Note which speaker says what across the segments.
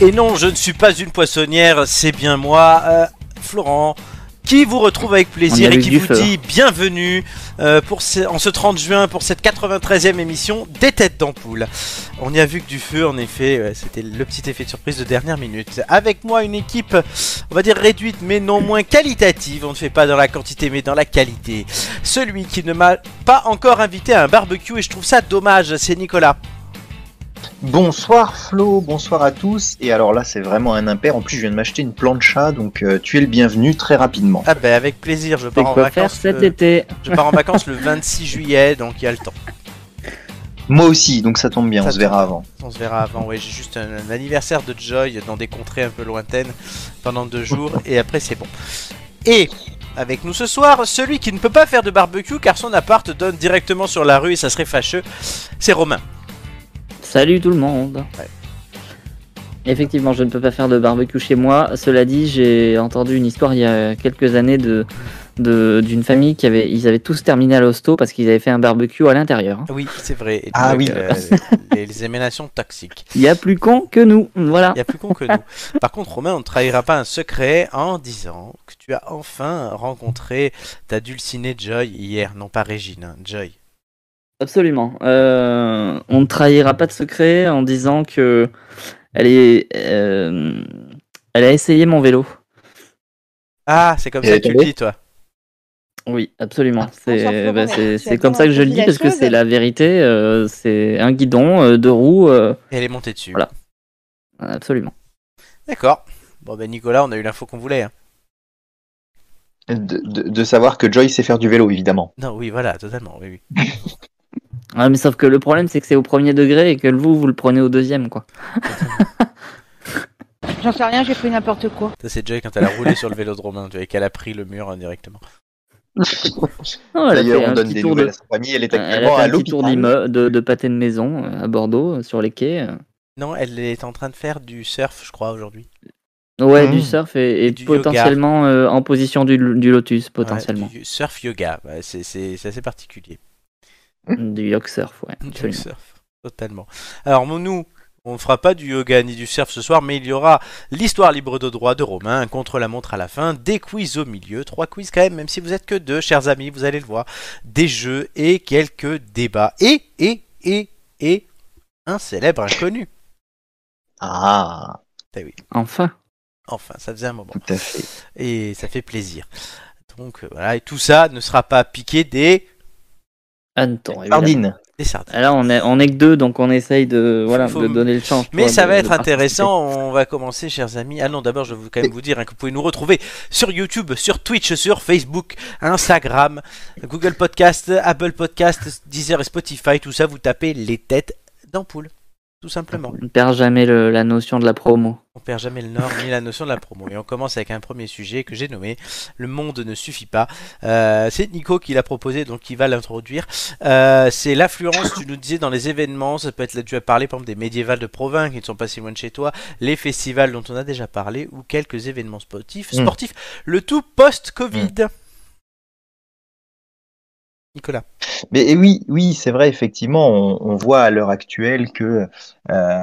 Speaker 1: Et non, je ne suis pas une poissonnière, c'est bien moi, euh, Florent, qui vous retrouve avec plaisir
Speaker 2: On y
Speaker 1: et
Speaker 2: avait
Speaker 1: qui
Speaker 2: du
Speaker 1: vous
Speaker 2: feu.
Speaker 1: dit bienvenue euh, pour ce- en ce 30 juin pour cette 93e émission des Têtes d'Ampoule. On y a vu que du feu, en effet, ouais, c'était le petit effet de surprise de dernière minute. Avec moi, une équipe, on va dire réduite, mais non moins qualitative. On ne fait pas dans la quantité, mais dans la qualité. Celui qui ne m'a pas encore invité à un barbecue, et je trouve ça dommage, c'est Nicolas.
Speaker 2: Bonsoir Flo, bonsoir à tous. Et alors là, c'est vraiment un impair. En plus, je viens de m'acheter une plancha, donc euh, tu es le bienvenu très rapidement.
Speaker 1: Ah ben, avec plaisir, je
Speaker 3: C'est
Speaker 1: pars en
Speaker 3: quoi faire
Speaker 1: vacances.
Speaker 3: cet
Speaker 1: euh,
Speaker 3: été
Speaker 1: Je pars en vacances le 26 juillet, donc il y a le temps.
Speaker 2: Moi aussi, donc ça tombe bien,
Speaker 1: Ça
Speaker 2: on se verra
Speaker 1: tombe.
Speaker 2: avant.
Speaker 1: On se verra avant. Ouais, j'ai juste un, un anniversaire de Joy dans des contrées un peu lointaines pendant deux jours et après c'est bon. Et avec nous ce soir, celui qui ne peut pas faire de barbecue car son appart donne directement sur la rue et ça serait fâcheux, c'est Romain.
Speaker 3: Salut tout le monde
Speaker 1: Ouais.
Speaker 3: Effectivement, je ne peux pas faire de barbecue chez moi. Cela dit, j'ai entendu une histoire il y a quelques années de de- d'une famille qui avait ils avaient tous terminé à l'hosto parce qu'ils avaient fait un barbecue à l'intérieur. hein.
Speaker 1: Oui, c'est vrai. Et
Speaker 2: Ah
Speaker 1: donc,
Speaker 2: oui.
Speaker 1: euh, les, les émanations toxiques.
Speaker 3: Il y a plus con que nous, voilà.
Speaker 1: Il y a plus con que nous. Par contre, Romain, on ne trahira pas un secret en disant que tu as enfin rencontré ta dulcinée Joy hier, non pas Régine, hein, Joy.
Speaker 3: Absolument. Euh, on ne trahira pas de secret en disant que elle est euh, elle a essayé mon vélo.
Speaker 1: Ah, c'est comme
Speaker 2: Et
Speaker 1: ça
Speaker 2: elle
Speaker 1: que tu
Speaker 2: est
Speaker 1: le dis, toi.
Speaker 3: Oui, absolument.
Speaker 4: bonsoir,
Speaker 3: C'est
Speaker 4: Ah, Florent,
Speaker 3: bah,
Speaker 4: mais
Speaker 3: c'est-
Speaker 4: tu
Speaker 3: c'est
Speaker 4: as
Speaker 3: comme
Speaker 4: bien
Speaker 3: ça que je le dis
Speaker 4: introduit la
Speaker 3: parce que c'est
Speaker 4: chose.
Speaker 3: la vérité. euh, c'est un guidon, euh, deux roues, euh,
Speaker 1: Et elle est montée dessus.
Speaker 3: Voilà. absolument.
Speaker 1: D'accord. Bon ben Nicolas, on a eu l'info qu'on voulait. hein.
Speaker 2: De, de- de savoir que Joy sait faire du vélo, évidemment.
Speaker 1: Non, oui, voilà, totalement. Oui, oui.
Speaker 3: Ouais, Ah, mais sauf que le problème c'est que c'est au premier degré et que vous vous le prenez au deuxième quoi.
Speaker 4: J'en sais rien, j'ai pris n'importe quoi.
Speaker 1: Ça c'est Joy quand elle a roulé sur le vélodrome, hein, tu vois, et qu'elle a pris le mur hein, directement.
Speaker 3: Non, Ah, elle a fait
Speaker 2: D'ailleurs, on
Speaker 3: un
Speaker 2: donne
Speaker 3: petit
Speaker 2: des
Speaker 3: tour de,
Speaker 2: nouvelles à sa famille. Elle est
Speaker 3: elle a
Speaker 1: Oh,
Speaker 2: actuellement
Speaker 3: fait
Speaker 2: à
Speaker 3: un petit tour
Speaker 2: l'hôpital.
Speaker 3: d'immeu- de, de pâté de maison euh, à Bordeaux euh, sur les quais. euh.
Speaker 1: Non, elle est en train de faire du surf, je crois, aujourd'hui.
Speaker 3: Ouais,
Speaker 2: Mmh.
Speaker 3: du surf et, et
Speaker 1: Et du yoga.
Speaker 3: potentiellement euh, en position du, du lotus potentiellement.
Speaker 1: Ouais, du surf yoga, Ouais, c'est c'est- c'est assez particulier.
Speaker 3: Du yoke surf, ouais.
Speaker 1: Du
Speaker 3: absolument.
Speaker 1: surf, totalement. Alors mon- nous, on ne fera pas du yoga ni du surf ce soir, mais il y aura l'histoire libre de droit de Romain, un contre-la-montre à la fin, des quiz au milieu, trois quiz quand même, même si vous êtes que deux, chers amis, vous allez le voir, des jeux et quelques débats. Et, et, et, et, un célèbre inconnu. Eh
Speaker 2: Ah,
Speaker 3: Enfin.
Speaker 1: Enfin, ça faisait un moment.
Speaker 2: tout à fait.
Speaker 1: Et ça fait plaisir. Donc euh, voilà, et tout ça ne sera pas piqué des,
Speaker 2: Bah,
Speaker 3: Anton. évidemment.
Speaker 2: Sardine.
Speaker 1: des sardines.
Speaker 3: Là on est on est que deux donc on essaye de voilà
Speaker 1: Faut-
Speaker 3: de
Speaker 1: faut-
Speaker 3: donner le change.
Speaker 1: Mais
Speaker 3: quoi,
Speaker 1: ça
Speaker 3: de-
Speaker 1: va
Speaker 3: de
Speaker 1: être
Speaker 3: participer.
Speaker 1: intéressant. On va commencer, chers amis. Ah non, d'abord, je veux quand même vous dire hein, que vous pouvez nous retrouver sur YouTube, sur Twitch, sur Facebook, Instagram, Google Podcast, Apple Podcast, Deezer et Spotify. Tout ça, vous tapez les têtes d'ampoule. Tout simplement.
Speaker 3: On ne perd jamais le- la notion de la promo.
Speaker 1: On perd jamais le nord ni la notion de la promo. Et on commence avec un premier sujet que j'ai nommé Le monde ne suffit pas. Euh, c'est Nico qui l'a proposé, donc il va l'introduire. Euh, c'est l'affluence, tu nous disais, dans les événements. Ça peut être, là, tu as parlé par exemple des médiévales de province qui ne sont pas si loin de chez toi, les festivals dont on a déjà parlé ou quelques événements sportifs.
Speaker 2: Mm.
Speaker 1: sportifs le tout post-Covid.
Speaker 2: Hmm.
Speaker 1: Nicolas.
Speaker 2: Mais et oui, oui, c'est vrai, effectivement, on, on voit à l'heure actuelle que euh,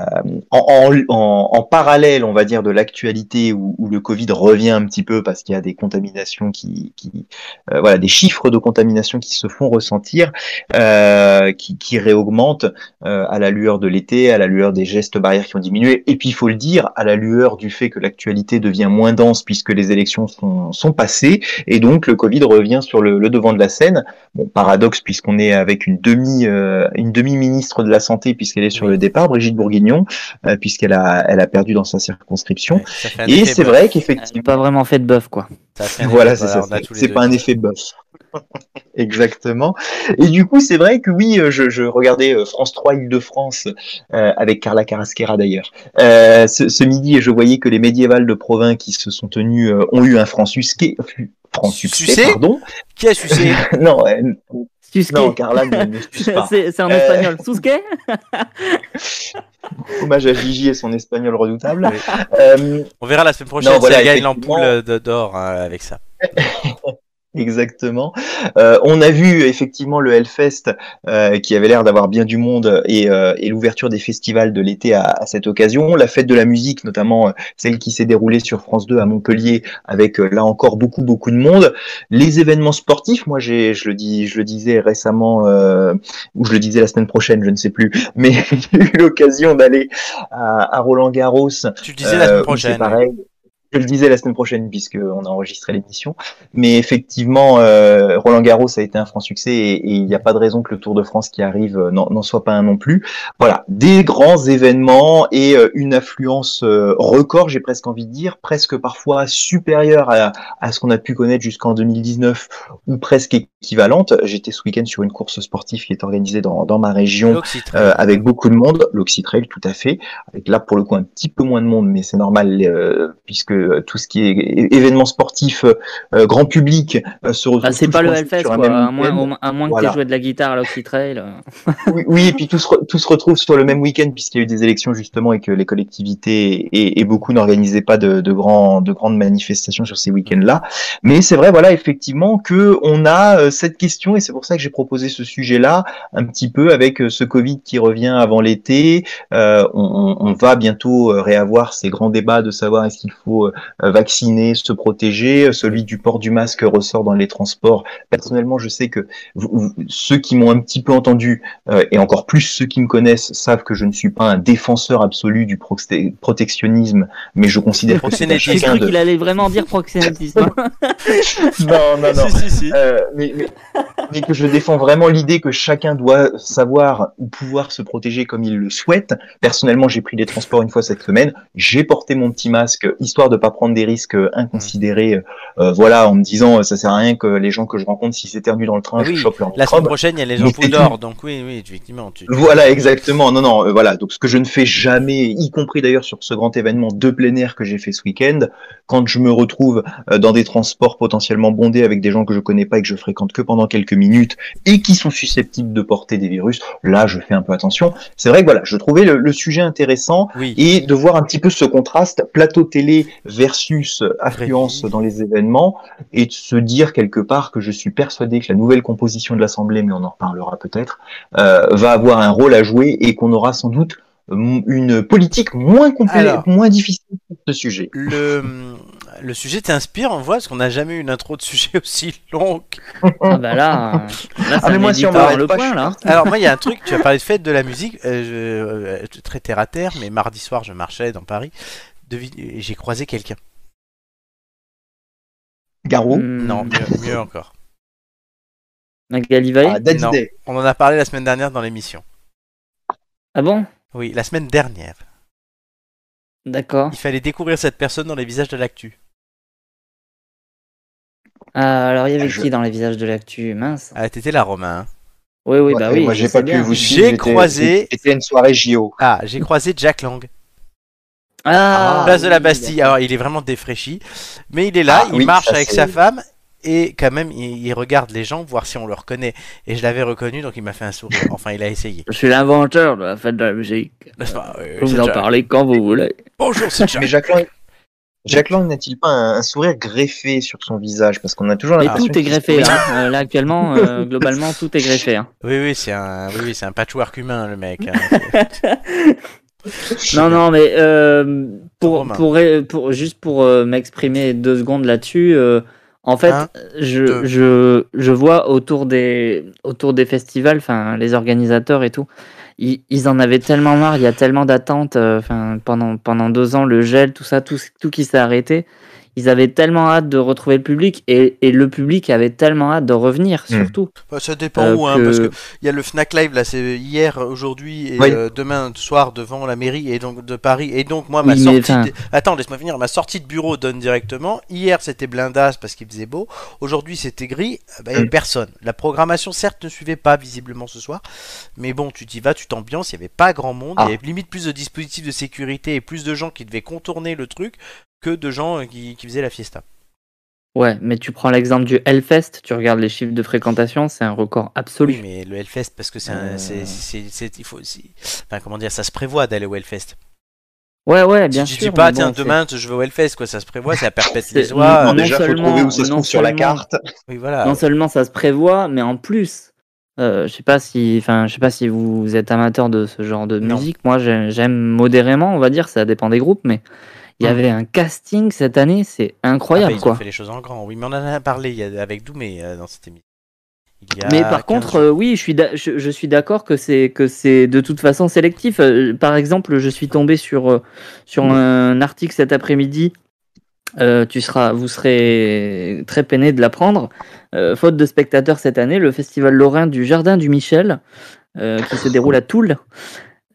Speaker 2: en, en- en- en parallèle, on va dire, de l'actualité où, où le Covid revient un petit peu parce qu'il y a des contaminations qui, qui euh, voilà, des chiffres de contamination qui se font ressentir, euh, qui, qui réaugmentent euh, à la lueur de l'été, à la lueur des gestes barrières qui ont diminué, et puis il faut le dire, à la lueur du fait que l'actualité devient moins dense puisque les élections sont, sont passées, et donc le Covid revient sur le- le devant de la scène bon, paradoxe puisqu'on est avec une demi euh, une demi ministre de la santé puisqu'elle est sur le départ Brigitte Bourguignon euh, puisqu'elle a elle a perdu dans sa circonscription
Speaker 1: Ça fait un
Speaker 2: et
Speaker 1: effet
Speaker 2: c'est
Speaker 1: bœuf.
Speaker 2: vrai
Speaker 3: Elle n'a
Speaker 2: qu'effectivement
Speaker 3: pas vraiment fait de bœuf, quoi.
Speaker 1: Ça fait un
Speaker 2: voilà,
Speaker 1: effet-
Speaker 2: c'est ça.
Speaker 1: on a
Speaker 2: c'est-
Speaker 1: tous les
Speaker 2: C'est
Speaker 1: deux.
Speaker 2: pas un effet bœuf. Exactement. Et du coup, c'est vrai que oui, euh, je, je regardais euh, France 3 Île-de-France euh, avec Carla Carasquera d'ailleurs euh, ce, ce midi et je voyais que les médiévales de Provins qui se sont tenus euh, ont eu un franc succès. Franc
Speaker 1: Sucé
Speaker 2: succès, pardon.
Speaker 1: Qui a sucé
Speaker 2: Non, euh,
Speaker 3: Susquet.
Speaker 2: non, Carla ne, ne suce pas.
Speaker 3: C'est c'est en
Speaker 2: Euh,
Speaker 3: espagnol. Susquet
Speaker 2: Hommage à Gigi et son espagnol redoutable.
Speaker 1: Oui.
Speaker 2: Euh,
Speaker 1: On verra la semaine prochaine
Speaker 2: Non, voilà,
Speaker 1: si elle gagne
Speaker 2: effectivement.
Speaker 1: l'ampoule euh, de- d'or hein, avec ça.
Speaker 2: Exactement. Euh, on a vu effectivement le Hellfest euh, qui avait l'air d'avoir bien du monde et, euh, et l'ouverture des festivals de l'été à, à cette occasion. La fête de la musique, notamment euh, celle qui s'est déroulée sur France 2 à Montpellier, avec euh, là encore beaucoup beaucoup de monde. Les événements sportifs, moi j'ai, je le dis, je le disais récemment euh, ou je le disais la semaine prochaine, je ne sais plus, mais j'ai eu l'occasion d'aller à, à Roland Garros
Speaker 1: Tu le disais la
Speaker 2: euh,
Speaker 1: semaine
Speaker 2: où c'est
Speaker 1: prochaine.
Speaker 2: pareil. Je le disais la semaine prochaine puisque on a enregistré l'émission, mais effectivement, euh, Roland Garros a été un franc succès et et il n'y a pas de raison que le Tour de France qui arrive euh, n'en n'en soit pas un non plus. Voilà, des grands événements et euh, une affluence euh, record, j'ai presque envie de dire, presque parfois supérieure à, à ce qu'on a pu connaître jusqu'en 2019 ou presque équivalente. J'étais ce week-end sur une course sportive qui est organisée dans, dans ma région
Speaker 1: L'Oxytrail.
Speaker 2: euh, avec beaucoup de monde, l'Oxytrail tout à fait, avec là pour le coup un petit peu moins de monde, mais c'est normal euh, puisque euh, tout ce qui est é- événement sportif euh, grand public euh, se retrouve
Speaker 3: Ah, c'est
Speaker 2: tous,
Speaker 3: pas
Speaker 2: je
Speaker 3: le
Speaker 2: pense,
Speaker 3: Hellfest,
Speaker 2: sur
Speaker 3: quoi.
Speaker 2: un
Speaker 3: À
Speaker 2: même week-end.
Speaker 3: moins, à moins que
Speaker 2: Voilà.
Speaker 3: tu joué de la guitare à l'Oxytrail. euh.
Speaker 2: Oui, oui, et puis tout se, re- tout se retrouve sur le même week-end puisqu'il y a eu des élections justement et que les collectivités et, et beaucoup n'organisaient pas de, de, grands, de grandes manifestations sur ces week-ends-là. Mais c'est vrai, voilà, effectivement, que on a euh, cette question et c'est pour ça que j'ai proposé ce sujet-là un petit peu avec euh, ce Covid qui revient avant l'été. Euh, on, on- on va bientôt euh, réavoir ces grands débats de savoir est-ce qu'il faut euh, vacciner, se protéger. Euh, Celui du port du masque ressort dans les transports. Personnellement, je sais que vous- vous- ceux qui m'ont un petit peu entendu euh, et encore plus ceux qui me connaissent savent que je ne suis pas un défenseur absolu du proxé- protectionnisme, mais je considère que c'est à
Speaker 1: Proxénétisme.
Speaker 3: J'ai
Speaker 2: chacun
Speaker 3: cru
Speaker 2: de...
Speaker 3: qu'il allait vraiment dire proxénétisme.
Speaker 2: Non, non, non.
Speaker 1: Si, si, si.
Speaker 2: Euh, mais, mais, mais que je défends vraiment l'idée que chacun doit savoir ou pouvoir se protéger comme il le souhaite. Personnellement, j'ai pris les transports une fois cette semaine. J'ai porté mon petit masque histoire de pas prendre des risques euh, inconsidérés. euh, voilà, en me disant euh, ça sert à rien que les gens que je rencontre s'ils s'éternuent dans le train,
Speaker 1: Ah Oui,
Speaker 2: je chope leur
Speaker 1: La semaine
Speaker 2: microbe.
Speaker 1: prochaine, il y a les
Speaker 2: Mais
Speaker 1: gens
Speaker 2: c'est tout.
Speaker 1: d'or, donc oui, oui, effectivement. Tu...
Speaker 2: Voilà, exactement. Non, non, euh, voilà. Donc, ce que je ne fais jamais, y compris d'ailleurs sur ce grand événement de plein air que j'ai fait ce week-end, quand je me retrouve euh, dans des transports potentiellement bondés avec des gens que je connais pas et que je fréquente que pendant quelques minutes et qui sont susceptibles de porter des virus, là, je fais un peu attention. C'est vrai que voilà, je trouvais le, le sujet intéressant
Speaker 1: Oui.
Speaker 2: et de voir un petit peu ce contraste plateau télé versus affluence dans les événements et de se dire quelque part que je suis persuadé que la nouvelle composition de l'Assemblée, mais on en reparlera peut-être, euh, va avoir un rôle à jouer et qu'on aura sans doute euh, une politique moins complète,
Speaker 1: Alors.
Speaker 2: moins difficile sur ce sujet.
Speaker 1: Le, le sujet t'inspire, on voit, parce qu'on n'a jamais eu une intro de sujet aussi longue.
Speaker 3: ah bah là, euh, là ça
Speaker 2: Ah, mais moi,
Speaker 3: met
Speaker 2: si
Speaker 3: du
Speaker 2: on
Speaker 3: temps
Speaker 2: m'arrête
Speaker 3: le
Speaker 2: pas,
Speaker 3: point,
Speaker 2: je suis
Speaker 3: là.
Speaker 1: Alors moi, il y a un truc, tu as parlé de fête de la musique, euh, je, euh, très terre à terre, mais mardi soir, je marchais dans Paris, devine- et j'ai croisé quelqu'un.
Speaker 2: Garou
Speaker 3: Hmm,
Speaker 1: Non, mieux, mieux encore.
Speaker 3: Magali Vallée
Speaker 2: Ah,
Speaker 3: Ah,
Speaker 2: Daddy
Speaker 1: Non.
Speaker 2: Day.
Speaker 1: On en a parlé la semaine dernière dans l'émission.
Speaker 3: Ah bon
Speaker 1: Oui, la semaine dernière.
Speaker 3: D'accord.
Speaker 1: Il fallait découvrir cette personne dans les visages de l'actu.
Speaker 3: Ah, alors, il y avait
Speaker 2: Je-
Speaker 3: qui dans les visages de l'actu Mince.
Speaker 1: Ah, t'étais là, Romain. hein.
Speaker 3: Oui, oui, bah
Speaker 2: Ouais,
Speaker 3: oui.
Speaker 2: Moi, j'ai
Speaker 3: je
Speaker 2: pas
Speaker 3: sais
Speaker 2: pu
Speaker 3: bien.
Speaker 2: vous
Speaker 1: J'ai
Speaker 2: suivre. j'étais-
Speaker 1: croisé-
Speaker 2: C'était une soirée JO.
Speaker 1: Ah, j'ai croisé Jack Lang,
Speaker 3: Ah,
Speaker 1: place de la
Speaker 3: oui,
Speaker 1: Bastille. Alors, il est vraiment défraîchi, mais il est là,
Speaker 2: Ah,
Speaker 1: il
Speaker 2: oui,
Speaker 1: marche
Speaker 2: ça,
Speaker 1: avec
Speaker 2: c'est-
Speaker 1: sa femme. Et quand même, il, il regarde les gens, voir si on le reconnaît. Et je l'avais reconnu, donc il m'a fait un sourire. Enfin, il a essayé.
Speaker 3: Je suis l'inventeur de la fête de la musique.
Speaker 1: Enfin, euh,
Speaker 3: Je peux
Speaker 1: c'est
Speaker 3: vous en
Speaker 1: Jack.
Speaker 3: parler quand vous voulez.
Speaker 1: Bonjour, c'est Jack.
Speaker 2: Mais Jacques Lang, Jacques Lang n'a-t-il pas un, un sourire greffé sur son visage Parce qu'on a toujours
Speaker 3: Mais
Speaker 2: l'impression.
Speaker 3: tout est
Speaker 2: qu'il-
Speaker 3: greffé là. Euh, là actuellement, euh, globalement, tout est greffé. hein.
Speaker 1: Oui, oui, c'est un, oui, oui, c'est un patchwork humain, le mec. hein.
Speaker 3: hein. Non, non, mais euh, pour,
Speaker 1: Romain.
Speaker 3: pour, euh, pour- juste pour euh, m'exprimer deux secondes là-dessus, euh, en fait,
Speaker 1: Un, Hein? deux.
Speaker 3: je, je, je vois autour des, autour des festivals, enfin, les organisateurs et tout, ils, ils en avaient tellement marre, il y a tellement d'attentes, euh, enfin, pendant, pendant deux ans, le gel, tout ça, tout, tout qui s'est arrêté. Ils avaient tellement hâte de retrouver le public et, et le public avait tellement hâte de revenir, surtout.
Speaker 1: Bah, ça dépend
Speaker 3: Euh,
Speaker 1: où, hein,
Speaker 3: que-
Speaker 1: parce que il y a le Fnac Live là, c'est hier, aujourd'hui et
Speaker 2: Oui.
Speaker 1: euh, demain soir devant la mairie et donc de Paris. Et donc moi,
Speaker 3: Oui,
Speaker 1: ma
Speaker 3: mais
Speaker 1: sortie.
Speaker 3: enfin-
Speaker 1: de- Attends, laisse-moi finir. Ma sortie de bureau donne directement. Hier, c'était blindasse parce qu'il faisait beau. Aujourd'hui, c'était gris. Euh, Bah, il y avait
Speaker 2: Mm.
Speaker 1: personne. La programmation certes ne suivait pas visiblement ce soir, mais bon, tu t'y vas, tu t'ambiances. Il y avait pas grand monde.
Speaker 2: Ah.
Speaker 1: Il y avait limite plus de dispositifs de sécurité et plus de gens qui devaient contourner le truc que de gens euh, qui, qui faisaient la fiesta.
Speaker 3: Ouais, mais tu prends l'exemple du Hellfest, tu regardes les chiffres de fréquentation, c'est un record absolu.
Speaker 1: Oui, mais le Hellfest, parce que c'est un.
Speaker 3: Euh.
Speaker 1: c'est- c'est- c'est- il faut, c'est- enfin, comment dire, ça se prévoit d'aller au Hellfest.
Speaker 3: Ouais, ouais, bien
Speaker 1: si tu
Speaker 3: sûr.
Speaker 1: dis pas,
Speaker 3: mais bon,
Speaker 1: tiens,
Speaker 3: c'est-
Speaker 1: demain je vais au Hellfest, quoi, ça se prévoit, ça perpète
Speaker 3: C'est-
Speaker 1: les oies.
Speaker 3: Non,
Speaker 1: euh,
Speaker 3: mais-
Speaker 2: Ah, déjà, faut
Speaker 3: seulement-
Speaker 2: trouver où ça se
Speaker 3: non
Speaker 2: trouve sur la
Speaker 3: seulement-
Speaker 2: carte.
Speaker 1: Oui, voilà.
Speaker 3: Non seulement ça se prévoit, mais en plus, euh, je sais pas si, enfin, je sais pas si vous êtes amateur de ce genre de
Speaker 1: Non.
Speaker 3: musique. Moi, j'ai- j'aime modérément, on va dire. Ça dépend des groupes, mais il y
Speaker 1: Mhm.
Speaker 3: avait un casting cette année, c'est
Speaker 1: Ah, bah,
Speaker 3: incroyable,
Speaker 1: ils ont
Speaker 3: quoi.
Speaker 1: fait les choses en grand. Oui, mais on en a parlé il y a- avec Doumé euh, dans cette émission. Il y a
Speaker 3: Mais par
Speaker 1: 15
Speaker 3: contre,
Speaker 1: jours.
Speaker 3: euh, oui, je suis, d'a- je, je suis d'accord que c'est que c'est de toute façon sélectif. Euh, par exemple, je suis tombé sur euh, sur
Speaker 1: Mm.
Speaker 3: un article cet après-midi. Euh, tu seras, vous serez très peiné de l'apprendre. Euh, faute de spectateurs cette année, le festival lorrain du Jardin du Michel, euh, qui se déroule à Toul.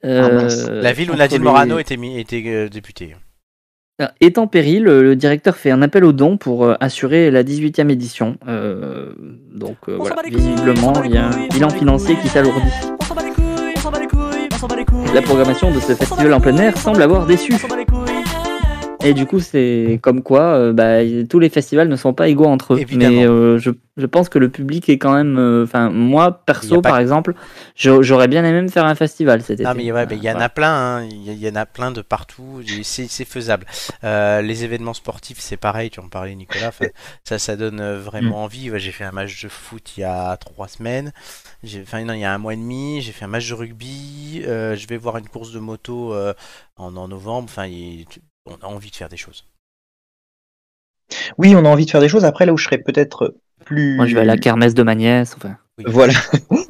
Speaker 2: Ah mince.
Speaker 3: euh,
Speaker 1: la ville où
Speaker 3: entre
Speaker 1: Nadine
Speaker 3: les-
Speaker 1: Morano était, mi- était euh, députée.
Speaker 3: est en péril, euh, le, le directeur fait un appel aux dons pour euh, assurer la 18e édition. Euh, donc euh,
Speaker 5: On s'en
Speaker 3: voilà,
Speaker 5: bat les couilles,
Speaker 3: visiblement,
Speaker 5: on s'en bat les
Speaker 3: il y a un
Speaker 5: couilles,
Speaker 3: bilan
Speaker 5: on s'en bat les
Speaker 3: financier qui
Speaker 5: couilles.
Speaker 3: s'alourdit.
Speaker 5: On s'en bat les couilles, on s'en bat les couilles, on s'en bat les couilles.
Speaker 3: La programmation de ce festival en plein air semble avoir déçu.
Speaker 5: On s'en bat les couilles.
Speaker 3: Et du coup, c'est comme quoi euh, bah, y- tous les festivals ne sont pas égaux entre eux.
Speaker 1: Évidemment.
Speaker 3: Mais euh, je, je pense que le public est quand même. euh, Enfin, moi,
Speaker 1: Il y
Speaker 3: perso,
Speaker 1: a pas
Speaker 3: par exemple, je- j'aurais bien aimé me faire un festival cet été.
Speaker 1: Ah mais ouais, mais il y en
Speaker 3: Voilà.
Speaker 1: a plein, hein. il y a- il y en a plein de partout, et c'est c'est faisable. Euh, les événements sportifs, c'est pareil, tu en parlais Nicolas, Enfin, ça ça donne euh, vraiment envie. Ouais, j'ai fait un match de foot il y a trois semaines, J'ai- enfin non, il y a un mois et demi, j'ai fait un match de rugby, euh, je vais voir une course de moto euh, en, en novembre, enfin il- tu- on a envie de faire des choses.
Speaker 2: Oui, on a envie de faire des choses. Après, là où je serais peut-être euh, plus.
Speaker 3: Moi, je vais à la kermesse de ma nièce. Enfin.
Speaker 2: Voilà.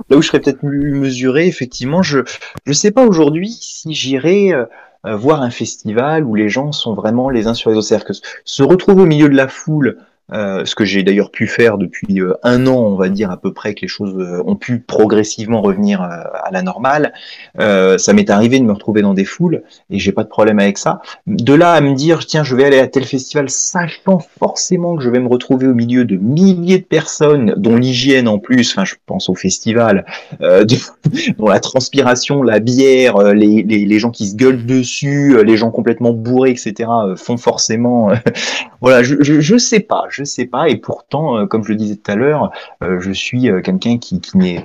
Speaker 2: Là où je serais peut-être plus mesuré, effectivement, je je sais pas aujourd'hui si j'irais euh, euh, voir un festival où les gens sont vraiment les uns sur les autres. C'est-à-dire que se- se retrouver au milieu de la foule, euh, ce que j'ai d'ailleurs pu faire depuis euh, un an, on va dire à peu près, que les choses euh, ont pu progressivement revenir euh, à la normale. Euh, ça m'est arrivé de me retrouver dans des foules et j'ai pas de problème avec ça. De là à me dire, tiens, je vais aller à tel festival, sachant forcément que je vais me retrouver au milieu de milliers de personnes, dont l'hygiène en plus, enfin, je pense au festival, euh, de- dont la transpiration, la bière, euh, les, les, les gens qui se gueulent dessus, euh, les gens complètement bourrés, etc., euh, font forcément. euh, voilà, je, je, je sais pas, je sais pas, et pourtant, euh, comme je le disais tout à l'heure, euh, je suis euh, quelqu'un qui, qui n'est.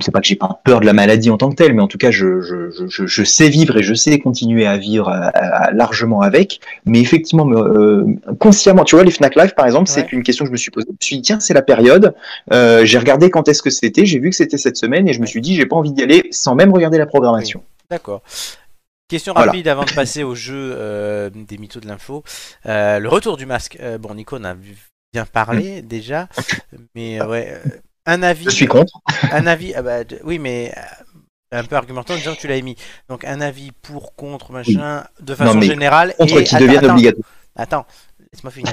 Speaker 2: C'est pas que j'ai pas peur de la maladie en tant que telle, mais en tout cas, je, je, je- je, je sais vivre et je sais continuer à vivre euh, euh, largement avec. Mais effectivement, me- euh, consciemment, tu vois, les Fnac Live, par exemple,
Speaker 1: Ouais.
Speaker 2: c'est une question que je me suis posée. Je me suis dit, tiens, c'est la période. Euh, j'ai regardé quand est-ce que c'était, j'ai vu que c'était cette semaine et je me suis dit, j'ai pas envie d'y aller sans même regarder la programmation.
Speaker 1: D'accord. Question
Speaker 2: Voilà.
Speaker 1: rapide avant de passer au jeu euh, des mythos de l'info. Euh, le retour du masque. Euh, bon, Nico on a vu- bien parlé déjà, mais euh, ouais. euh, Un avis.
Speaker 2: Mm. Ah. Je suis contre.
Speaker 1: Un avis. ah bah, de- oui, mais euh, un peu argumentant en disant que tu l'avais mis. Donc un avis pour, contre, machin, de façon
Speaker 2: mais
Speaker 1: générale.
Speaker 2: Contre
Speaker 1: et
Speaker 2: qui
Speaker 1: attends,
Speaker 2: deviennent
Speaker 1: attends,
Speaker 2: obligatoires.
Speaker 1: Attends, laisse-moi finir.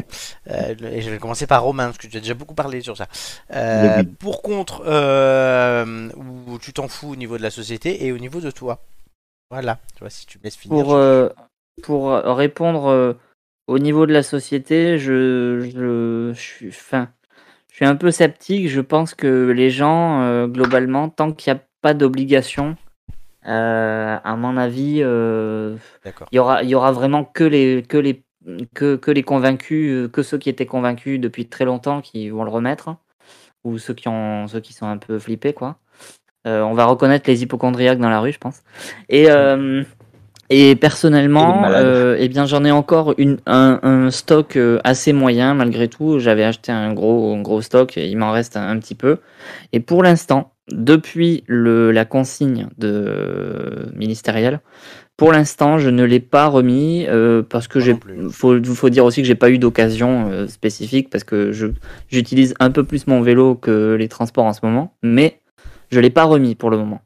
Speaker 1: Euh, le- et je vais commencer par Romain, parce que tu as déjà beaucoup parlé sur ça. Euh,
Speaker 2: Oui,
Speaker 1: pour contre, euh, où tu t'en fous au niveau de la société et au niveau de toi. Voilà, tu vois, si tu me laisses finir.
Speaker 3: pour,
Speaker 1: je-
Speaker 3: euh, pour répondre euh, au niveau de la société, je, je, je suis, enfin, je suis un peu sceptique. Je pense que les gens, euh, globalement, tant qu'il n'y a pas d'obligation, euh, à mon avis, euh,
Speaker 1: D'accord.
Speaker 3: il y aura, il y aura vraiment que les, que les, que, que les convaincus, euh, que ceux qui étaient convaincus depuis très longtemps qui vont le remettre, ou ceux qui, ont, ceux qui sont un peu flippés, quoi. Euh, on va reconnaître les hypochondriaques dans la rue, je pense. Et, euh, et
Speaker 2: Et les
Speaker 3: personnellement,
Speaker 2: malades.
Speaker 3: euh, eh bien, j'en ai encore une, un, un stock euh, assez moyen malgré tout. J'avais acheté un gros, un gros stock, et il m'en reste un, un petit peu. Et pour l'instant, depuis le, la consigne de, ministérielle, pour l'instant, je ne l'ai pas remis euh, parce que
Speaker 1: Moi
Speaker 3: j'ai.
Speaker 1: non plus.
Speaker 3: Faut, faut dire aussi que j'ai pas eu d'occasion euh, spécifique parce que je j'utilise un peu plus mon vélo que les transports en ce moment, mais je l'ai pas remis pour le moment.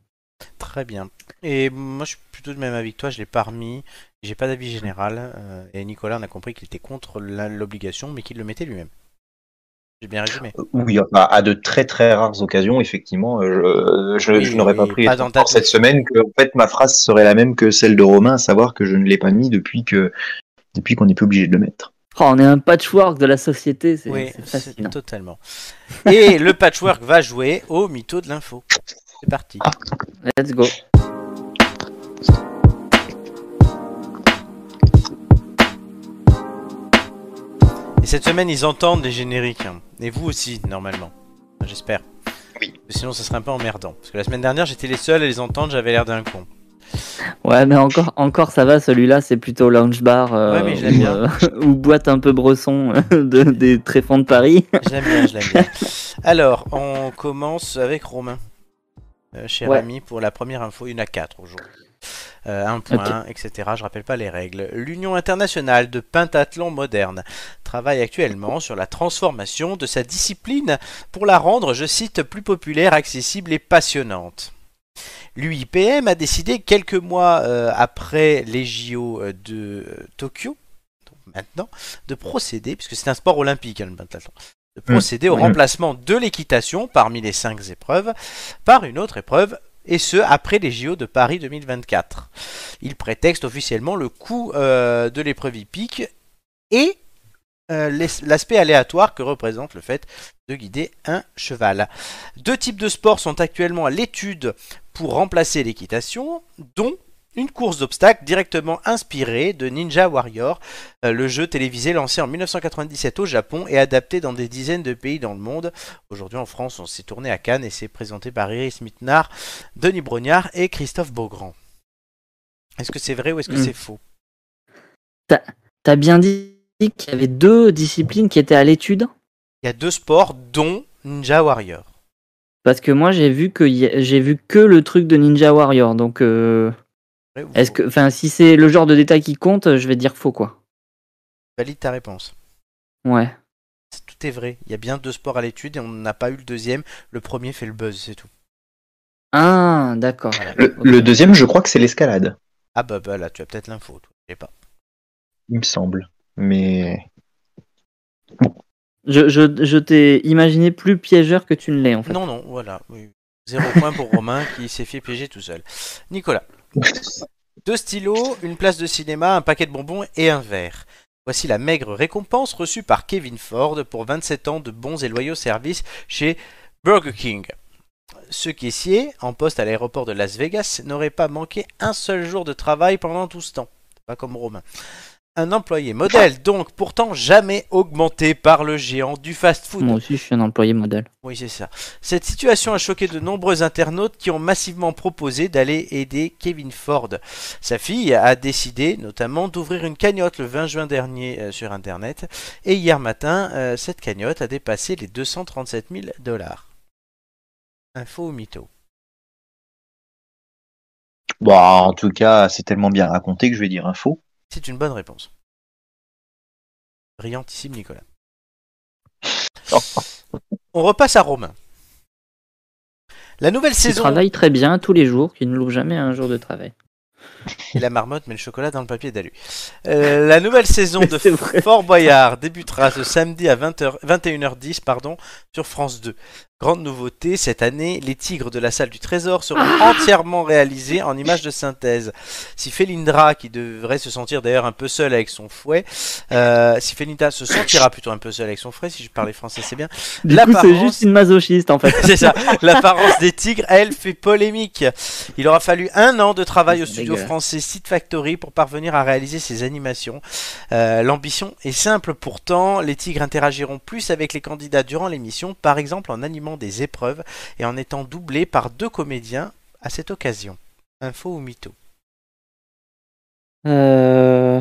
Speaker 1: Très bien. Et moi, je suis plutôt de même avis que toi, je l'ai pas remis. J'ai pas d'avis général. euh, et Nicolas, on a compris qu'il était contre la- l'obligation, mais qu'il le mettait lui-même. J'ai bien résumé.
Speaker 2: Oui, enfin, à de très très rares occasions, effectivement, euh, je, je-
Speaker 1: Oui,
Speaker 2: je n'aurais pas
Speaker 1: oui,
Speaker 2: pris
Speaker 1: pas
Speaker 2: les
Speaker 1: dans ta
Speaker 2: transports cette
Speaker 1: tête.
Speaker 2: semaine que en fait ma phrase serait la même que celle de Romain, à savoir que je ne l'ai pas mis depuis que depuis qu'on n'est plus obligé de le mettre.
Speaker 3: Oh, on est un patchwork de la société, c'est
Speaker 1: Oui,
Speaker 3: c'est
Speaker 1: c'est
Speaker 3: fascinant.
Speaker 1: totalement. Et le patchwork va jouer au mytho de l'info. C'est parti.
Speaker 3: Let's go.
Speaker 1: Et cette semaine, ils entendent les génériques. hein. Et vous aussi, normalement. Enfin, J'espère.
Speaker 2: Oui.
Speaker 1: Sinon, ça serait un peu emmerdant. Parce que la semaine dernière, j'étais les seuls à les entendre, j'avais l'air d'un con.
Speaker 3: Ouais, mais encore, encore ça va, celui-là, c'est plutôt lounge bar euh,
Speaker 1: Ouais, mais je l'aime
Speaker 3: ou,
Speaker 1: bien.
Speaker 3: euh, ou boîte un peu bresson euh, de- des tréfonds de Paris.
Speaker 1: Je l'aime bien, je l'aime bien. Alors, on commence avec Romain. Euh, cher
Speaker 3: Ouais.
Speaker 1: ami, pour la première info, une à 4 aujourd'hui. Euh, un point, etc. Je rappelle pas les règles. L'Union internationale de pentathlon moderne travaille actuellement sur la transformation de sa discipline pour la rendre, je cite, plus populaire, accessible et passionnante. L'UIPM a décidé quelques mois euh, après les JO de euh, Tokyo, donc maintenant, de procéder, puisque c'est un sport olympique hein, le pentathlon, de procéder au
Speaker 2: Mhm.
Speaker 1: remplacement de l'équitation parmi les cinq épreuves par une autre épreuve, et ce après les JO de Paris 2024. Il prétexte officiellement le coût euh, de l'épreuve hippique et euh, l'es- l'aspect aléatoire que représente le fait de guider un cheval. Deux types de sports sont actuellement à l'étude pour remplacer l'équitation, dont une course d'obstacles directement inspirée de Ninja Warrior, euh, le jeu télévisé lancé en 1997 au Japon et adapté dans des dizaines de pays dans le monde. Aujourd'hui en France, on s'est tourné à Cannes et c'est présenté par Iris Mittenard, Denis Brognard et Christophe Beaugrand. Est-ce que c'est vrai ou est-ce que
Speaker 3: Mm.
Speaker 1: c'est faux
Speaker 3: T'as bien dit qu'il y avait deux disciplines qui étaient à l'étude
Speaker 1: Il y a deux sports, dont Ninja Warrior.
Speaker 3: Parce que moi, j'ai vu que y a- j'ai vu que le truc de Ninja Warrior. Donc, euh,
Speaker 1: Vrai ou
Speaker 3: est-ce
Speaker 1: faux
Speaker 3: que, enfin, si c'est le genre de détail qui compte, je vais dire faux, quoi.
Speaker 1: Valide ta réponse.
Speaker 3: Ouais.
Speaker 1: C'est- Tout est vrai. Il y a bien deux sports à l'étude et on n'a pas eu le deuxième. Le premier fait le buzz, c'est tout.
Speaker 3: Ah, d'accord.
Speaker 2: Le,
Speaker 3: Ok.
Speaker 2: le deuxième, je crois que c'est l'escalade,
Speaker 1: Ah bah, bah là, tu as peut-être l'info. toi. Je sais pas.
Speaker 2: il me semble. Mais
Speaker 3: Je, je, je t'ai imaginé plus piégeur que tu ne l'es, en fait.
Speaker 1: Non, non, voilà. Oui. Zéro point pour Romain qui s'est fait piéger tout seul. Nicolas. Deux stylos, une place de cinéma, un paquet de bonbons et un verre. Voici la maigre récompense reçue par Kevin Ford pour 27 ans de bons et loyaux services chez Burger King. Ce caissier, en poste à l'aéroport de Las Vegas, n'aurait pas manqué un seul jour de travail pendant tout ce temps. C'est Pas comme Romain. Un employé modèle, donc pourtant jamais augmenté par le géant du fast-food.
Speaker 3: Moi aussi, je suis un employé modèle.
Speaker 1: Oui, c'est ça. Cette situation a choqué de nombreux internautes qui ont massivement proposé d'aller aider Kevin Ford. Sa fille a décidé notamment d'ouvrir une cagnotte le 20 juin dernier euh, sur Internet. Et hier matin, euh, cette cagnotte a dépassé les 237 000 dollars. Info ou mytho
Speaker 2: bah, en tout cas, c'est tellement bien raconté que je vais dire un faux.
Speaker 1: C'est une bonne réponse. Brillantissime, Nicolas. On repasse à Romain. La nouvelle
Speaker 3: Tu
Speaker 1: saison.
Speaker 3: travailles très bien tous les jours, qui ne loupe jamais un jour de travail.
Speaker 1: Et la marmotte met le chocolat dans le papier d'alu. Euh, la nouvelle saison
Speaker 3: Mais
Speaker 1: de
Speaker 3: c'est vrai.
Speaker 1: Fort Boyard débutera ce samedi à 20h, 21h10 pardon, sur France 2. Grande nouveauté, cette année, les tigres de la salle du trésor seront
Speaker 3: Ah.
Speaker 1: entièrement réalisés en images de synthèse. Si Felindra, qui devrait se sentir d'ailleurs un peu seule avec son fouet, euh, si Felindra se sentira plutôt un peu seule avec son fouet, si je parlais français c'est bien,
Speaker 3: Du coup,
Speaker 1: L'apparence-
Speaker 3: c'est juste une masochiste, en fait.
Speaker 1: c'est ça. L'apparence des tigres, elle, fait polémique. Il aura fallu un an de travail au
Speaker 3: C'est
Speaker 1: studio
Speaker 3: dégueulasse.
Speaker 1: français Seed Factory pour parvenir à réaliser ces animations. Euh, L'ambition est simple pourtant. Les tigres interagiront plus avec les candidats durant l'émission, par exemple en animant des épreuves et en étant doublés par deux comédiens à cette occasion. Info ou mytho
Speaker 3: Euh,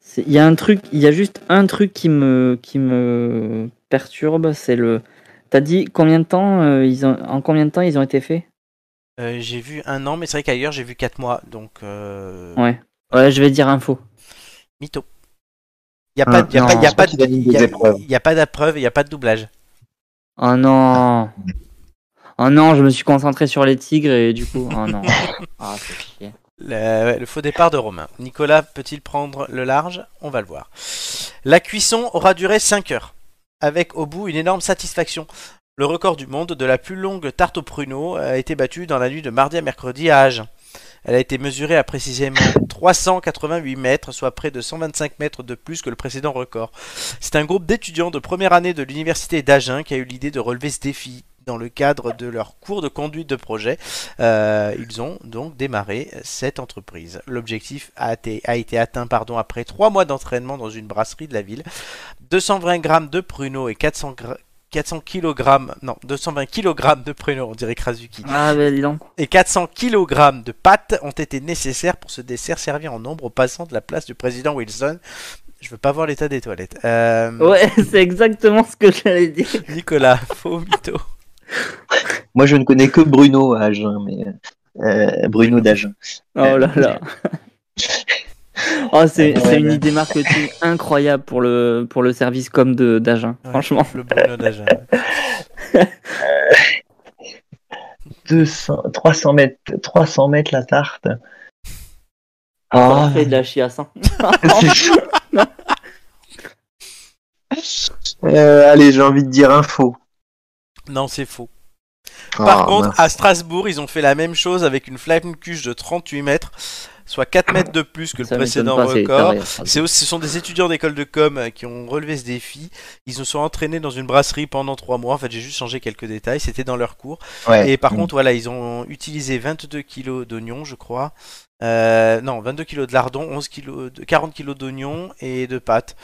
Speaker 3: c'est- Il y a un truc, il y a juste un truc qui me, qui me perturbe, c'est le. T'as dit combien de temps euh, ils ont, en combien de temps ils ont été faits
Speaker 1: Euh, J'ai vu un an, mais c'est vrai qu'ailleurs j'ai vu quatre mois, donc euh,
Speaker 3: Ouais. Ouais, je vais dire info.
Speaker 1: mytho. Il n'y a
Speaker 3: Ah,
Speaker 1: pas, y a
Speaker 3: non,
Speaker 1: pas, y a
Speaker 3: c'est
Speaker 1: pas
Speaker 2: pas qu'ils animent des
Speaker 1: y a-
Speaker 2: épreuves.
Speaker 1: y a pas d'épreuve, il n'y a pas de doublage.
Speaker 3: Oh non. Oh non, je me suis concentré sur les tigres et du coup, oh non. Ah, c'est chier.
Speaker 1: Le, le faux départ de Romain. Nicolas peut-il prendre le large On va le voir. La cuisson aura duré 5 heures, avec au bout une énorme satisfaction. Le record du monde de la plus longue tarte aux pruneaux a été battu dans la nuit de mardi à mercredi à Agen. Elle a été mesurée à précisément 388 mètres, soit près de 125 mètres de plus que le précédent record. C'est un groupe d'étudiants de première année de l'université d'Agen qui a eu l'idée de relever ce défi dans le cadre de leur cours de conduite de projet. Euh, ils ont donc démarré cette entreprise. L'objectif a, été- a été atteint pardon, après trois mois d'entraînement dans une brasserie de la ville. 220 grammes de pruneaux et 400 gra- 400 kg, non, 220 kg de pruneaux, on dirait Krasuki,
Speaker 3: Ah, bah dis donc.
Speaker 1: et 400 kg de pâtes ont été nécessaires pour ce dessert servi en nombre aux passants de la place du président Wilson. Je veux pas voir l'état des toilettes. Euh,
Speaker 3: Ouais, c'est exactement ce que j'allais dire.
Speaker 1: Nicolas, faux mytho.
Speaker 2: Moi, je ne connais que Bruno à Agen, mais euh, Bruno d'Agen.
Speaker 3: Oh là là. Oh, c'est
Speaker 2: Ouais,
Speaker 3: c'est une
Speaker 2: ouais.
Speaker 3: idée marketing incroyable pour le, pour le service com de d'Agen,
Speaker 1: Ouais,
Speaker 3: franchement.
Speaker 1: Le hein. Bruno d'Agen.
Speaker 2: 200, 300 mètres, 300 mètres la tarte.
Speaker 3: On
Speaker 2: Ah,
Speaker 3: fait de la chiasse. hein.
Speaker 2: c'est- Euh, allez, j'ai envie de dire info.
Speaker 1: Non, c'est faux. Par
Speaker 2: Ah,
Speaker 1: contre,
Speaker 2: mince.
Speaker 1: à Strasbourg, ils ont fait la même chose avec une flamme-cuche de 38 mètres, soit 4 mètres de plus que le
Speaker 3: Ça m'étonne
Speaker 1: précédent
Speaker 3: pas, c'est
Speaker 1: record.
Speaker 3: taré.
Speaker 1: C'est aussi- ce sont des étudiants d'école de com euh, qui ont relevé ce défi. Ils se sont entraînés dans une brasserie pendant 3 mois. En fait, j'ai juste changé quelques détails. C'était dans leur cours.
Speaker 2: Ouais. Mm.
Speaker 1: Et
Speaker 3: Mm.
Speaker 1: par contre, voilà, ils ont utilisé 22 kilos d'oignons, je crois. Euh, non, 22 kilos de lardons, 11 kilos de, 40 kilos d'oignons et de pâtes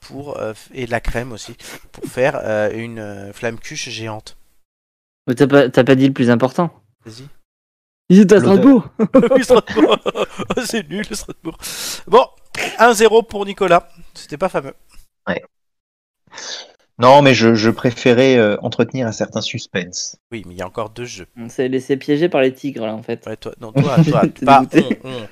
Speaker 1: pour, euh, f- et de la crème aussi pour faire euh, une euh, flamme cuche géante.
Speaker 3: Mais T'as pas, t'as pas dit le plus important
Speaker 1: Vas-y.
Speaker 3: Ils étaient à
Speaker 2: Le-
Speaker 3: Strasbourg
Speaker 1: Oui, Strasbourg. Oh, C'est nul, Strasbourg. Bon, 1-0 pour Nicolas. C'était pas fameux.
Speaker 2: Non, mais je, je préférais euh, entretenir un certain suspense.
Speaker 1: Oui, mais il y a encore deux jeux.
Speaker 3: On s'est laissé piéger par les tigres, là, en fait.
Speaker 1: Ouais, toi, non, toi, toi,
Speaker 3: T'es
Speaker 1: pas
Speaker 3: dégoûté.
Speaker 1: on, on.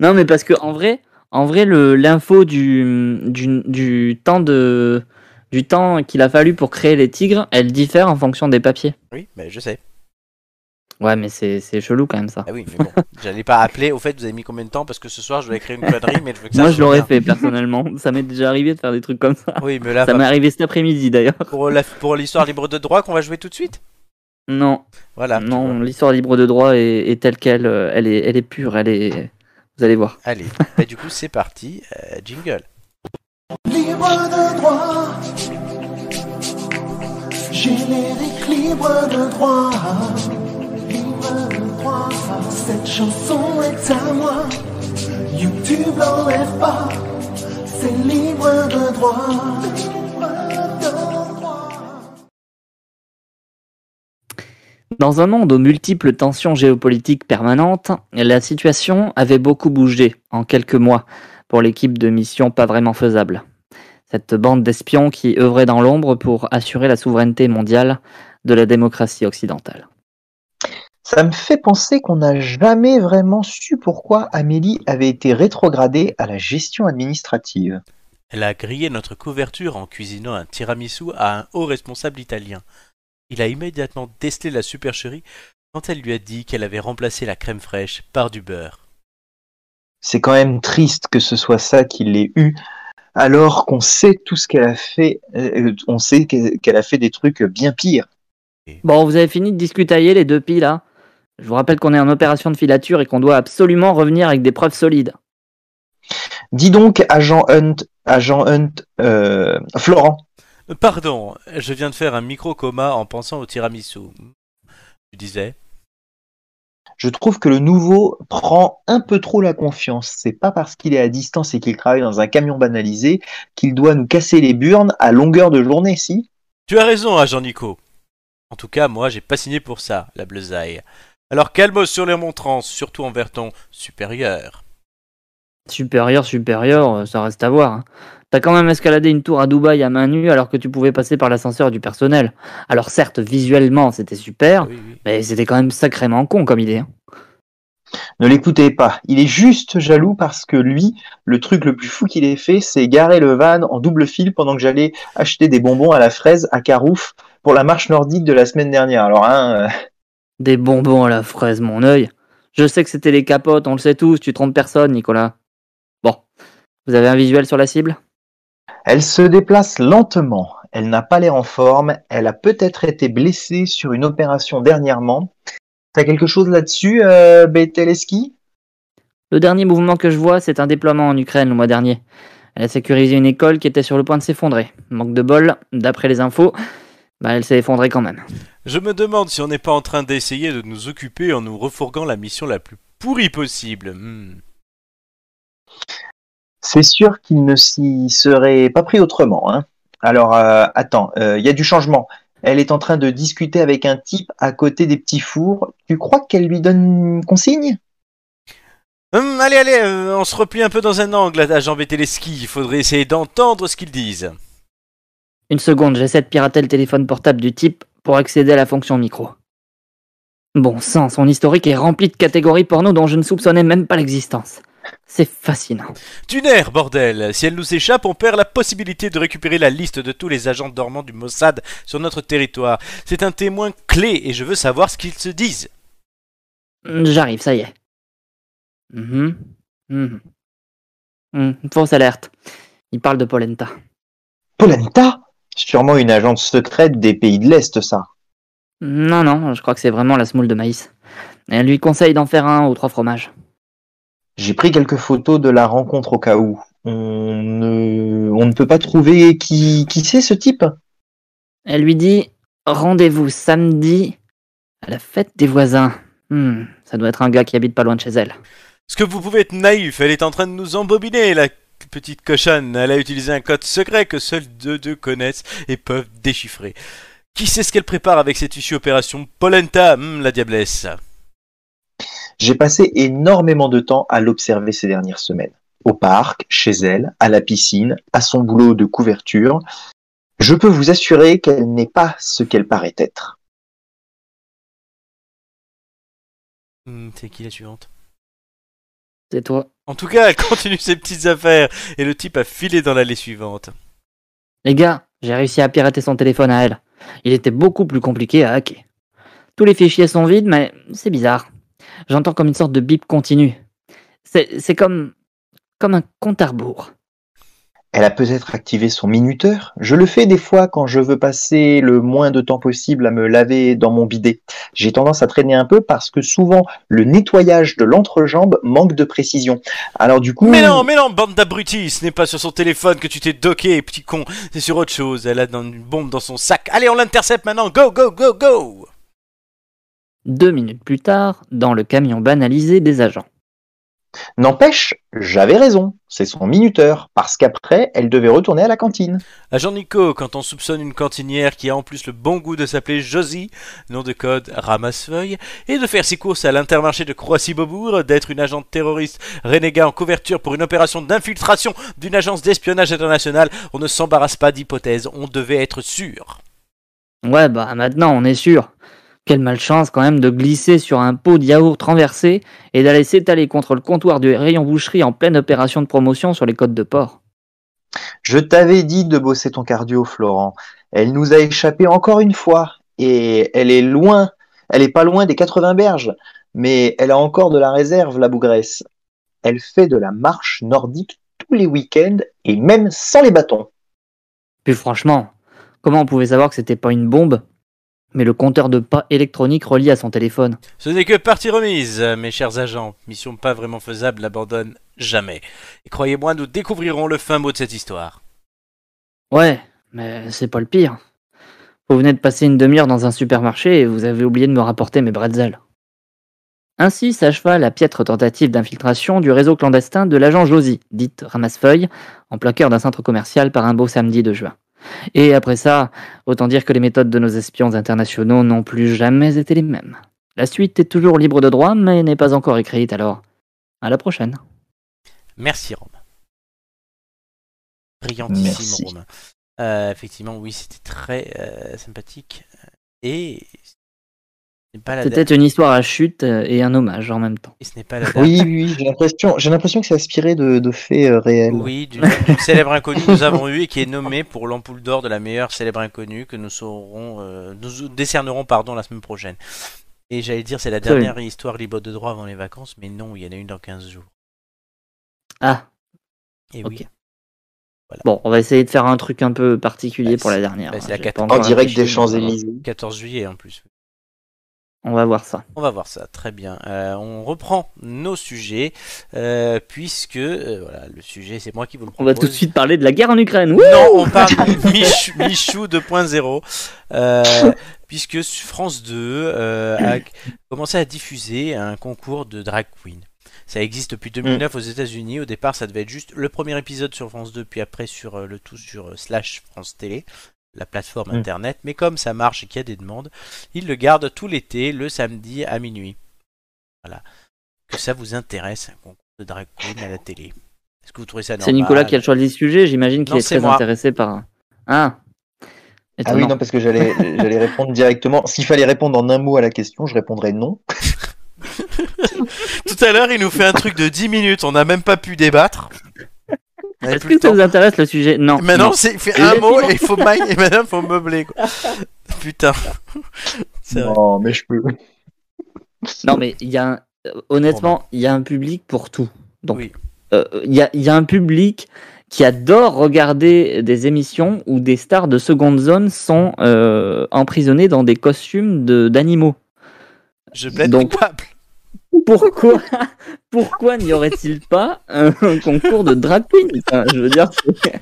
Speaker 3: Non, mais parce que en vrai, en vrai, le l'info du, du du temps de du temps qu'il a fallu pour créer les tigres, elle diffère en fonction des papiers.
Speaker 1: Oui, mais je sais.
Speaker 3: Ouais, mais c'est c'est chelou quand même ça.
Speaker 1: Ah oui, mais bon, j'allais pas appeler. Au fait, vous avez mis combien de temps Parce que ce soir, je vais écrire une connerie, mais je Ah, veux que ça
Speaker 3: Moi,
Speaker 1: se
Speaker 3: je l'aurais
Speaker 1: regarde.
Speaker 3: fait personnellement. Ça m'est déjà arrivé de faire des trucs comme ça.
Speaker 1: Oui, mais là,
Speaker 3: Ça m'est arrivé cet après-midi d'ailleurs.
Speaker 1: pour la- pour l'histoire libre de droit qu'on va jouer tout de suite.
Speaker 3: Non,
Speaker 1: Voilà. Ah, tu vois.
Speaker 3: non, l'histoire libre de droit est, est telle qu'elle, euh, elle est, elle est pure, elle est. Vous allez voir.
Speaker 1: Allez, bah, du coup, c'est parti. Euh, jingle.
Speaker 6: Libre de droit. Générique libre de droit. Libre de droit. Cette chanson est à moi. YouTube l'enlève pas. C'est libre de droit. Libre de droit.
Speaker 3: Dans un monde aux multiples tensions géopolitiques permanentes, la situation avait beaucoup bougé en quelques mois pour l'équipe de mission pas vraiment faisable. Cette bande d'espions qui œuvrait dans l'ombre pour assurer la souveraineté mondiale de la démocratie occidentale.
Speaker 2: Ça me fait penser qu'on n'a jamais vraiment su pourquoi Amélie avait été rétrogradée à la gestion administrative.
Speaker 1: Elle a grillé notre couverture en cuisinant un tiramisu à un haut responsable italien. Il a immédiatement décelé la supercherie quand elle lui a dit qu'elle avait remplacé la crème fraîche par du beurre.
Speaker 2: C'est quand même triste que ce soit ça qu'il l'ait eu, alors qu'on sait tout ce qu'elle a fait, euh, euh, on sait qu'elle qu'elle a fait des trucs bien pires.
Speaker 3: Bon, vous avez fini de discutailler les deux piles là Je vous rappelle qu'on est en opération de filature et qu'on doit absolument revenir avec des preuves solides.
Speaker 2: Dis donc, agent Hunt, agent Hunt, euh, Florent,
Speaker 1: Euh, Pardon, je viens de faire un micro-coma en pensant au tiramisu. Tu disais
Speaker 2: je trouve que le nouveau prend un peu trop la confiance. C'est pas parce qu'il est à distance et qu'il travaille dans un camion banalisé qu'il doit nous casser les burnes à longueur de journée, si
Speaker 1: Tu as raison, agent Nico. En tout cas, moi, j'ai pas signé pour ça, la bleusaille. Alors calme sur les montrances, surtout envers ton supérieur.
Speaker 3: Supérieur, supérieur, euh, ça reste à voir. hein. T'as quand même escaladé une tour à Dubaï à main nue alors que tu pouvais passer par l'ascenseur du personnel. Alors certes, visuellement, c'était super,
Speaker 1: Oui, oui.
Speaker 3: mais c'était quand même sacrément con comme idée. hein.
Speaker 2: Ne l'écoutez pas. Il est juste jaloux parce que lui, le truc le plus fou qu'il ait fait, c'est garer le van en double fil pendant que j'allais acheter des bonbons à la fraise à Carouf pour la marche nordique de la semaine dernière. Alors, hein, euh,
Speaker 3: Des bonbons à la fraise, mon œil. Je sais que c'était les capotes, on le sait tous, tu trompes personne, Nicolas. Bon, vous avez un visuel sur la cible
Speaker 2: elle se déplace lentement. Elle n'a pas l'air en forme. Elle a peut-être été blessée sur une opération dernièrement. T'as quelque chose là-dessus, euh, Beteleski
Speaker 3: Le dernier mouvement que je vois, c'est un déploiement en Ukraine le mois dernier. Elle a sécurisé une école qui était sur le point de s'effondrer. Manque de bol, d'après les infos, bah, elle s'est effondrée quand même.
Speaker 1: Je me demande si on n'est pas en train d'essayer de nous occuper en nous refourguant la mission la plus pourrie possible. Hmm.
Speaker 2: C'est sûr qu'il ne s'y serait pas pris autrement. Hein. Alors, euh, attends, euh, il y a du changement. Elle est en train de discuter avec un type à côté des petits fours. Tu crois qu'elle lui donne une consigne
Speaker 1: Hum, allez, allez, euh, on se replie un peu dans un angle à j'embêter les skis. Il faudrait essayer d'entendre ce qu'ils disent.
Speaker 3: Une seconde, j'essaie de pirater le téléphone portable du type pour accéder à la fonction micro. Bon sang, son historique est rempli de catégories porno dont je ne soupçonnais même pas l'existence. C'est fascinant.
Speaker 1: Tuner, bordel Si elle nous échappe, on perd la possibilité de récupérer la liste de tous les agents dormants du Mossad sur notre territoire. C'est un témoin clé et je veux savoir ce qu'ils se disent.
Speaker 3: J'arrive, ça y est. Mhm. Mhm. Mhm, Fausse alerte. Il parle de polenta.
Speaker 2: Polanita Sûrement une agence secrète des pays de l'Est, ça.
Speaker 3: Non, non, je crois que c'est vraiment la semoule de maïs. Elle lui conseille d'en faire un ou trois fromages.
Speaker 2: J'ai pris quelques photos de la rencontre au cas où. On ne, on ne peut pas trouver qui, qui c'est ce type
Speaker 3: Elle lui dit Rendez-vous samedi à la fête des voisins. Hmm, ça doit être un gars qui habite pas loin de chez elle.
Speaker 1: Est-ce que vous pouvez être naïf Elle est en train de nous embobiner, la petite cochonne. Elle a utilisé un code secret que seuls deux deux connaissent et peuvent déchiffrer. Qui sait ce qu'elle prépare avec cette issue opération Polenta Hum, La diablesse.
Speaker 2: J'ai passé énormément de temps à l'observer ces dernières semaines. Au parc, chez elle, à la piscine, à son boulot de couverture. Je peux vous assurer qu'elle n'est pas ce qu'elle paraît être.
Speaker 1: Hum, c'est qui la suivante
Speaker 3: C'est toi.
Speaker 1: En tout cas, elle continue ses petites affaires et le type a filé dans l'allée suivante.
Speaker 3: Les gars, j'ai réussi à pirater son téléphone à elle. Il était beaucoup plus compliqué à hacker. Tous les fichiers sont vides, mais c'est bizarre. J'entends comme une sorte de bip continu. C'est c'est comme. comme un compte à rebours.
Speaker 2: Elle a peut-être activé son minuteur. Je le fais des fois quand je veux passer le moins de temps possible à me laver dans mon bidet. J'ai tendance à traîner un peu parce que souvent le nettoyage de l'entrejambe manque de précision. Alors du coup...
Speaker 1: Mais non, mais non, bande d'abrutis, ce n'est pas sur son téléphone que tu t'es docké, petit con. C'est sur autre chose. Elle a dans- une bombe dans son sac. Allez, on l'intercepte maintenant. Go, go, go, go.
Speaker 3: Deux minutes plus tard, dans le camion banalisé des agents.
Speaker 2: N'empêche, j'avais raison. C'est son minuteur. Parce qu'après, elle devait retourner à la cantine.
Speaker 1: Agent Nico, quand on soupçonne une cantinière qui a en plus le bon goût de s'appeler Josie, nom de code ramasse-feuille, et de faire ses courses à l'intermarché de Croissy-Beaubourg, d'être une agente terroriste renégat en couverture pour une opération d'infiltration d'une agence d'espionnage internationale, on ne s'embarrasse pas d'hypothèses, on devait être sûr.
Speaker 3: Ouais, bah maintenant on est sûr. Quelle malchance quand même de glisser sur un pot de yaourt renversé et d'aller s'étaler contre le comptoir du rayon boucherie en pleine opération de promotion sur les côtes de porc.
Speaker 2: Je t'avais dit de bosser ton cardio, Florent. Elle nous a échappé encore une fois. Et elle est loin. Elle est pas loin des 80 berges. Mais elle a encore de la réserve, la bougresse. Elle fait de la marche nordique tous les week-ends et même sans les bâtons.
Speaker 3: Puis franchement, comment on pouvait savoir que c'était pas une bombe Mais le compteur de pas électronique relié à son téléphone.
Speaker 1: Ce n'est que partie remise, mes chers agents. Mission pas vraiment faisable, l'abandonne jamais. Et croyez-moi, nous découvrirons le fin mot de cette histoire.
Speaker 3: Ouais, mais c'est pas le pire. Vous venez de passer une demi-heure dans un supermarché et vous avez oublié de me rapporter mes bretzels. Ainsi s'acheva la piètre tentative d'infiltration du réseau clandestin de l'agent Josie, dite Ramasse-Feuille, en plein cœur d'un centre commercial par un beau samedi de juin. Et après ça, autant dire que les méthodes de nos espions internationaux n'ont plus jamais été les mêmes. La suite est toujours libre de droit, mais n'est pas encore écrite alors. À la prochaine.
Speaker 1: Merci, Romain. Brillantissime,
Speaker 2: Merci.
Speaker 1: Romain. Euh, effectivement, oui, c'était très euh, sympathique. Et ce n'est pas la,
Speaker 3: C'était
Speaker 1: da-
Speaker 3: une histoire à chute euh, et un hommage en même temps.
Speaker 1: et ce n'est pas la da-
Speaker 2: Oui, oui, j'ai l'impression, j'ai l'impression que c'est aspiré de, de faits euh, réels.
Speaker 1: Oui, d'une d'une célèbre inconnue que nous avons eue et qui est nommée pour l'ampoule d'or de la meilleure célèbre inconnue que nous saurons, euh, nous décernerons pardon la semaine prochaine. Et j'allais dire c'est la
Speaker 3: Très bien.
Speaker 1: dernière histoire libre de droit avant les vacances, mais non, il y en a une dans 15 jours.
Speaker 3: Ah,
Speaker 1: Et
Speaker 3: Ok.
Speaker 1: oui,
Speaker 3: bon, on va essayer de faire un truc un peu particulier
Speaker 1: Bah,
Speaker 3: pour la
Speaker 1: c'est-
Speaker 3: dernière. hein.
Speaker 1: bah, c'est
Speaker 3: J'ai
Speaker 1: la
Speaker 3: pas
Speaker 1: quatorze-
Speaker 2: En
Speaker 3: encore
Speaker 2: direct
Speaker 3: réfléchi,
Speaker 2: des
Speaker 3: mais on va voir.
Speaker 2: Champs-Élysées.
Speaker 1: 14 juillet en plus.
Speaker 3: On va voir ça.
Speaker 1: On va voir ça, très bien. Euh, on reprend nos sujets, euh, puisque euh, voilà, le sujet, c'est moi qui vous le
Speaker 3: On
Speaker 1: propose.
Speaker 3: va tout de suite parler de la guerre en Ukraine. Wouh
Speaker 1: Non, on parle de Mich- Michou 2.0, euh, puisque France 2 euh, a commencé à diffuser un concours de drag queen. Ça existe depuis
Speaker 3: Mm.
Speaker 1: 2009 aux États-Unis. Au départ, ça devait être juste le premier épisode sur France 2, puis après sur euh, le tout sur euh, slash France Télé, la plateforme
Speaker 2: Mm.
Speaker 1: internet. Mais comme ça marche et qu'il y a des demandes, ils le gardent tout l'été, le samedi à minuit. Voilà. Que ça vous intéresse, un concours de drag queen à la télé. Est-ce que vous trouvez ça normal
Speaker 3: C'est Nicolas qui a choisi le sujet, j'imagine qu'il
Speaker 1: Non,
Speaker 3: est
Speaker 1: c'est
Speaker 3: très
Speaker 1: moi.
Speaker 3: intéressé par. Ah
Speaker 2: Ah oui,
Speaker 3: Étonnant.
Speaker 2: non, parce que j'allais j'allais répondre directement. S'il fallait répondre en un mot à la question, je répondrais non.
Speaker 1: Tout à l'heure, il nous fait un truc de 10 minutes. On n'a même pas pu débattre. On avait
Speaker 3: Est-ce
Speaker 1: plus
Speaker 3: que
Speaker 1: le
Speaker 3: ça
Speaker 1: temps.
Speaker 3: vous intéresse le sujet Non.
Speaker 1: Maintenant, c'est il fait
Speaker 3: Et
Speaker 1: un
Speaker 3: j'ai
Speaker 1: mot
Speaker 3: fini.
Speaker 1: et il faut maille- et maintenant, faut meubler. Quoi. Putain. C'est vrai.
Speaker 2: Non, mais je peux.
Speaker 3: Non, mais il y a un- euh, honnêtement, il y a un public pour tout. Donc,
Speaker 1: Oui.
Speaker 3: euh, il y, a, il y a un public qui adore regarder des émissions où des stars de seconde zone sont euh, emprisonnées dans des costumes de- d'animaux.
Speaker 1: Je plaide
Speaker 3: Donc-
Speaker 1: coupable.
Speaker 3: Pourquoi, pourquoi n'y aurait-il pas un, un concours de drag queen Enfin, Je veux dire, c'est-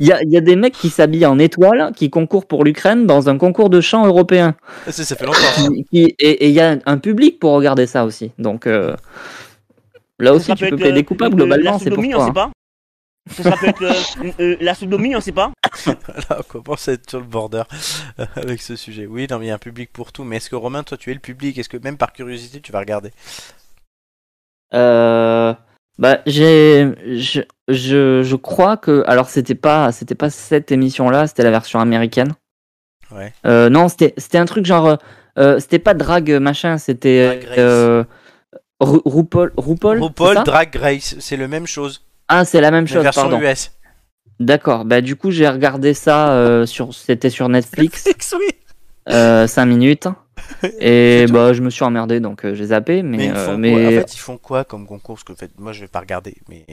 Speaker 3: il y a, il y a des mecs qui s'habillent en étoile, qui concourent pour l'Ukraine dans un concours de chant européen.
Speaker 1: Ça, ça fait longtemps. ça.
Speaker 3: Qui- qui- et et il y a un- un public pour regarder ça aussi. Donc euh, là aussi,
Speaker 7: Ça
Speaker 3: tu
Speaker 7: peut
Speaker 3: peux
Speaker 7: être,
Speaker 3: plaider
Speaker 7: euh,
Speaker 3: des coupables
Speaker 7: euh,
Speaker 3: globalement,
Speaker 7: La
Speaker 3: c'est hein.
Speaker 7: sodomie,
Speaker 3: pourquoi.
Speaker 7: on sait pas. Ça, ça peut être euh, euh, la sodomie, on sait pas.
Speaker 1: Voilà, on commence à être sur le border euh, avec ce sujet. Oui, non, mais il y a un public pour tout. Mais est-ce que Romain, toi, tu es le public Est-ce que même par curiosité, tu vas regarder
Speaker 3: Euh, bah, j'ai, je, je, je crois que, alors c'était pas, c'était pas cette émission-là, c'était la version américaine.
Speaker 1: Ouais.
Speaker 3: Euh, non, c'était, c'était un truc genre, euh, c'était pas drag machin, c'était
Speaker 1: Drag Race.
Speaker 3: euh, Ru- RuPaul, RuPaul, c'est
Speaker 1: RuPaul,
Speaker 3: ça
Speaker 1: Oh, Drag Race, c'est le même chose.
Speaker 3: ah, c'est la même
Speaker 1: Une
Speaker 3: chose,
Speaker 1: version
Speaker 3: pardon.
Speaker 1: US.
Speaker 3: D'accord. Bah du coup, j'ai regardé ça euh, sur, c'était sur Netflix,
Speaker 1: oui.
Speaker 3: euh, 5 minutes.
Speaker 1: C'est
Speaker 3: Et
Speaker 1: tout.
Speaker 3: bah, je me suis emmerdé, donc euh, j'ai zappé. Mais,
Speaker 1: Mais, ils
Speaker 3: euh,
Speaker 1: font
Speaker 3: mais
Speaker 1: quoi En fait, ils font quoi comme concours Parce que en fait, moi, je vais pas regarder. Mais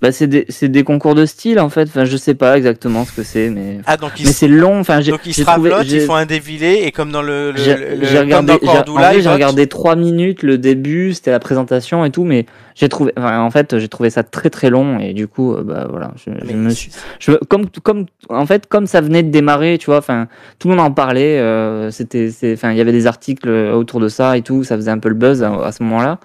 Speaker 3: Bah, c'est des, c'est des concours de style en fait. Enfin, je sais pas exactement ce que c'est, mais.
Speaker 1: ah, donc ils
Speaker 3: Mais
Speaker 1: se,
Speaker 3: c'est long. Enfin, j'ai
Speaker 1: donc ils se
Speaker 3: j'ai trouvé.
Speaker 1: ravelotent,
Speaker 3: j'ai-
Speaker 1: ils font un défilé et comme dans le, le,
Speaker 3: j'ai-
Speaker 1: le- le-
Speaker 3: j'ai regardé,
Speaker 1: comme
Speaker 3: j'ai-
Speaker 1: dans
Speaker 3: en
Speaker 1: Cordula,
Speaker 3: vrai,
Speaker 1: ils
Speaker 3: j'ai
Speaker 1: votent.
Speaker 3: regardé trois minutes le début, c'était la présentation et tout, mais j'ai trouvé. Enfin, en fait, j'ai trouvé ça très très long et du coup, euh, bah voilà, je, je
Speaker 1: Mais
Speaker 3: me suis. je- comme comme en fait, comme ça venait de démarrer, tu vois. Enfin, tout le monde en parlait. euh, c'était, c'est- enfin, il y avait des articles euh, autour de ça et tout. Ça faisait un peu le buzz euh, à, à ce moment-là.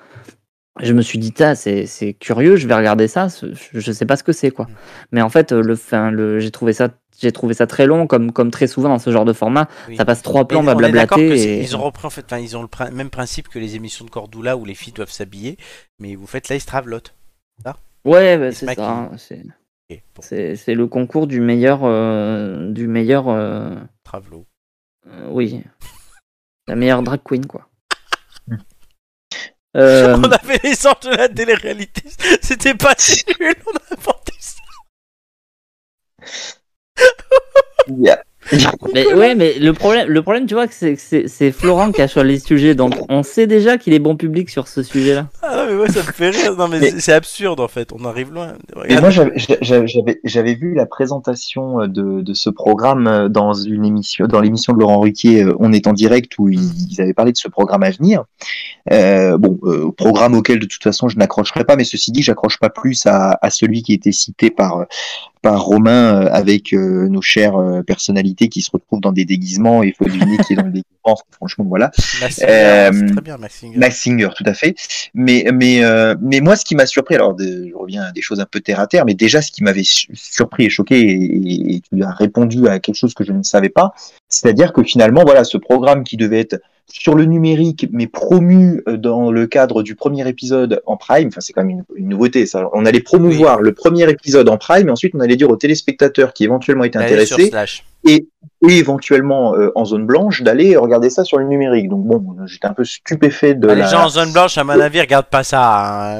Speaker 3: Je me suis dit, ah, c'est c'est curieux. Je vais regarder ça. ce- Je, je sais pas ce que c'est quoi. Mais en fait, euh, le, enfin, le, j'ai trouvé ça. J'ai trouvé ça très long, comme, comme très souvent dans ce genre de format.
Speaker 1: Oui.
Speaker 3: Ça passe trois
Speaker 1: Mais
Speaker 3: plans, on va
Speaker 1: on est d'accord que
Speaker 3: blablater.
Speaker 1: c'est-
Speaker 3: et-
Speaker 1: Ils ont repris en fait, enfin, ils ont le prin- même principe que les émissions de Cordula où les filles doivent s'habiller, mais vous faites là ils se travelotent.
Speaker 3: Ouais, bah,
Speaker 1: Ils se
Speaker 3: c'est
Speaker 1: maquillent.
Speaker 3: ça. hein, c'est-
Speaker 1: Ok, bon,
Speaker 3: C'est c'est le concours du meilleur. euh, du meilleur. euh,
Speaker 1: travelo.
Speaker 3: euh, oui. La meilleure drag queen, quoi. Euh,
Speaker 1: On avait les sortes de la télé-réalité, c'était pas si nul, on a inventé ça.
Speaker 2: Il y a-
Speaker 3: mais, ouais, mais le problème, le problème tu vois, que c'est- que c'est c'est Florent qui a choisi le sujet, donc on sait déjà qu'il est bon public sur ce sujet-là.
Speaker 1: Ah non, mais moi ça me fait rire, non mais,
Speaker 2: Mais-
Speaker 1: c'est- c'est absurde en fait, on arrive loin.
Speaker 2: Mais
Speaker 1: Regarde.
Speaker 2: moi, j'avais- j'avais j'avais- j'avais vu la présentation euh, de, de ce programme euh, dans une émission, dans l'émission de Laurent Ruquier, euh, On est en direct, où ils, ils avaient parlé de ce programme à venir. Euh, bon, euh, programme auquel de toute façon je n'accrocherai pas, mais ceci dit, j'accroche pas plus à, à celui qui était cité par euh, par Romain euh, avec euh, nos chères euh, personnalités qui se retrouvent dans des déguisements et il faut deviner qui est dans le déguisement. Franchement, voilà.
Speaker 1: Max Singer, c'est
Speaker 2: euh,
Speaker 1: très bien Max Singer.
Speaker 2: Max Singer, tout à fait. Mais, mais, euh, mais moi, ce qui m'a surpris, alors de- je reviens à des choses un peu terre à terre, mais déjà, ce qui m'avait su- surpris et choqué, et, et tu as répondu à quelque chose que je ne savais pas, c'est-à-dire que finalement, voilà, ce programme qui devait être sur le numérique, mais promu euh, dans le cadre du premier épisode en prime, enfin, c'est quand même une, une nouveauté, ça. On allait promouvoir le premier épisode en prime, et ensuite, on allait dire aux téléspectateurs qui éventuellement étaient
Speaker 1: Allez sur
Speaker 2: intéressés,
Speaker 1: Slash.
Speaker 2: et éventuellement euh, en zone blanche, d'aller regarder ça sur le numérique. Donc bon, j'étais un peu stupéfait de
Speaker 1: Ah,
Speaker 2: la-
Speaker 1: Les gens en zone blanche, à mon avis, regardent pas ça. hein.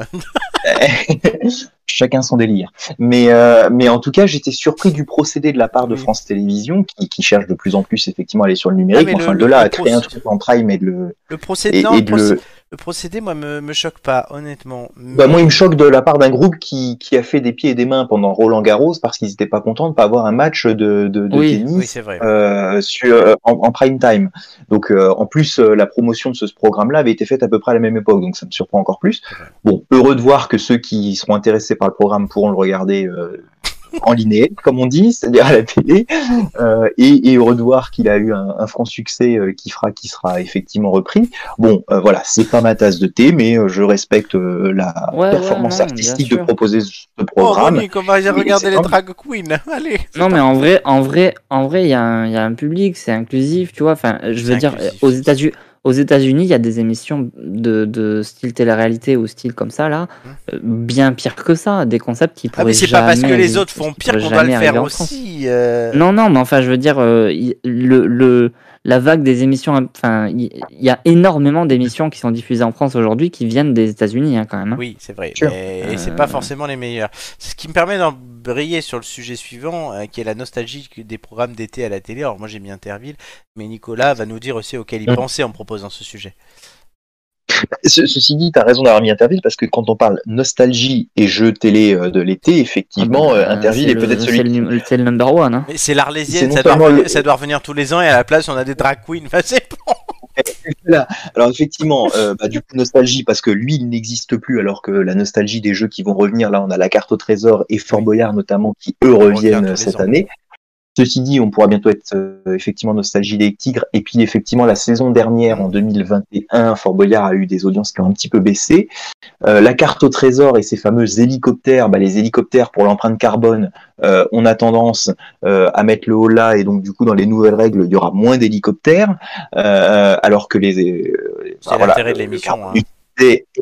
Speaker 2: chacun son délire. Mais, euh, mais en tout cas, j'étais surpris du procédé de la part de
Speaker 1: Oui.
Speaker 2: France Télévisions, qui, qui cherche de plus en plus effectivement à aller sur le numérique.
Speaker 1: Ah, mais
Speaker 2: enfin,
Speaker 1: le-
Speaker 2: de
Speaker 1: le-
Speaker 2: là
Speaker 1: le
Speaker 2: à créer un
Speaker 1: procé-
Speaker 2: truc en prime et de le.
Speaker 1: Le
Speaker 2: Et,
Speaker 1: procédé, non,
Speaker 2: et
Speaker 1: le,
Speaker 2: de le-
Speaker 1: procé- le procédé, moi, me, me choque pas, honnêtement.
Speaker 2: Bah, moi, il me choque de la part d'un groupe qui, qui a fait des pieds et des mains pendant Roland Garros parce qu'ils n'étaient pas contents de pas avoir un match de, de, de
Speaker 3: Oui,
Speaker 2: tennis.
Speaker 1: Oui, c'est vrai.
Speaker 2: euh, sur, euh, en, en prime time. Donc euh, en plus, euh, la promotion de ce programme-là avait été faite à peu près à la même époque, donc ça me surprend encore plus. Bon, heureux de voir que ceux qui seront intéressés par le programme pourront le regarder euh, en linéaire, comme on dit, c'est-à-dire à la télé, euh, et, et Redouard qu'il a eu un, un franc succès euh, qui fera, qui sera effectivement repris. Bon, euh, voilà, c'est pas ma tasse de thé, mais euh, je respecte euh, la
Speaker 3: Ouais, ouais,
Speaker 2: performance
Speaker 3: non,
Speaker 2: artistique
Speaker 3: bien
Speaker 2: de
Speaker 3: sûr.
Speaker 2: proposer ce
Speaker 1: Oh,
Speaker 2: programme.
Speaker 1: Ronnie, qu'on va aller
Speaker 2: Oui,
Speaker 1: regarder
Speaker 2: c'est
Speaker 1: les
Speaker 2: Ronnie.
Speaker 1: drag queens. hein, Allez.
Speaker 3: Non, mais en vrai, en vrai, en vrai, il y, a un- il y a un public, c'est inclusif, tu vois. Enfin, je veux
Speaker 1: C'est
Speaker 3: dire,
Speaker 1: inclusif.
Speaker 3: aux États-Unis, aux États-Unis, il y a des émissions de, de style télé-réalité ou style comme ça là, euh, bien pire que ça, des concepts qui pourraient
Speaker 1: Hein Ah mais c'est pas parce que
Speaker 3: jamais
Speaker 1: les
Speaker 3: exi-
Speaker 1: autres font
Speaker 3: qui
Speaker 1: pire
Speaker 3: pourraient
Speaker 1: qu'on va le
Speaker 3: jamais
Speaker 1: faire
Speaker 3: arriver en France.
Speaker 1: aussi. euh,
Speaker 3: Non, non, mais enfin, je veux dire, euh, il- le, le- la vague des émissions, enfin, il il y a énormément d'émissions qui sont diffusées en France aujourd'hui qui viennent des États-Unis hein, quand même. hein.
Speaker 1: Oui, c'est vrai.
Speaker 2: Sure.
Speaker 1: mais-
Speaker 3: Euh,
Speaker 1: Et c'est pas forcément les meilleurs. Ce qui me permet d'en briller sur le sujet suivant, euh, qui est la nostalgie que- des programmes d'été à la télé. Alors moi j'ai mis Interville, mais Nicolas va nous dire aussi auquel il
Speaker 2: Mm.
Speaker 1: pensait en proposant ce sujet.
Speaker 2: Ce- ceci dit, tu as raison d'avoir mis Interville parce que quand on parle nostalgie et jeux télé euh, de l'été, effectivement,
Speaker 3: Ah bah,
Speaker 2: euh, Interville
Speaker 3: c'est
Speaker 2: est
Speaker 3: le-
Speaker 2: peut-être
Speaker 3: c'est
Speaker 2: celui
Speaker 3: le nu- C'est le number one. hein.
Speaker 1: Mais c'est l'arlésienne, ça,
Speaker 2: C'est non
Speaker 1: doit
Speaker 2: seulement
Speaker 1: revenir-
Speaker 2: le-
Speaker 1: ça doit revenir tous les ans et à la place on a des drag queens. Enfin, c'est bon.
Speaker 2: Alors effectivement, euh, bah, du coup nostalgie parce que lui il n'existe plus alors que la nostalgie des jeux qui vont revenir là on a la carte au trésor et Fort Boyard notamment qui eux
Speaker 1: revient tous
Speaker 2: reviennent
Speaker 1: les
Speaker 2: euh, cette
Speaker 1: ans.
Speaker 2: année. Ceci dit, on pourra bientôt être euh, effectivement nostalgie des tigres et puis effectivement la saison dernière en 2021 Fort Boyard a eu des audiences qui ont un petit peu baissé. Euh, la carte au trésor et ses fameux hélicoptères, bah, les hélicoptères pour l'empreinte carbone, euh, on a tendance euh, à mettre le haut là et donc du coup dans les nouvelles règles il y aura moins d'hélicoptères euh, alors que les euh,
Speaker 1: C'est l'intérêt de l'émission,
Speaker 2: le
Speaker 1: hein.
Speaker 2: carbone est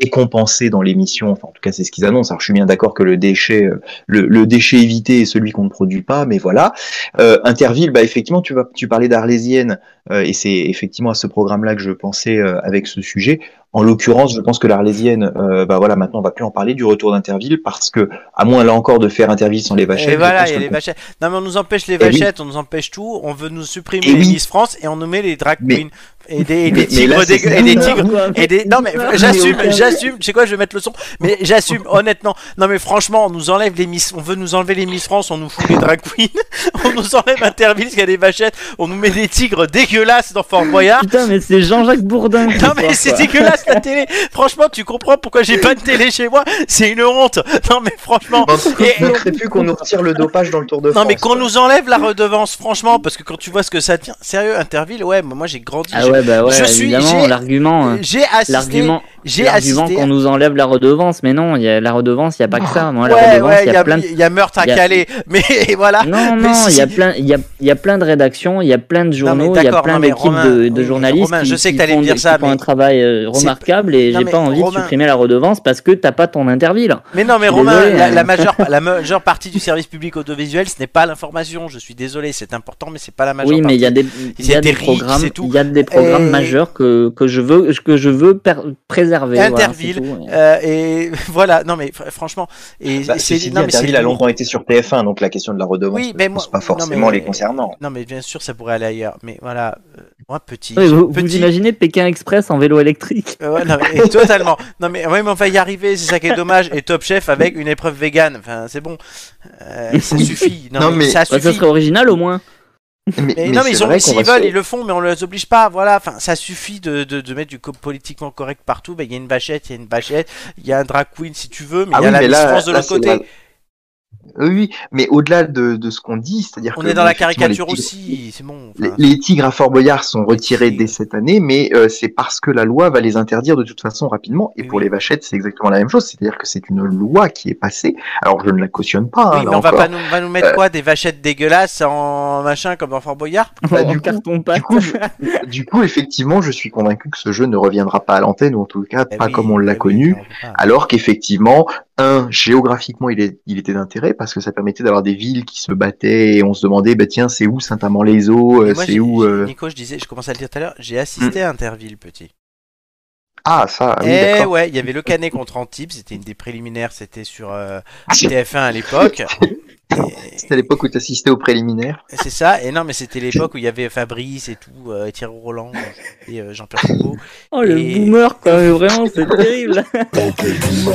Speaker 2: est compensé dans l'émission enfin en tout cas c'est ce qu'ils annoncent alors je suis bien d'accord que le déchet euh, le, le déchet évité est celui qu'on ne produit pas mais voilà euh, Interville bah effectivement tu vas tu parlais d'Arlésienne euh, et c'est effectivement à ce programme là que je pensais euh, avec ce sujet en l'occurrence, je pense que l'Arlésienne, euh, bah voilà, maintenant on va plus en parler du retour d'Interville parce que, à moins là encore de faire Interville sans les vachettes,
Speaker 1: Et
Speaker 2: je
Speaker 1: voilà,
Speaker 2: pense
Speaker 1: il y
Speaker 2: que
Speaker 1: a les
Speaker 2: le
Speaker 1: vachettes. Non mais on nous empêche les
Speaker 2: Eh oui.
Speaker 1: vachettes, on nous empêche tout. On veut nous supprimer
Speaker 2: Et
Speaker 1: les
Speaker 2: oui.
Speaker 1: Miss France et on nous met les drag
Speaker 2: Mais-
Speaker 1: queens et des, et des
Speaker 2: Mais- mais
Speaker 1: tigres,
Speaker 2: là, c'est
Speaker 1: dégueu-
Speaker 2: ça.
Speaker 1: et des tigres Et
Speaker 3: Et
Speaker 1: des- Non mais j'assume, j'assume, tu sais quoi, je vais mettre le son, mais j'assume honnêtement, non mais franchement, on nous enlève les Miss, on veut nous enlever les Miss France, on nous fout les drag queens, on nous enlève Interville parce qu'il y a des vachettes, on nous met des tigres dégueulasses dans Fort Boyard,
Speaker 3: Putain, mais c'est Jean-Jacques Bourdin. ce
Speaker 1: non
Speaker 3: soir,
Speaker 1: mais c'est
Speaker 3: quoi.
Speaker 1: dégueulasse la télé, franchement tu comprends pourquoi j'ai pas de télé chez moi, c'est une honte, non mais franchement, Et-
Speaker 2: Je ne crée plus qu'on nous retire le dopage dans le Tour de France.
Speaker 1: non mais qu'on nous enlève la redevance, franchement, parce que quand tu vois ce que ça tient, sérieux Interville, ouais, moi j'ai grandi,
Speaker 3: Ah ouais, bah ouais,
Speaker 1: Je suis-
Speaker 3: évidemment,
Speaker 1: j'ai-
Speaker 3: l'argument. hein.
Speaker 1: j'ai- j'ai assisté,
Speaker 3: L'argument,
Speaker 1: j'ai
Speaker 3: l'argument
Speaker 1: assisté Oh.
Speaker 3: qu'on nous enlève la redevance, mais non, il y a la redevance, il y a pas que ça. Moi, la
Speaker 1: Ouais,
Speaker 3: redevance,
Speaker 1: ouais,
Speaker 3: il y a plein de...
Speaker 1: il y a meurtre à
Speaker 3: il y a-
Speaker 1: Calais, mais voilà.
Speaker 3: Non,
Speaker 1: mais
Speaker 3: non,
Speaker 1: si,
Speaker 3: il y a
Speaker 1: si.
Speaker 3: plein, il y a, il y a plein de rédactions, il y a plein de
Speaker 1: mais
Speaker 3: journaux, il y a
Speaker 1: d'accord,
Speaker 3: plein
Speaker 1: non, mais
Speaker 3: d'équipes
Speaker 1: Romain,
Speaker 3: de, de
Speaker 1: oui,
Speaker 3: journalistes
Speaker 1: Romain,
Speaker 3: qui,
Speaker 1: je sais que
Speaker 3: qui
Speaker 1: t'allais
Speaker 3: font,
Speaker 1: me dire
Speaker 3: qui
Speaker 1: ça,
Speaker 3: font
Speaker 1: mais
Speaker 3: un travail euh,
Speaker 1: c'est-
Speaker 3: remarquable et
Speaker 1: Non,
Speaker 3: j'ai
Speaker 1: mais
Speaker 3: pas envie
Speaker 1: Romain-
Speaker 3: de supprimer la redevance parce que t'as pas ton interville.
Speaker 1: Mais non, mais
Speaker 3: suis
Speaker 1: Romain,
Speaker 3: désolé,
Speaker 1: la,
Speaker 3: hein.
Speaker 1: la majeure, la majeure partie du service public audiovisuel, ce n'est pas l'information. Je suis désolé, c'est important, mais c'est pas la majeure
Speaker 3: Oui, mais il y a
Speaker 1: partie.
Speaker 3: des, il y a
Speaker 1: des
Speaker 3: des
Speaker 1: rics,
Speaker 3: programmes,
Speaker 1: c'est tout. Euh,
Speaker 3: il y a des programmes
Speaker 1: Et-
Speaker 3: majeurs que, que je veux, que je veux per- préserver. voilà, c'est
Speaker 1: Interville,
Speaker 3: tout.
Speaker 1: Euh, et voilà, non, mais fr- franchement, et
Speaker 2: Bah,
Speaker 1: et
Speaker 2: ceci dit,
Speaker 1: non, mais
Speaker 2: Interville a
Speaker 1: lourd.
Speaker 2: longtemps été sur TF1, donc la question de la redevance
Speaker 1: Oui,
Speaker 2: ne
Speaker 1: mais
Speaker 2: se pose
Speaker 1: moi-
Speaker 2: pas
Speaker 1: non,
Speaker 2: forcément
Speaker 1: mais-
Speaker 2: les concernant.
Speaker 1: Non, mais bien sûr, ça pourrait aller ailleurs. Mais voilà, euh, moi petit,
Speaker 3: Ouais, vous, vous
Speaker 1: petit,
Speaker 3: imaginez Pékin Express en vélo électrique
Speaker 1: Euh, ouais, non, mais- et totalement. Non mais oui, mais on va y arriver, c'est ça qui est dommage. Et Top Chef avec une épreuve végane. Enfin, c'est bon, Euh, ça suffit. Non,
Speaker 2: Non,
Speaker 1: mais,
Speaker 2: mais-
Speaker 1: ça
Speaker 3: Bah,
Speaker 1: suffit.
Speaker 3: Ça serait original au moins.
Speaker 2: Mais,
Speaker 1: Mais, non, mais
Speaker 2: c'est
Speaker 1: ils ont,
Speaker 2: vrai qu'on
Speaker 1: s'ils
Speaker 2: va
Speaker 1: veulent,
Speaker 2: se-
Speaker 1: ils le font, mais on les oblige pas. Voilà, enfin, ça suffit de, de, de mettre du co- politiquement correct partout. Ben, Il y a une vachette, il y a une vachette, il y a un drag queen si tu veux, mais il
Speaker 2: Ah
Speaker 1: y a
Speaker 2: oui,
Speaker 1: la
Speaker 2: mais
Speaker 1: Miss
Speaker 2: là,
Speaker 1: France de
Speaker 2: là,
Speaker 1: l'autre
Speaker 2: c'est
Speaker 1: côté.
Speaker 2: la- Oui, oui, mais au-delà de, de ce qu'on dit, c'est-à-dire
Speaker 1: On
Speaker 2: que,
Speaker 1: est dans
Speaker 2: bon,
Speaker 1: la
Speaker 2: effectivement, les
Speaker 1: caricature
Speaker 2: tigres-
Speaker 1: aussi, c'est bon.
Speaker 2: Les,
Speaker 1: enfin,
Speaker 2: les tigres à Fort Boyard sont retirés
Speaker 1: tigres.
Speaker 2: dès cette année, mais euh, c'est parce que la loi va les interdire de toute façon rapidement. Et
Speaker 1: Oui,
Speaker 2: pour
Speaker 1: oui.
Speaker 2: les vachettes, c'est exactement la même chose, c'est-à-dire que c'est une loi qui est passée. Alors je ne la cautionne pas. hein,
Speaker 1: oui,
Speaker 2: là
Speaker 1: mais on va
Speaker 2: encore.
Speaker 1: pas nous, on va nous mettre
Speaker 2: Euh,
Speaker 1: quoi Des vachettes dégueulasses en machin comme dans Fort Boyard
Speaker 2: Bah,
Speaker 3: en
Speaker 2: du coup-
Speaker 3: carton pâte.
Speaker 2: Du coup, je- du coup, effectivement, je suis convaincu que ce jeu ne reviendra pas à l'antenne, ou en tout cas
Speaker 1: Eh
Speaker 2: pas
Speaker 1: oui,
Speaker 2: Ah, comme on
Speaker 1: eh
Speaker 2: l'a
Speaker 1: oui,
Speaker 2: connu. Ah,
Speaker 1: mais on peut pas.
Speaker 2: Alors qu'effectivement, un, géographiquement, il, est, il était d'intérêt parce que ça permettait d'avoir des villes qui se battaient et on se demandait, bah tiens, c'est où Saint-Amand-les-Eaux,
Speaker 1: Et
Speaker 2: euh,
Speaker 1: moi,
Speaker 2: c'est
Speaker 1: j'ai-
Speaker 2: où
Speaker 1: j'ai-
Speaker 2: euh,
Speaker 1: Nico, je disais, je commençais à le dire tout à l'heure, j'ai assisté à Interville, petit.
Speaker 2: Ah ça, ah oui,
Speaker 1: Eh
Speaker 2: d'accord.
Speaker 1: ouais, il y avait le Canet contre Antibes, c'était une des préliminaires, c'était sur euh,
Speaker 2: Ah,
Speaker 1: TF1 à l'époque. Et-
Speaker 2: C'était à l'époque où tu assistais aux préliminaires.
Speaker 1: C'est ça, et non, mais c'était l'époque où il y avait Fabrice et tout, euh, Thierry Roland et euh, Jean-Pierre Foucault.
Speaker 3: Oh le
Speaker 1: Et-
Speaker 3: boomer quoi, mais vraiment c'est terrible. Vous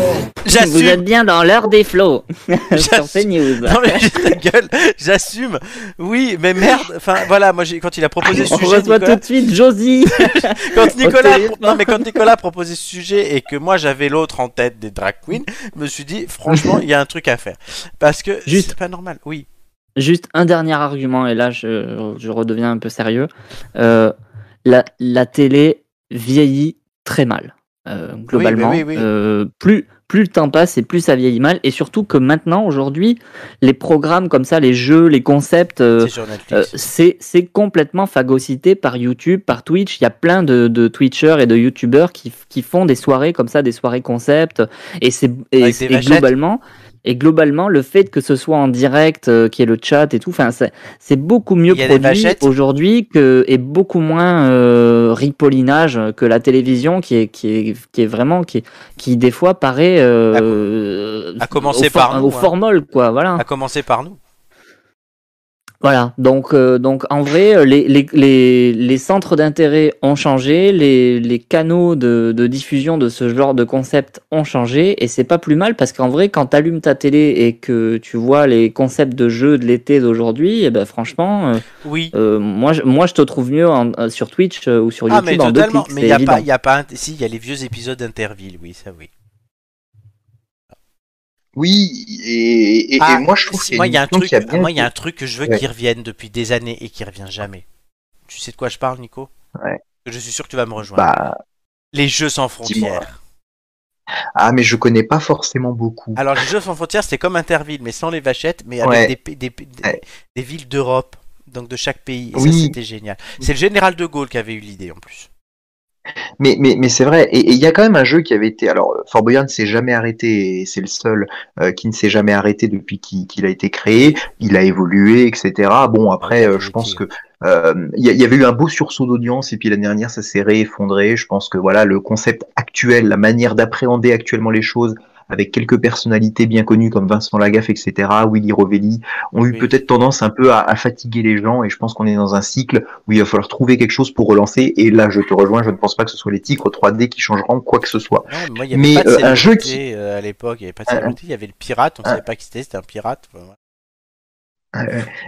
Speaker 1: J'assume
Speaker 3: êtes bien dans l'heure des flots sur
Speaker 1: J'assume.
Speaker 3: CNews.
Speaker 1: Non, mais j'ai ta gueule, j'assume Oui, mais merde Enfin, voilà, moi, j'ai- quand il a proposé ce
Speaker 3: On
Speaker 1: sujet,
Speaker 3: reçoit
Speaker 1: Nicolas,
Speaker 3: tout de suite Josie.
Speaker 1: quand Nicolas,
Speaker 3: téléphone.
Speaker 1: non, mais quand Nicolas proposait ce sujet et que moi, j'avais l'autre en tête des drag queens, je me suis dit, franchement, il y a un truc à faire. Parce que...
Speaker 3: Juste
Speaker 1: c'est pas fait normal, oui.
Speaker 3: Juste un dernier argument, et là je, je redeviens un peu sérieux. Euh, la, la télé vieillit très mal, euh, globalement.
Speaker 1: Oui, oui, oui, oui.
Speaker 3: Euh, plus, plus le temps passe et plus ça vieillit mal. Et surtout que maintenant, aujourd'hui, les programmes comme ça, les jeux, les concepts, euh,
Speaker 1: C'est sur Netflix.
Speaker 3: euh, c'est c'est complètement phagocyté par YouTube, par Twitch. Il y a plein de, de Twitchers et de YouTubers qui, qui font des soirées comme ça, des soirées concept. Et c'est et-
Speaker 1: Avec des
Speaker 3: et
Speaker 1: vachettes.
Speaker 3: globalement. Et globalement, le fait que ce soit en direct, euh, qu'il y ait le chat et tout, enfin, c'est c'est beaucoup mieux
Speaker 1: Il y a des
Speaker 3: produit
Speaker 1: vachettes.
Speaker 3: aujourd'hui que et beaucoup moins euh, ripollinage que la télévision, qui est qui est qui est vraiment qui est- qui des fois paraît
Speaker 1: À-
Speaker 3: euh,
Speaker 1: à commencer
Speaker 3: au for-
Speaker 1: par nous,
Speaker 3: au
Speaker 1: hein.
Speaker 3: formol quoi, voilà.
Speaker 1: À commencer par nous.
Speaker 3: Voilà, donc, euh, donc en vrai, euh, les, les, les, les centres d'intérêt ont changé, les, les canaux de, de diffusion de ce genre de concept ont changé, et c'est pas plus mal parce qu'en vrai, quand t'allumes ta télé et que tu vois les concepts de jeux de l'été d'aujourd'hui, eh ben franchement, euh,
Speaker 1: Oui.
Speaker 3: euh, moi, je- moi je te trouve mieux en- euh, sur Twitch euh, ou sur
Speaker 1: Ah,
Speaker 3: YouTube
Speaker 1: mais
Speaker 3: en deux
Speaker 1: totalement.
Speaker 3: clics,
Speaker 1: Mais
Speaker 3: c'est
Speaker 1: il y a
Speaker 3: évident.
Speaker 1: pas, il y a pas. Si, il y a les vieux épisodes d'Interville, oui, ça oui.
Speaker 2: Oui, et, et- et
Speaker 1: Ah,
Speaker 2: moi je trouve
Speaker 1: si,
Speaker 2: qu'il y a
Speaker 1: moi,
Speaker 2: une
Speaker 1: il y a un
Speaker 2: question
Speaker 1: truc,
Speaker 2: qui a bien
Speaker 1: moi, il y a un truc que je veux
Speaker 2: Ouais.
Speaker 1: qu'il revienne depuis des années et qui revient jamais. Tu sais de quoi je parle, Nico
Speaker 2: Ouais.
Speaker 1: Je suis sûr que tu vas me rejoindre.
Speaker 2: Bah,
Speaker 1: les jeux sans
Speaker 2: dis-moi.
Speaker 1: frontières.
Speaker 2: ah, mais je connais pas forcément beaucoup.
Speaker 1: Alors, les jeux sans frontières, c'était comme Interville, mais sans les vachettes, mais avec
Speaker 2: Ouais.
Speaker 1: des, pa- des, pa- des-
Speaker 2: Ouais.
Speaker 1: des villes d'Europe, donc de chaque pays. Et ça,
Speaker 2: Oui.
Speaker 1: c'était génial. C'est le général de Gaulle qui avait eu l'idée en plus.
Speaker 2: Mais, mais, mais c'est vrai, et et il y a quand même un jeu qui avait été. Alors, euh, Fort Boyard ne s'est jamais arrêté, et c'est le seul euh, qui ne s'est jamais arrêté depuis qu'il qu'il a été créé. Il a évolué, etc. Bon, après, euh, je pense que. euh, Il y, a- il y avait eu un beau sursaut d'audience, et puis l'année dernière, ça s'est réeffondré. Je pense que voilà, le concept actuel, la manière d'appréhender actuellement les choses, avec quelques personnalités bien connues comme Vincent Lagaffe, etc., Willy Rovelli, ont eu
Speaker 1: Oui.
Speaker 2: peut-être tendance un peu à, à fatiguer les gens, et je pense qu'on est dans un cycle où il va falloir trouver quelque chose pour relancer. Et là, je te rejoins, je ne pense pas que ce soit les tigres 3D qui changeront quoi que ce soit.
Speaker 1: Non, mais moi, il y avait
Speaker 2: Mais,
Speaker 1: pas de
Speaker 2: euh, un
Speaker 1: célébrité,
Speaker 2: jeu qui- Ah.
Speaker 1: euh, à l'époque, il n'y avait pas de
Speaker 2: Un-
Speaker 1: célébrité, il y avait le pirate, on ne
Speaker 2: un-
Speaker 1: savait pas qui c'était, c'était un pirate. Enfin, voilà.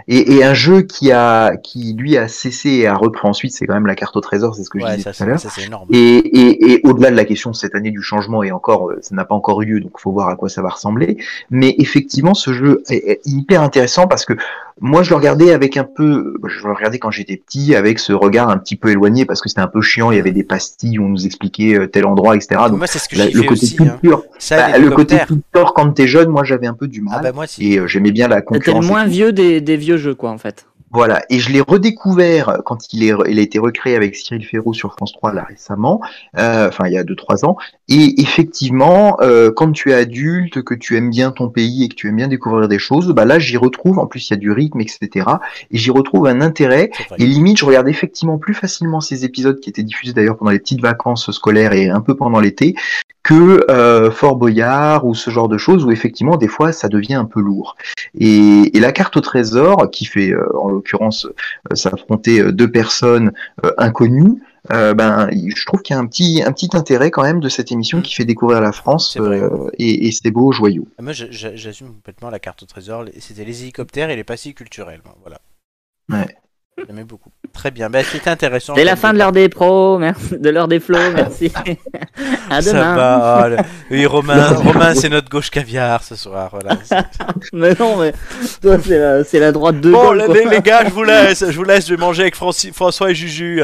Speaker 2: Et, et un jeu qui a, qui lui a cessé et a repris ensuite, c'est quand même la carte au trésor, c'est ce que je
Speaker 1: Ouais,
Speaker 2: disais
Speaker 1: ça,
Speaker 2: tout à l'heure.
Speaker 1: c'est- ça, c'est énorme.
Speaker 2: Et, et- et au-delà de la question de cette année du changement, et encore, euh, ça n'a pas encore eu lieu, donc faut voir à quoi ça va ressembler. Mais effectivement, ce jeu est, est hyper intéressant parce que moi, je le regardais avec un peu, je le regardais quand j'étais petit, avec ce regard un petit peu éloigné parce que c'était un peu chiant. Il y avait des pastilles, on nous expliquait euh, tel endroit, etc. Donc
Speaker 1: moi, c'est ce que
Speaker 2: la-
Speaker 1: j'ai
Speaker 2: le
Speaker 1: fait
Speaker 2: côté
Speaker 1: aussi. hein.
Speaker 2: culture,
Speaker 1: Ça,
Speaker 2: bah, le côté
Speaker 1: l'hélicoptère.
Speaker 2: culture quand t'es jeune, moi, j'avais un peu du mal.
Speaker 1: Ah, bah, moi, si.
Speaker 2: Et euh, j'aimais bien la
Speaker 3: C'était le
Speaker 2: concurrence.
Speaker 3: moins vieux des, des vieux jeux, quoi, en fait.
Speaker 2: Voilà, et je l'ai redécouvert euh, quand il, est, il a été recréé avec Cyril Ferraud sur France 3 là récemment, euh, enfin il y a 2-3 ans, et effectivement, euh, quand tu es adulte, que tu aimes bien ton pays et que tu aimes bien découvrir des choses, bah là j'y retrouve, en plus il y a du rythme, etc., et j'y retrouve un intérêt,
Speaker 1: c'est vrai.
Speaker 2: et limite je regarde effectivement plus facilement ces épisodes qui étaient diffusés d'ailleurs pendant les petites vacances scolaires et un peu pendant l'été, que euh, Fort Boyard ou ce genre de choses où effectivement des fois ça devient un peu lourd. Et, et la carte au trésor, qui fait euh, en l'occurrence euh, s'affronter euh, deux personnes euh, inconnues, euh, ben, il- je trouve qu'il y a un petit, un petit intérêt quand même de cette émission qui fait découvrir la France
Speaker 1: C'est vrai.
Speaker 2: euh, et, et ses beaux joyaux.
Speaker 1: Ah, Moi, je- je- j'assume complètement la carte au trésor. les- C'était les hélicoptères et les pastilles culturelles. moi, Voilà.
Speaker 2: Ouais.
Speaker 1: J'aimais beaucoup. Très bien. Bah, c'était intéressant.
Speaker 3: Dès la
Speaker 1: comme
Speaker 3: fin de
Speaker 1: débat.
Speaker 3: l'heure des pros, merci, de l'heure des flots, merci. à
Speaker 1: Ah. Ça
Speaker 3: demain.
Speaker 1: va, oh, le- Oui, Romain,
Speaker 2: Non, mais-
Speaker 1: Romain c'est notre gauche caviar ce soir. Voilà.
Speaker 3: Mais non, mais toi, c'est la, c'est la droite de
Speaker 1: bon,
Speaker 3: Gaulle,
Speaker 1: les,
Speaker 3: quoi.
Speaker 1: les- les gars, je vous laisse. Je vous laisse. Je vais manger avec Franci- François et Juju.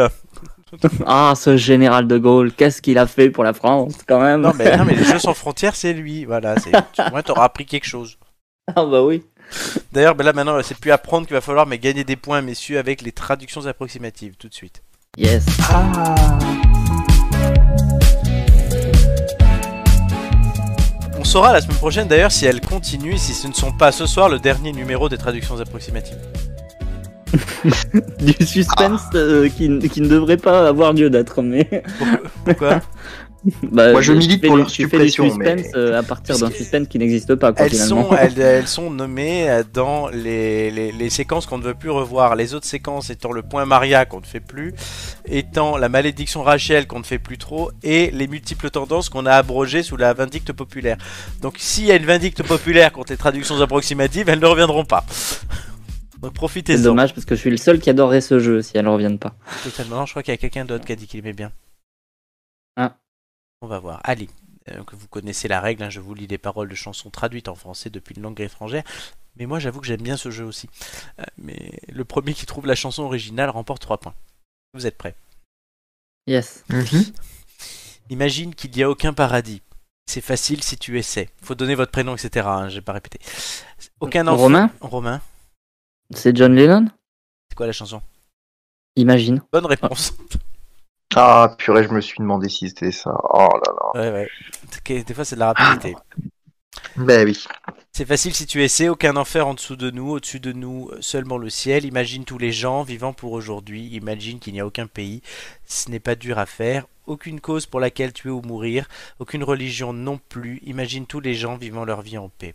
Speaker 3: Ah, ce général de Gaulle, qu'est-ce qu'il a fait pour la France, quand même
Speaker 1: Non, mais, non, mais les Jeux sans frontières, c'est lui. Voilà. c'est- Au moins, t'auras appris quelque chose.
Speaker 3: Ah, bah oui.
Speaker 1: D'ailleurs, bah, là, maintenant, c'est plus apprendre qu'il va falloir mais gagner des points, messieurs, avec les traductions approximatives tout de suite.
Speaker 3: Yes.
Speaker 1: On saura la semaine prochaine d'ailleurs si elle continue, si ce ne sont pas ce soir le dernier numéro des traductions approximatives.
Speaker 3: Du suspense
Speaker 1: Ah.
Speaker 3: euh, qui, qui ne devrait pas avoir lieu d'être, mais...
Speaker 1: Pourquoi
Speaker 3: Bah,
Speaker 2: Moi, je
Speaker 3: tu
Speaker 2: milite
Speaker 3: fais
Speaker 2: pour
Speaker 3: du-
Speaker 2: leur
Speaker 3: Tu fais du
Speaker 2: suppression, mais-
Speaker 3: suspense euh, à partir d'un
Speaker 1: Parce que-
Speaker 3: suspense qui n'existe pas, quoi,
Speaker 1: elles
Speaker 3: finalement.
Speaker 1: sont, elles, elles sont nommées euh, dans les, les- les séquences qu'on ne veut plus revoir. Les autres séquences étant le point Maria qu'on ne fait plus, étant la malédiction Rachel qu'on ne fait plus trop, et les multiples tendances qu'on a abrogées sous la vindicte populaire. Donc s'il y a une vindicte populaire contre les traductions approximatives, elles ne reviendront pas. Donc
Speaker 3: C'est
Speaker 1: profitez-en.
Speaker 3: dommage, parce que je suis le seul qui adorerait ce jeu, si elles ne reviennent pas.
Speaker 1: Totalement. Je crois qu'il y a quelqu'un d'autre qui a dit qu'il aimait bien.
Speaker 3: Ah.
Speaker 1: On va voir. Ali. euh, que vous connaissez la règle, hein, je vous lis les paroles de chansons traduites en français depuis une langue étrangère. Mais moi j'avoue que j'aime bien ce jeu aussi. Euh, mais le premier qui trouve la chanson originale remporte 3 points. Vous êtes prêts
Speaker 3: Yes.
Speaker 1: Imagine qu'il n'y a aucun paradis. C'est facile si tu essaies. Faut donner votre prénom, etc. hein, J'ai pas répété. Aucun enfant.
Speaker 3: Romain
Speaker 1: Romain.
Speaker 3: C'est John Lennon
Speaker 1: C'est quoi la chanson
Speaker 3: Imagine.
Speaker 1: Bonne réponse.
Speaker 2: Ah, purée, je me suis demandé si c'était ça. Oh là
Speaker 3: Ah.
Speaker 2: là.
Speaker 1: Ouais, ouais. Ok, Des fois, c'est de la rapidité.
Speaker 2: Ben oui.
Speaker 1: C'est facile si tu essaies, aucun enfer en dessous de nous, au-dessus de nous, euh, seulement le ciel. Imagine tous les gens vivant pour aujourd'hui, imagine qu'il n'y a aucun pays. Ce n'est pas dur à faire, aucune cause pour laquelle tuer ou mourir, aucune religion non plus. Imagine tous les gens vivant leur vie en paix.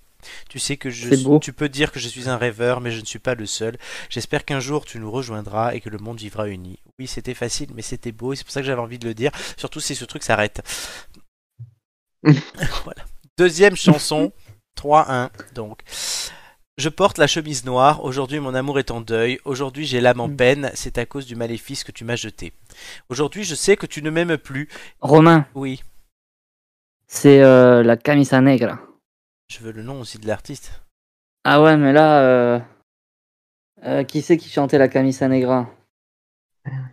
Speaker 1: Tu sais que je
Speaker 3: C'est
Speaker 1: suis-
Speaker 3: beau.
Speaker 1: tu peux dire que je suis un rêveur, mais je ne suis pas le seul. J'espère qu'un jour tu nous rejoindras et que le monde vivra uni. Oui, c'était facile, mais c'était beau, et c'est pour ça que j'avais envie de le dire. Surtout si ce truc s'arrête. voilà. Deuxième chanson. 3-1, donc. Je porte la chemise noire, aujourd'hui mon amour est en deuil, aujourd'hui j'ai l'âme en
Speaker 3: Mm.
Speaker 1: peine, c'est à cause du maléfice que tu m'as jeté. Aujourd'hui je sais que tu ne m'aimes plus,
Speaker 3: Romain,
Speaker 1: oui,
Speaker 3: c'est euh, la camisa negra.
Speaker 1: je veux le nom aussi de l'artiste.
Speaker 3: Ah ouais, mais là, euh, euh, qui c'est qui chantait la camisa negra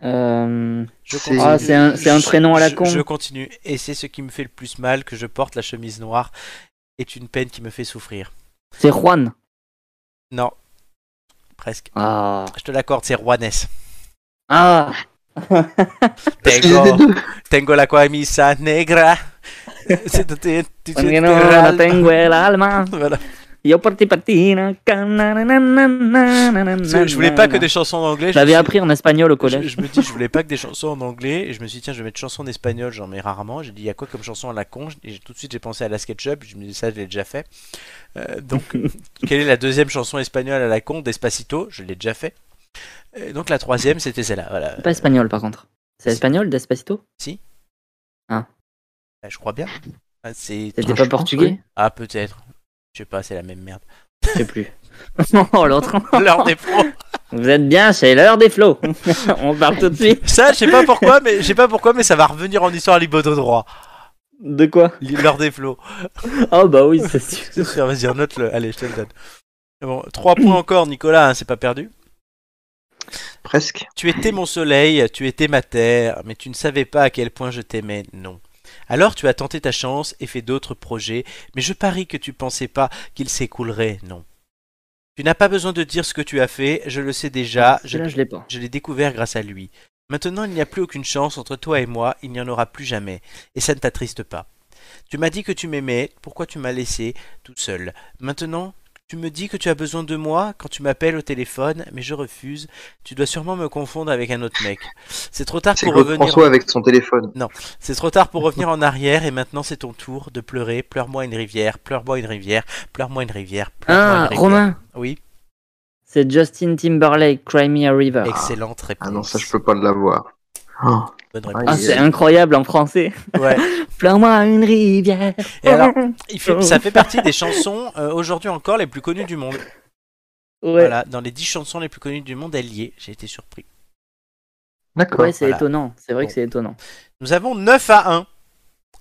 Speaker 3: Euh,
Speaker 1: Je
Speaker 2: C'est-
Speaker 1: continue.
Speaker 2: Ah,
Speaker 3: c'est un- c'est un
Speaker 1: Je-
Speaker 3: prénom à la
Speaker 1: je-
Speaker 3: con.
Speaker 1: Je continue, et c'est ce qui me fait le plus mal que je porte la chemise noire, est une peine qui me fait souffrir.
Speaker 3: C'est Juan.
Speaker 1: Non, presque.
Speaker 3: Ah.
Speaker 1: Je te l'accorde, c'est Juanes.
Speaker 3: Ah.
Speaker 1: Tengo, tengo la camisa negra. C'était-
Speaker 3: Porque no la tengo el alma.
Speaker 1: Voilà.
Speaker 3: Yo por ti patina.
Speaker 1: Parce que je voulais pas que des chansons en anglais. je me
Speaker 3: J'avais
Speaker 1: suis-
Speaker 3: appris en espagnol au
Speaker 1: Je,
Speaker 3: collège.
Speaker 1: je me dis, je voulais pas que des chansons en anglais. Et je me suis dit, tiens, je vais mettre chansons en espagnol. J'en mets rarement. J'ai dit, il y a quoi comme chanson à la con Et j'ai- tout de suite, j'ai pensé à la SketchUp. Je me dis, ça, je l'ai déjà fait. Euh, donc, quelle est la deuxième chanson espagnole à la con Despacito. Je l'ai déjà fait. Et donc, la troisième, c'était celle-là. Voilà.
Speaker 3: Pas espagnol par contre. C'est espagnol, Despacito
Speaker 1: Euh, Je crois bien. Ah, c'est.
Speaker 3: C'était
Speaker 2: Ah,
Speaker 3: pas
Speaker 2: je pense,
Speaker 3: portugais
Speaker 1: Ah, peut-être. Je sais pas, c'est la même merde.
Speaker 3: Je sais plus. oh l'autre.
Speaker 1: L'heure des pros.
Speaker 3: Vous êtes bien, c'est l'heure des flots. On part tout de suite.
Speaker 1: Ça, je sais pas pourquoi, mais je sais pas pourquoi, mais ça va revenir en histoire libre de droit.
Speaker 3: De quoi
Speaker 1: L'heure des flots.
Speaker 3: Oh bah oui, c'est sûr.
Speaker 1: Tiens, Vas-y, note-le. Allez, je te le donne. Bon, 3 points encore, Nicolas, hein, c'est pas perdu.
Speaker 2: Presque.
Speaker 1: Tu étais mon soleil, tu étais ma terre, mais tu ne savais pas à quel point je t'aimais, non. Alors tu as tenté ta chance et fait d'autres projets, mais je parie que tu pensais pas qu'ils s'écouleraient, non. Tu n'as pas besoin de dire ce que tu as fait, je le sais déjà, Ah, je,
Speaker 3: Là, je l'ai pas.
Speaker 1: je l'ai découvert grâce à lui. Maintenant, il n'y a plus aucune chance entre toi et moi, il n'y en aura plus jamais, et ça ne t'attriste pas. Tu m'as dit que tu m'aimais, pourquoi tu m'as laissé tout seul Maintenant, tu me dis que tu as besoin de moi quand tu m'appelles au téléphone, mais je refuse. Tu dois sûrement me confondre avec un autre mec. C'est trop tard
Speaker 2: C'est
Speaker 1: Ah, pour
Speaker 2: Claude
Speaker 1: revenir.
Speaker 2: François avec son téléphone.
Speaker 1: C'est trop tard pour revenir en arrière et maintenant c'est ton tour de pleurer. Pleure-moi une rivière, pleure-moi une rivière, pleure-moi une rivière, pleure-moi une
Speaker 3: Ah,
Speaker 1: rivière.
Speaker 3: Romain,
Speaker 1: Oui,
Speaker 3: c'est Justin Timberlake, Cry Me a River.
Speaker 1: excellente réponse.
Speaker 2: Ah non, ça je peux pas l'avoir. Oh,
Speaker 1: Bonne
Speaker 3: Ah,
Speaker 1: réponse.
Speaker 3: c'est incroyable en français.
Speaker 1: Ouais.
Speaker 3: Pleure-moi une rivière.
Speaker 1: Et alors, il fait- ça fait partie des chansons euh, aujourd'hui encore les plus connues du monde.
Speaker 3: Ouais,
Speaker 1: Voilà, dans les 10 chansons les plus connues du monde, elle y est. J'ai été surpris.
Speaker 2: D'accord.
Speaker 3: ouais c'est
Speaker 1: Voilà.
Speaker 3: étonnant. C'est vrai
Speaker 1: Bon.
Speaker 3: que c'est étonnant.
Speaker 1: Nous avons 9 à 1.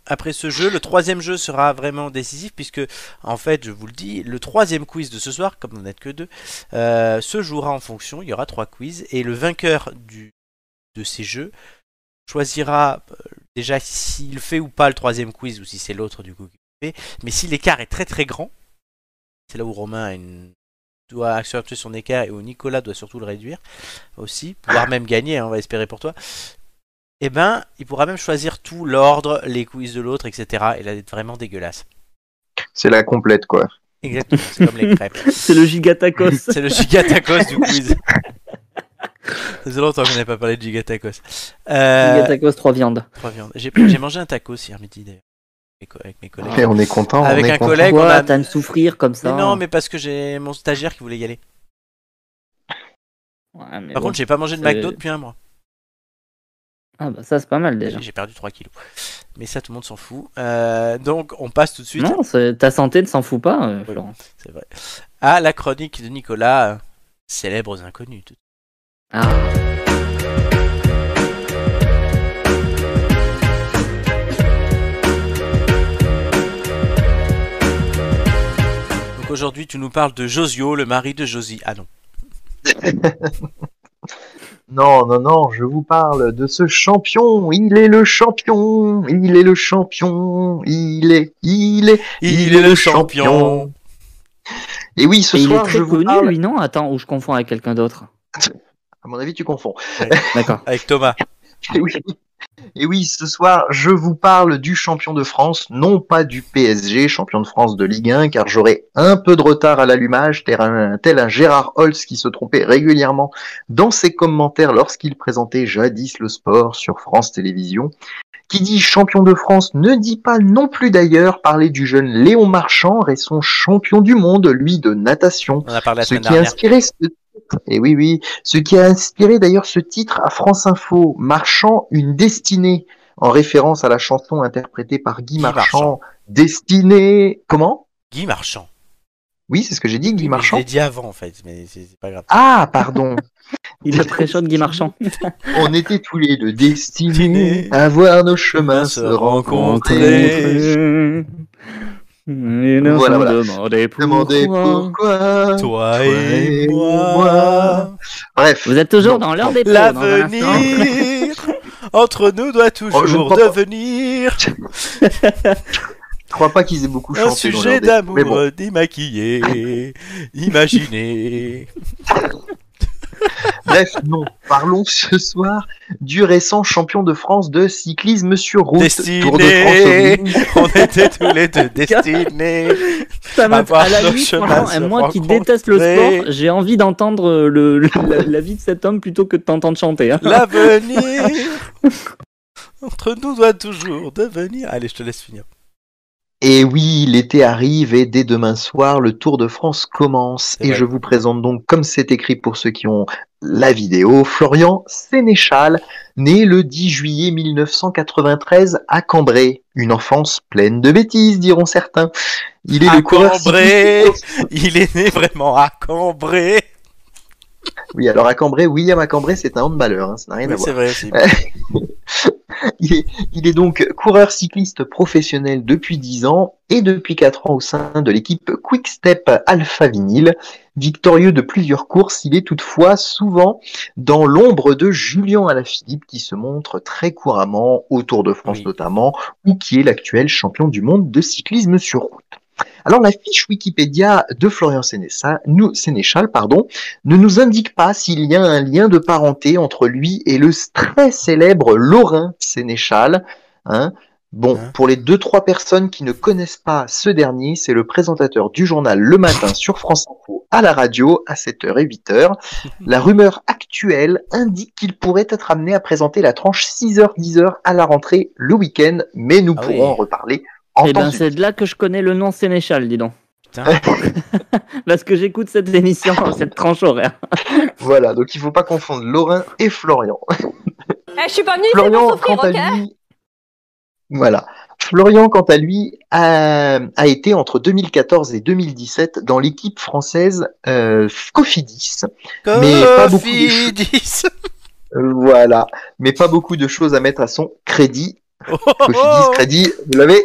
Speaker 1: Après ce jeu, le troisième jeu sera vraiment décisif puisque, en fait, je vous le dis, le troisième quiz de ce soir, comme vous n'êtes que deux, euh, se jouera en fonction. Il y aura trois quiz et le vainqueur du, de ces jeux choisira euh, déjà s'il fait ou pas le troisième quiz ou si c'est l'autre du coup qui le fait. Mais si l'écart est très très grand, c'est là où Romain a une- doit accentuer son écart et où Nicolas doit surtout le réduire aussi, voire même gagner, hein, on va espérer pour toi. Eh ben, il pourra même choisir tout l'ordre, les quiz de l'autre, etc. Et là, c'est vraiment dégueulasse.
Speaker 2: C'est la complète quoi.
Speaker 1: Exactement, c'est comme les crêpes.
Speaker 3: C'est le gigatacos.
Speaker 1: C'est le gigatacos du quiz. Ça faisait longtemps qu'on n'avait pas parlé de gigatacos. Euh,
Speaker 3: Gigatacos, trois viandes.
Speaker 1: trois viandes. J'ai, j'ai mangé un tacos hier midi d'ailleurs, avec- avec mes collègues.
Speaker 2: Et on est content.
Speaker 1: Avec
Speaker 2: on est
Speaker 1: un
Speaker 2: content.
Speaker 1: collègue, on
Speaker 3: Pourquoi
Speaker 1: a-
Speaker 3: t'as me souffrir comme ça
Speaker 1: Mais non, mais parce que j'ai mon stagiaire qui voulait y aller.
Speaker 3: Ouais, mais
Speaker 1: Par
Speaker 3: bon.
Speaker 1: contre, j'ai pas mangé de
Speaker 3: c'est-
Speaker 1: McDo depuis un mois.
Speaker 3: Ah bah ça, c'est pas mal déjà.
Speaker 1: J'ai perdu 3 kilos. Mais ça, tout le monde s'en fout. Euh, donc, on passe tout de suite
Speaker 3: Non, c'est- ta santé ne s'en fout pas, euh,
Speaker 1: Oui.
Speaker 3: Florent.
Speaker 1: c'est vrai, à la chronique de Nicolas, euh, célèbres inconnus. tout
Speaker 3: Ah.
Speaker 1: aujourd'hui tu nous parles de Josio, le mari de Josie. Ah non.
Speaker 2: Non, non, non, je vous parle de ce champion. Il est le champion. Il est le champion. Il est, il est, Et oui, ce
Speaker 3: Et il est
Speaker 2: soir,
Speaker 3: très
Speaker 2: je vous
Speaker 3: connu,
Speaker 2: parle.
Speaker 3: lui, non Attends, ou je confonds avec quelqu'un d'autre
Speaker 2: À mon avis, tu confonds.
Speaker 3: D'accord.
Speaker 1: Avec Thomas.
Speaker 2: Et oui. Et oui, ce soir, je vous parle du champion de France, non pas du PSG, champion de France de Ligue 1, car j'aurai un peu de retard à l'allumage, tel un, tel un Gérard Holtz qui se trompait régulièrement dans ses commentaires lorsqu'il présentait jadis le sport sur France Télévisions. Qui dit champion de France ne dit pas non plus d'ailleurs parler du jeune Léon Marchand, et son champion du monde, lui, de natation.
Speaker 1: On a parlé la
Speaker 2: Ce
Speaker 1: semaine
Speaker 2: qui a
Speaker 1: dernière.
Speaker 2: inspiré ce titre, et oui, oui, ce qui a inspiré d'ailleurs ce titre à France Info, Marchand, une destinée, en référence à la chanson interprétée par Guy,
Speaker 1: Guy
Speaker 2: Marchand,
Speaker 1: Marchand.
Speaker 2: destinée, comment?
Speaker 1: Guy Marchand.
Speaker 2: Oui, c'est ce que j'ai dit, Guy
Speaker 1: Je
Speaker 2: Marchand.
Speaker 1: l'ai dit avant en fait, mais c'est c'est pas grave.
Speaker 2: Ah, pardon.
Speaker 3: Il est très chaud de Guy Marchand.
Speaker 2: On était tous les deux
Speaker 1: Destinés
Speaker 2: destinés à voir nos chemins
Speaker 1: se
Speaker 2: se
Speaker 1: rencontrer.
Speaker 2: rencontrer. Voilà, voilà.
Speaker 3: Demandez pourquoi.
Speaker 2: Demander pourquoi.
Speaker 1: Toi
Speaker 2: et
Speaker 1: et moi,
Speaker 2: moi, Bref.
Speaker 3: Vous êtes toujours
Speaker 2: Non.
Speaker 3: dans l'heure des pros, dans un instant.
Speaker 1: l'avenir entre nous doit toujours
Speaker 2: Oh, je ne crois pas.
Speaker 1: devenir
Speaker 2: Je crois pas qu'ils aient beaucoup
Speaker 1: un
Speaker 2: chanté. dans
Speaker 1: sujet
Speaker 2: leur destin,
Speaker 1: d'amour
Speaker 2: mais bon.
Speaker 1: démaquillé, imaginé.
Speaker 2: Bref, non. Parlons ce soir du récent champion de France de cyclisme sur route.
Speaker 1: Destiné.
Speaker 2: Tour de France. au-
Speaker 1: On était tous les deux destinés.
Speaker 3: Ça m'a-
Speaker 1: Avoir
Speaker 3: à la
Speaker 1: nos
Speaker 3: limite,
Speaker 1: chemins
Speaker 3: franchement,
Speaker 1: se
Speaker 3: moi qui déteste le
Speaker 1: rencontrer.
Speaker 3: sport, j'ai envie d'entendre euh, le, le- la, la vie de cet homme plutôt que de t'entendre chanter. hein.
Speaker 1: L'avenir entre nous doit toujours devenir. Allez, je te laisse finir.
Speaker 2: Et oui, l'été arrive et dès demain soir, le Tour de France commence.
Speaker 1: C'est
Speaker 2: Et
Speaker 1: vrai.
Speaker 2: je vous présente donc, comme c'est écrit pour ceux qui ont la vidéo, Florian Sénéchal, né le 10 juillet 1993 à Cambrai. Une enfance pleine de bêtises, diront certains. Il est
Speaker 1: À
Speaker 2: le coureur
Speaker 1: Cambrai.
Speaker 2: cycliste-
Speaker 1: Il est né vraiment à Cambrai.
Speaker 2: Oui, alors à Cambrai, William à Cambrai, c'est un handballeur, hein, ça n'a rien à
Speaker 1: Oui,
Speaker 2: voir.
Speaker 1: c'est vrai aussi.
Speaker 2: Il est, il est donc coureur cycliste professionnel depuis 10 ans et depuis 4 ans au sein de l'équipe Quick Step Alpha Vinyl. Victorieux de plusieurs courses, il est toutefois souvent dans l'ombre de Julien Alaphilippe qui se montre très couramment au Tour de France
Speaker 1: Oui.
Speaker 2: notamment ou qui est l'actuel champion du monde de cyclisme sur route. Alors la fiche Wikipédia de Florian Sénéchal, nous, Sénéchal pardon, ne nous indique pas s'il y a un lien de parenté entre lui et le très célèbre Lorrain Sénéchal. hein. bon,
Speaker 1: Hein.
Speaker 2: pour les deux trois personnes qui ne connaissent pas ce dernier, c'est le présentateur du journal Le Matin sur France Info à la radio à 7h et 8h. La rumeur actuelle indique qu'il pourrait être amené à présenter la tranche 6h-10h à la rentrée le week-end, mais nous
Speaker 1: Ah
Speaker 2: pourrons
Speaker 1: oui.
Speaker 2: en reparler en
Speaker 3: Eh
Speaker 2: temps
Speaker 3: ben,
Speaker 2: utile.
Speaker 3: c'est de là que je connais le nom Sénéchal, dis donc.
Speaker 1: Putain.
Speaker 3: Parce que j'écoute cette émission, cette tranche horaire.
Speaker 2: Voilà, donc il faut pas confondre Lorrain et Florian.
Speaker 8: Eh, je suis pas venue ici
Speaker 2: Florian,
Speaker 8: pour souffrir,
Speaker 2: quant à
Speaker 8: ok
Speaker 2: lui, voilà. Florian, quant à lui, a, a été entre 2014 et 2017 dans l'équipe française euh, Cofidis. Mais pas beaucoup de choses.
Speaker 1: Cofidis.
Speaker 2: Euh, Voilà, mais pas beaucoup de choses à mettre à son crédit.
Speaker 1: Oh,
Speaker 2: Cofidis, crédit, vous l'avez.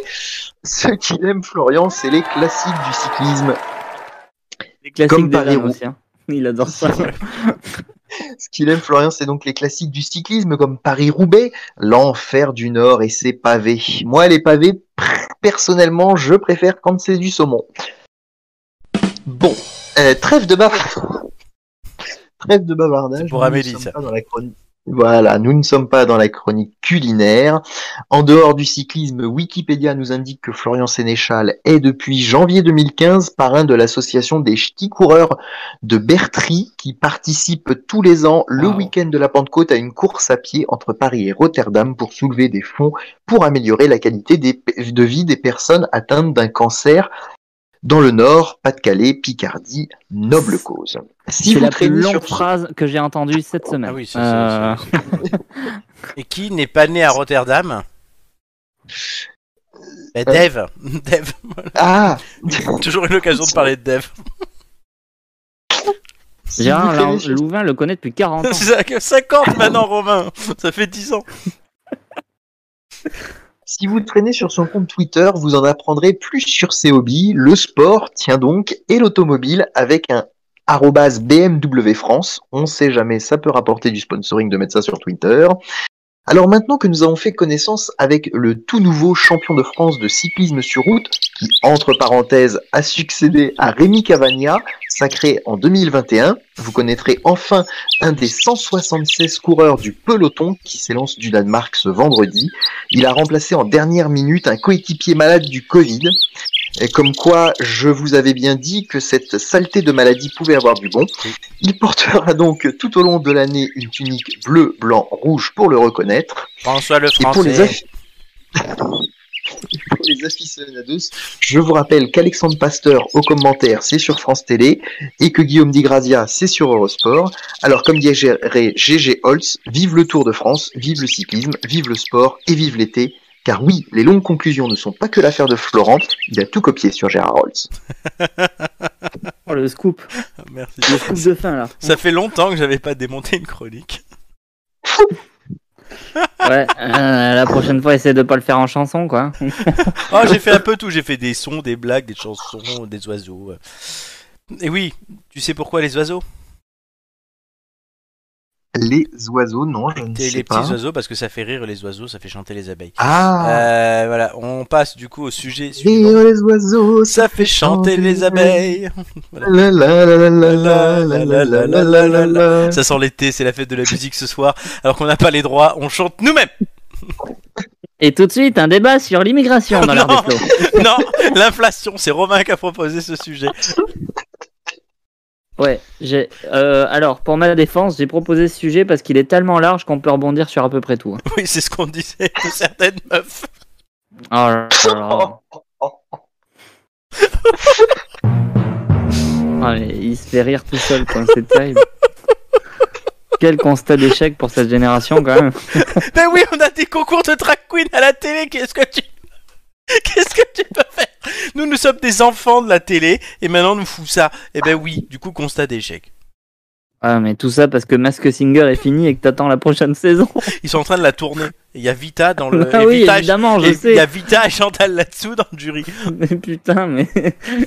Speaker 2: Ce qu'il aime, Florian, c'est les classiques du cyclisme.
Speaker 3: Les classiques
Speaker 2: Comme
Speaker 3: des
Speaker 2: Paris
Speaker 3: vannes
Speaker 2: Roux.
Speaker 3: aussi. hein. Il adore ça.
Speaker 2: Ce qu'il aime, Florian, c'est donc les classiques du cyclisme comme Paris-Roubaix, l'enfer du Nord et ses pavés. Moi, les pavés, pr- personnellement, je préfère quand c'est du saumon. Bon, euh, trêve de bavardage. trêve de bavardage.
Speaker 1: C'est pour
Speaker 2: Nous ne
Speaker 1: Amélie,
Speaker 2: sommes
Speaker 1: ça.
Speaker 2: pas dans la chronique- Voilà, nous ne sommes pas dans la chronique culinaire. En dehors du cyclisme, Wikipédia nous indique que Florian Sénéchal est depuis janvier 2015 parrain de l'association des ch'tis coureurs de Bertry qui participe tous les ans le
Speaker 1: Wow.
Speaker 2: week-end de la Pentecôte à une course à pied entre Paris et Rotterdam pour soulever des fonds pour améliorer la qualité des- de vie des personnes atteintes d'un cancer dans le Nord, Pas-de-Calais, Picardie, noble cause. Si
Speaker 3: c'est
Speaker 2: vous
Speaker 3: la plus
Speaker 2: traînez
Speaker 3: longue
Speaker 2: sur
Speaker 3: phrase que j'ai entendue cette semaine.
Speaker 1: Ah oui, c'est
Speaker 3: Euh,
Speaker 1: ça. Et qui n'est pas né à Rotterdam
Speaker 2: Euh.
Speaker 1: Bah, Dev. Dev.
Speaker 2: Ah
Speaker 1: Toujours une occasion de parler de Dev.
Speaker 2: si vous
Speaker 3: Gérard
Speaker 2: traînez
Speaker 3: Lan-
Speaker 2: sur-
Speaker 3: Louvain le connaît depuis 40 ans.
Speaker 1: C'est à 50 maintenant, Romain. Ça fait 10 ans.
Speaker 2: Si vous traînez sur son compte Twitter, vous en apprendrez plus sur ses hobbies, le sport, tiens donc, et l'automobile avec un arrobase BMW France. On sait jamais, ça peut rapporter du sponsoring de mettre ça sur Twitter. Alors maintenant que nous avons fait connaissance avec le tout nouveau champion de France de cyclisme sur route, qui entre parenthèses a succédé à Rémi Cavagna, sacré en 2021, vous connaîtrez enfin un des 176 coureurs du peloton qui s'élance du Danemark ce vendredi. Il a remplacé en dernière minute un coéquipier malade du Covid. Et comme quoi, je vous avais bien dit que cette saleté de maladie pouvait avoir du bon. Il portera donc tout au long de l'année une tunique bleu, blanc, rouge pour le reconnaître.
Speaker 1: François le
Speaker 2: Et pour les,
Speaker 1: français.
Speaker 2: affi- pour les aficionados, je vous rappelle qu'Alexandre Pasteur au commentaire, c'est sur France Télé, et que Guillaume Di Grazia, c'est sur Eurosport. Alors, comme dirait GG Holtz, vive le Tour de France, vive le cyclisme, vive le sport et vive l'été. Car oui, les longues conclusions ne sont pas que l'affaire de Florent, il a tout copié sur Gérard Holtz.
Speaker 3: Oh, le scoop,
Speaker 1: Merci.
Speaker 3: le scoop de fin là.
Speaker 1: Ça fait longtemps que j'avais pas démonté une chronique.
Speaker 3: Ouais, euh, la prochaine fois, essaie de pas le faire en chanson quoi.
Speaker 1: Oh, j'ai fait un peu tout. J'ai fait des sons, des blagues, des chansons, des oiseaux. euh. Et oui, tu sais pourquoi les oiseaux
Speaker 2: Les oiseaux, non, je ne
Speaker 1: T'es
Speaker 2: sais
Speaker 1: les
Speaker 2: pas.
Speaker 1: petits oiseaux parce que ça fait rire les oiseaux, ça fait chanter les abeilles.
Speaker 2: Ah
Speaker 1: Euh, voilà, on passe du coup au sujet suivant.
Speaker 2: Rire les oiseaux,
Speaker 1: Ça fait chanter les abeilles.
Speaker 2: la la la la la la la la la la la la.
Speaker 1: Ça sent l'été, c'est la fête de la musique ce soir. Alors qu'on n'a pas les droits, on chante nous-mêmes.
Speaker 3: Et tout de suite, un débat sur l'immigration dans l'art
Speaker 1: Non.
Speaker 3: des flots.
Speaker 1: Non, l'inflation, c'est Romain qui a proposé ce sujet.
Speaker 3: Ouais, j'ai. euh, alors, pour ma défense, j'ai proposé ce sujet parce qu'il est tellement large qu'on peut rebondir sur à peu près tout. hein.
Speaker 1: Oui, c'est ce qu'on disait de certaines meufs.
Speaker 3: Oh là là. Ah, mais il se fait rire tout seul, quoi. C'est terrible. Quel constat d'échec pour cette génération, quand même.
Speaker 1: Mais Ben oui, on a des concours de drag queen à la télé, qu'est-ce que tu... Qu'est-ce que tu peux faire Nous, nous sommes des enfants de la télé, et maintenant, nous fout ça. Eh ben oui, du coup, constat d'échec.
Speaker 3: Ah, mais tout ça parce que Mask Singer est fini et que t'attends la prochaine saison.
Speaker 1: Ils sont en train de la tourner. Et Il y a Vita dans Oh, le.
Speaker 3: ah
Speaker 1: et
Speaker 3: oui,
Speaker 1: Vita et-
Speaker 3: évidemment, je
Speaker 1: et Il y a
Speaker 3: sais.
Speaker 1: Vita et Chantal là-dessous dans le jury.
Speaker 3: Mais putain, mais,